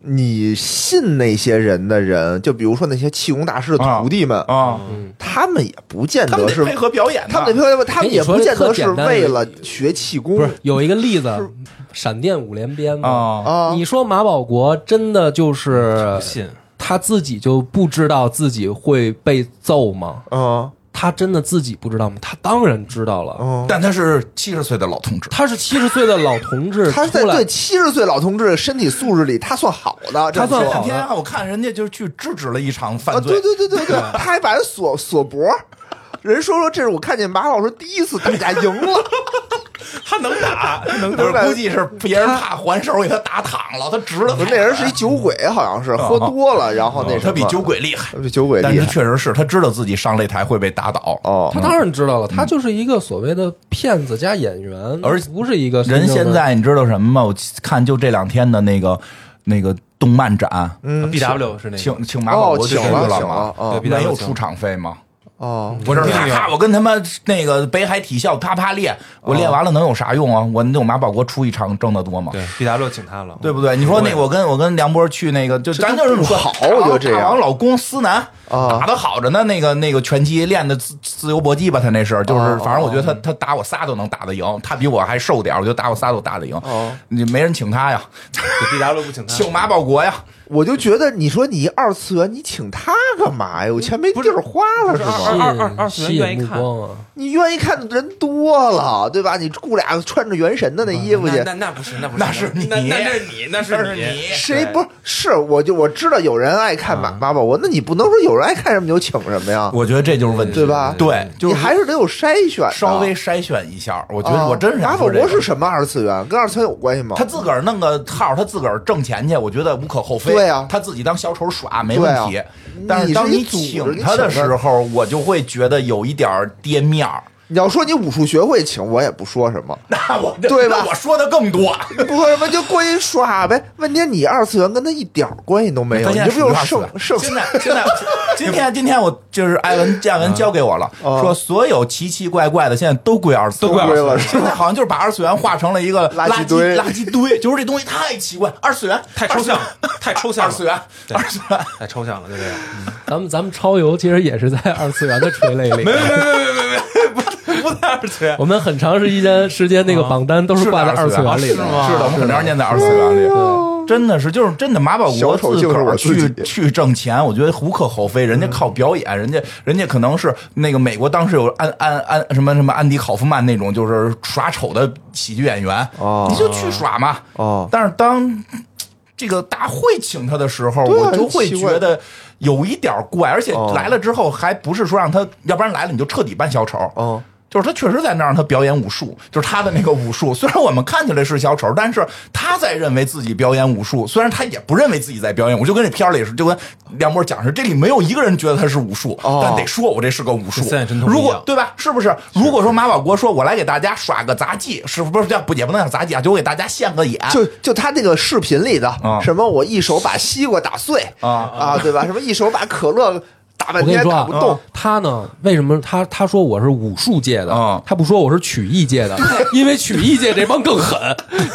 [SPEAKER 3] 你信那些人的人，就比如说那些气功大师的徒弟们，
[SPEAKER 2] 啊，
[SPEAKER 3] 他们也不见
[SPEAKER 2] 他们
[SPEAKER 3] 嗯得是
[SPEAKER 2] 得配合表演的，
[SPEAKER 3] 他们得配合，他们也不见得是为了
[SPEAKER 1] 跟啊哎你
[SPEAKER 3] 学气功
[SPEAKER 1] 不是有一个例子，闪电五连鞭嘛。
[SPEAKER 2] 啊
[SPEAKER 3] 啊。
[SPEAKER 1] 你说马保国真的就是
[SPEAKER 4] 不信
[SPEAKER 1] 他自己就不知道自己会被揍吗？
[SPEAKER 3] 嗯
[SPEAKER 1] 他真的自己不知道吗？他当然知道了，
[SPEAKER 3] 嗯，
[SPEAKER 2] 但他是七十岁的老同志，
[SPEAKER 1] 他是七十岁的老同志，
[SPEAKER 3] 他在
[SPEAKER 1] 出来
[SPEAKER 3] 对七十岁老同志的身体素质里，他算好的，这
[SPEAKER 1] 他
[SPEAKER 3] 么
[SPEAKER 1] 算
[SPEAKER 3] 说
[SPEAKER 1] 好
[SPEAKER 2] 前
[SPEAKER 1] 的
[SPEAKER 2] 天啊，我看人家就是去制止了一场犯
[SPEAKER 3] 啊，
[SPEAKER 2] 罪
[SPEAKER 3] 对，对对对对，他还把人锁锁脖儿。人说说这是我看见马老师第一次打架赢了，
[SPEAKER 2] 他能打，能
[SPEAKER 3] 能打
[SPEAKER 2] 估计是别人怕还手给他打躺了，他直了
[SPEAKER 3] 不是那人是一酒鬼，好像是喝多了，然后那什
[SPEAKER 2] 哦他
[SPEAKER 3] 么，
[SPEAKER 2] 比酒鬼厉害
[SPEAKER 3] 他，比酒鬼
[SPEAKER 2] 但
[SPEAKER 3] 厉
[SPEAKER 2] 是
[SPEAKER 3] 害
[SPEAKER 2] 确实是他知道自己上擂台会被打倒，
[SPEAKER 3] 哦
[SPEAKER 1] 他当然知道了，他就是一个所谓的骗子加演员，
[SPEAKER 2] 而
[SPEAKER 1] 不是一个真
[SPEAKER 2] 人
[SPEAKER 1] 正的
[SPEAKER 2] 现在你知道什么吗？我看就这两天的那个那个动漫展，
[SPEAKER 4] B W 是那个
[SPEAKER 2] 请请马保
[SPEAKER 3] 哦，
[SPEAKER 2] 国去
[SPEAKER 3] 请
[SPEAKER 2] 了
[SPEAKER 3] 了请
[SPEAKER 2] 吗
[SPEAKER 3] 了？
[SPEAKER 4] 对
[SPEAKER 3] 哦
[SPEAKER 4] 比较
[SPEAKER 2] 没有
[SPEAKER 4] 请
[SPEAKER 2] 出场费吗？
[SPEAKER 3] 哦，
[SPEAKER 2] 嗯我这咔咔，我跟他们那个北海体校啪啪练，我练完了能有啥用啊？我那我马保国出一场挣得多吗？
[SPEAKER 4] 对 B W 请他了，
[SPEAKER 2] 对不对？你说那我跟我跟梁波去那个，就咱就是这么说啊
[SPEAKER 3] 不好我觉得这样
[SPEAKER 2] 大王老公思南
[SPEAKER 3] 啊
[SPEAKER 2] 打的好着呢，那个那个拳击练的自自由搏击吧，他那是就是，
[SPEAKER 3] 啊
[SPEAKER 2] 反正我觉得他他打我仨都能打得赢，他比我还瘦点儿我觉得打我仨都打得赢
[SPEAKER 3] 哦。啊
[SPEAKER 2] 你没人请他呀，
[SPEAKER 4] ，B W 不请他，
[SPEAKER 2] 请马保国呀。
[SPEAKER 3] 我就觉得你说你二次元，你请他干嘛呀？有钱没地儿花了是
[SPEAKER 4] 不是
[SPEAKER 3] 吗？
[SPEAKER 4] 二二二二
[SPEAKER 1] 吸
[SPEAKER 4] 次
[SPEAKER 1] 引
[SPEAKER 4] 元
[SPEAKER 1] 吸引
[SPEAKER 4] 愿意
[SPEAKER 1] 目
[SPEAKER 4] 看
[SPEAKER 1] 光啊，
[SPEAKER 3] 你愿意看的人多了，对吧？你雇俩穿着元神的那衣服
[SPEAKER 4] 那
[SPEAKER 3] 去，
[SPEAKER 4] 那那不是，那不是，
[SPEAKER 2] 那是你
[SPEAKER 4] 那那是你，那
[SPEAKER 2] 那
[SPEAKER 4] 是
[SPEAKER 2] 是你
[SPEAKER 3] 谁不是？是我就我知道有人爱看马马保国，那你不能说有人爱看什么你就请什么呀？
[SPEAKER 2] 我觉得这就是问题，
[SPEAKER 3] 对吧
[SPEAKER 2] 对，就
[SPEAKER 3] 你
[SPEAKER 2] 是
[SPEAKER 3] 还是得有筛选的，
[SPEAKER 2] 稍微筛选一下。我觉得
[SPEAKER 3] 啊
[SPEAKER 2] 我真是
[SPEAKER 3] 马
[SPEAKER 2] 想
[SPEAKER 3] 保
[SPEAKER 2] 说这
[SPEAKER 3] 国
[SPEAKER 2] 个
[SPEAKER 3] 是什么二次元？跟二次元有关系吗？
[SPEAKER 2] 他自个儿弄个号，他自个儿挣钱去，我觉得无可厚非。
[SPEAKER 3] 对啊
[SPEAKER 2] 他自己当小丑耍没问题
[SPEAKER 3] 对啊。
[SPEAKER 2] 但是当请他的时候，我就会觉得有一点儿跌面儿。。
[SPEAKER 3] 你要说你武术学会请，我也不说什么
[SPEAKER 2] 那我
[SPEAKER 3] 对吧
[SPEAKER 2] 那我说的更多。
[SPEAKER 3] 不说什么就过去耍呗。问题你二次元跟他一点关系都没有，
[SPEAKER 2] 他
[SPEAKER 3] 哎你
[SPEAKER 2] 现在
[SPEAKER 3] 这不就是
[SPEAKER 2] 属于
[SPEAKER 3] 圣
[SPEAKER 2] 二次
[SPEAKER 3] 圣
[SPEAKER 2] 现在现在今天今天我就是艾文建文交给我了，
[SPEAKER 3] 嗯
[SPEAKER 2] 说所有奇奇怪怪的现在都归二次元，
[SPEAKER 4] 都归二次元
[SPEAKER 3] 了
[SPEAKER 2] 现在好像就是把二次元化成了一个
[SPEAKER 3] 垃圾
[SPEAKER 2] 垃
[SPEAKER 3] 堆
[SPEAKER 2] 垃圾堆，就是这东西太奇怪，二次元
[SPEAKER 4] 太抽象，了，太抽象了，
[SPEAKER 2] 二次元
[SPEAKER 4] 对
[SPEAKER 2] 二次元。
[SPEAKER 4] 太抽象了，就这样。
[SPEAKER 1] 咱们咱们超游其实也是在二次元的垂泪里，
[SPEAKER 4] 不在二次元，
[SPEAKER 1] 我们很长时间时间那
[SPEAKER 4] 啊
[SPEAKER 1] 个榜单都是挂在
[SPEAKER 2] 二
[SPEAKER 1] 二次元里
[SPEAKER 2] 是
[SPEAKER 1] 的，
[SPEAKER 2] 吗？是的，我啊们很长时间在二次元里，真的是就是真的马保国
[SPEAKER 3] 小丑
[SPEAKER 2] 自
[SPEAKER 3] 竟
[SPEAKER 2] 个
[SPEAKER 3] 是
[SPEAKER 2] 儿
[SPEAKER 3] 我自
[SPEAKER 2] 去
[SPEAKER 3] 己嗯
[SPEAKER 2] 去挣钱，我觉得无可厚非。人家靠表演，人家人家可能是那个美国当时有安安安什么什么安迪考夫曼那种就是耍丑的喜剧演员，
[SPEAKER 3] 哦
[SPEAKER 2] 你就去耍嘛。
[SPEAKER 3] 哦
[SPEAKER 2] 但是当这个大会请他的时候，
[SPEAKER 3] 对啊
[SPEAKER 2] 我就会
[SPEAKER 3] 奇怪
[SPEAKER 2] 觉得有一点怪，而且来了之后还不是说让他，要不然来了你就彻底扮小丑，
[SPEAKER 3] 哦
[SPEAKER 2] 就是他确实在那儿让他表演武术，就是他的那个武术。虽然我们看起来是小丑，但是他在认为自己表演武术，虽然他也不认为自己在表演。我就跟这片儿里是，就跟梁博讲是，这里没有一个人觉得他是武术，
[SPEAKER 3] 哦
[SPEAKER 2] 但得说我这是个武术
[SPEAKER 4] 跟。三眼神童
[SPEAKER 2] 如
[SPEAKER 4] 一
[SPEAKER 2] 果
[SPEAKER 4] 样
[SPEAKER 2] 对吧？是不是？如果说马保国说我来给大家耍个杂技，是不是叫不也不能叫杂技啊？就我给大家现个眼，
[SPEAKER 3] 就就他那个视频里的
[SPEAKER 2] 啊
[SPEAKER 3] 什么，我一手把西瓜打碎
[SPEAKER 2] 啊
[SPEAKER 3] 啊，对吧？什么一手把可乐打打
[SPEAKER 1] 我
[SPEAKER 3] 半
[SPEAKER 1] 跟你
[SPEAKER 3] 天
[SPEAKER 1] 说
[SPEAKER 3] 打
[SPEAKER 1] 啊
[SPEAKER 3] 不动，，
[SPEAKER 1] 他呢，为什么他他说我是武术界
[SPEAKER 2] 嗯
[SPEAKER 1] 的，他不说我是曲艺界的，因为曲艺界这帮更狠，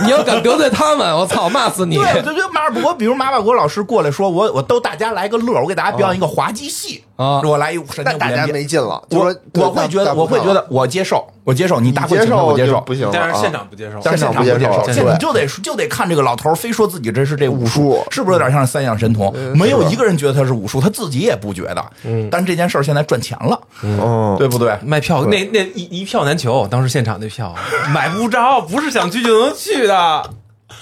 [SPEAKER 1] 你要敢得罪他们，我操，骂死你！
[SPEAKER 2] 对，就就马尔博，比如马尔博老师过来说，我我逗大家来个乐儿，我给大家表演一个滑稽戏
[SPEAKER 1] 啊
[SPEAKER 2] 我来一闪
[SPEAKER 3] 那
[SPEAKER 2] 电五
[SPEAKER 3] 大家
[SPEAKER 2] 连鞭
[SPEAKER 3] 没劲了。就
[SPEAKER 2] 我
[SPEAKER 3] 说
[SPEAKER 2] 我会觉得，我会觉，
[SPEAKER 3] 大
[SPEAKER 2] 得我接受，我接受，你打
[SPEAKER 3] 大
[SPEAKER 2] 过
[SPEAKER 3] 不
[SPEAKER 2] 请
[SPEAKER 3] 看了你
[SPEAKER 2] 求我接
[SPEAKER 3] 接就
[SPEAKER 2] 受，
[SPEAKER 3] 不行了啊，
[SPEAKER 4] 但是现场不接受，
[SPEAKER 2] 但是
[SPEAKER 3] 现场
[SPEAKER 2] 不
[SPEAKER 3] 不接受
[SPEAKER 2] 受，
[SPEAKER 3] 对
[SPEAKER 2] 现你就得就得看这个老头儿非说自己这是这武术
[SPEAKER 3] 武术，嗯
[SPEAKER 2] 是不是有点像三养神童？没有一个人觉得他是武术，他自己也不觉得。嗯，但是这件事儿现在赚钱了，
[SPEAKER 3] 嗯，
[SPEAKER 2] 对不对？
[SPEAKER 4] 卖票那那一一票难求，当时现场那票买不着，不是想去就能去的。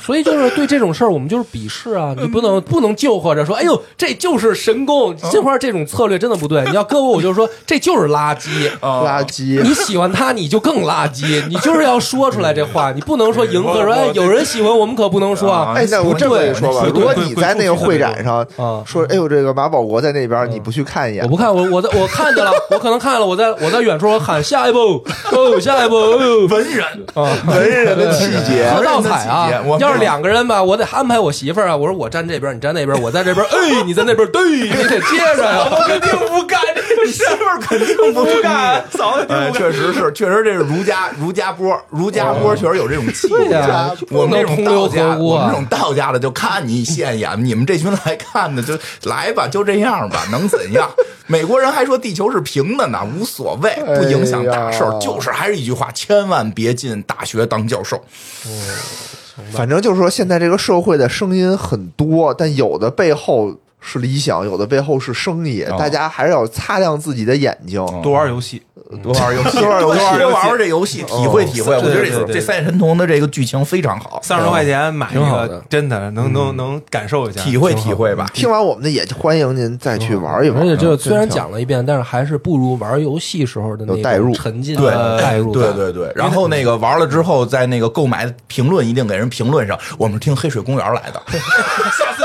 [SPEAKER 1] 所以就是对这种事儿，我们就是鄙视啊，你不能不能救和着说，哎呦，这就是神功，金花这种策略真的不对。你要搁我，我就说这就是垃 圾。
[SPEAKER 3] 垃
[SPEAKER 2] 啊
[SPEAKER 3] 圾。
[SPEAKER 1] 你喜欢他，你就更垃 圾，你就是要说出来这话，你不能说迎合说，哎，有人喜欢我们可不能说啊。
[SPEAKER 3] 哎，那我这么跟你说吧，
[SPEAKER 4] 对
[SPEAKER 3] 如果你在那个会展上
[SPEAKER 1] 啊
[SPEAKER 3] 说，哎呦，这个马保国在那边，你不去看一眼，
[SPEAKER 1] 我不看，我我在我看见了，我可能看见了，我在我在远处我喊下一步，哦，下一步，哦
[SPEAKER 2] 文人，
[SPEAKER 4] 啊
[SPEAKER 3] 文人的气节，
[SPEAKER 1] 何道彩
[SPEAKER 2] 人的
[SPEAKER 1] 啊
[SPEAKER 2] 季节我！
[SPEAKER 1] 要是两个人吧，我得安排我媳妇儿啊。我说我站这边，你站那边，我在这边，哎，你在那边，对，你得接着呀。
[SPEAKER 4] 我肯定不干这个事儿，肯定不干，早肯定
[SPEAKER 2] 哎，
[SPEAKER 4] 不干。
[SPEAKER 2] 确实是，确实这是儒家儒家波，儒家波确实有这种气
[SPEAKER 1] 哦对
[SPEAKER 2] 质。
[SPEAKER 1] 呀，
[SPEAKER 2] 啊我们这种
[SPEAKER 1] 不能同
[SPEAKER 2] 道
[SPEAKER 1] 流
[SPEAKER 2] 家，
[SPEAKER 1] 合污
[SPEAKER 2] 我们这
[SPEAKER 1] 啊
[SPEAKER 2] 种！道家的就看你现眼，你们这群来看的就 来吧，就这样吧，能怎 样？美国人还说地球是平的呢，无所谓，不影响大事
[SPEAKER 3] 哎
[SPEAKER 2] 儿。
[SPEAKER 3] 呀
[SPEAKER 2] 就是还是一句话，千万别进大学当教授。
[SPEAKER 3] 反正就是说，现在这个社会的声音很多，但有的背后是理想，有的背后是生意，大家还是要擦亮自己的眼睛。
[SPEAKER 4] 多玩游戏，
[SPEAKER 2] 多玩游戏，多玩
[SPEAKER 3] 游戏
[SPEAKER 2] 多玩玩这游戏，体
[SPEAKER 1] 哦
[SPEAKER 2] 会体会。我觉得
[SPEAKER 4] 对对
[SPEAKER 2] 这
[SPEAKER 4] 对
[SPEAKER 2] 这三眼神童的这个剧情非常好，
[SPEAKER 4] 三十多块钱买一
[SPEAKER 1] 挺好
[SPEAKER 4] 个
[SPEAKER 1] 的，
[SPEAKER 4] 真的能能能感受一下，
[SPEAKER 2] 体会体会吧。
[SPEAKER 3] 听完我们的也欢迎您再去玩一玩。
[SPEAKER 1] 而且这
[SPEAKER 3] 嗯
[SPEAKER 1] 虽然，讲了一遍，但是还是不如玩游戏时候的那
[SPEAKER 3] 有代入
[SPEAKER 1] 种沉浸
[SPEAKER 2] 对
[SPEAKER 4] 呃
[SPEAKER 2] 哎
[SPEAKER 1] 的呃代入感
[SPEAKER 2] 对对对，然后那个玩了之后，在那个购买评论一定给人评论上，我们是听黑水公园 来的，
[SPEAKER 4] 下次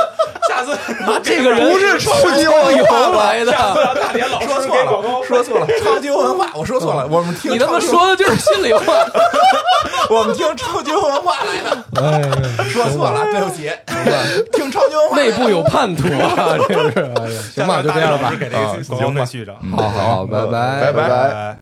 [SPEAKER 4] 下次
[SPEAKER 1] 这个人不是出
[SPEAKER 3] 京
[SPEAKER 1] 游来的。
[SPEAKER 4] 大连老
[SPEAKER 2] 说错了，说错了，超级文化，我说错了，我们听
[SPEAKER 1] 嗯你他妈
[SPEAKER 2] 超级
[SPEAKER 1] 说的就是心 里话，
[SPEAKER 2] 我们听超级文化来的，
[SPEAKER 1] 哎
[SPEAKER 2] 说错了，对不起，听超级文化来
[SPEAKER 1] 内
[SPEAKER 2] 的。
[SPEAKER 1] 部有叛徒啊！这是，哎呀行吧，就这样吧。
[SPEAKER 4] 给这个广告费续上。
[SPEAKER 1] 好好，拜拜，
[SPEAKER 2] 拜
[SPEAKER 3] 拜拜。
[SPEAKER 4] 拜。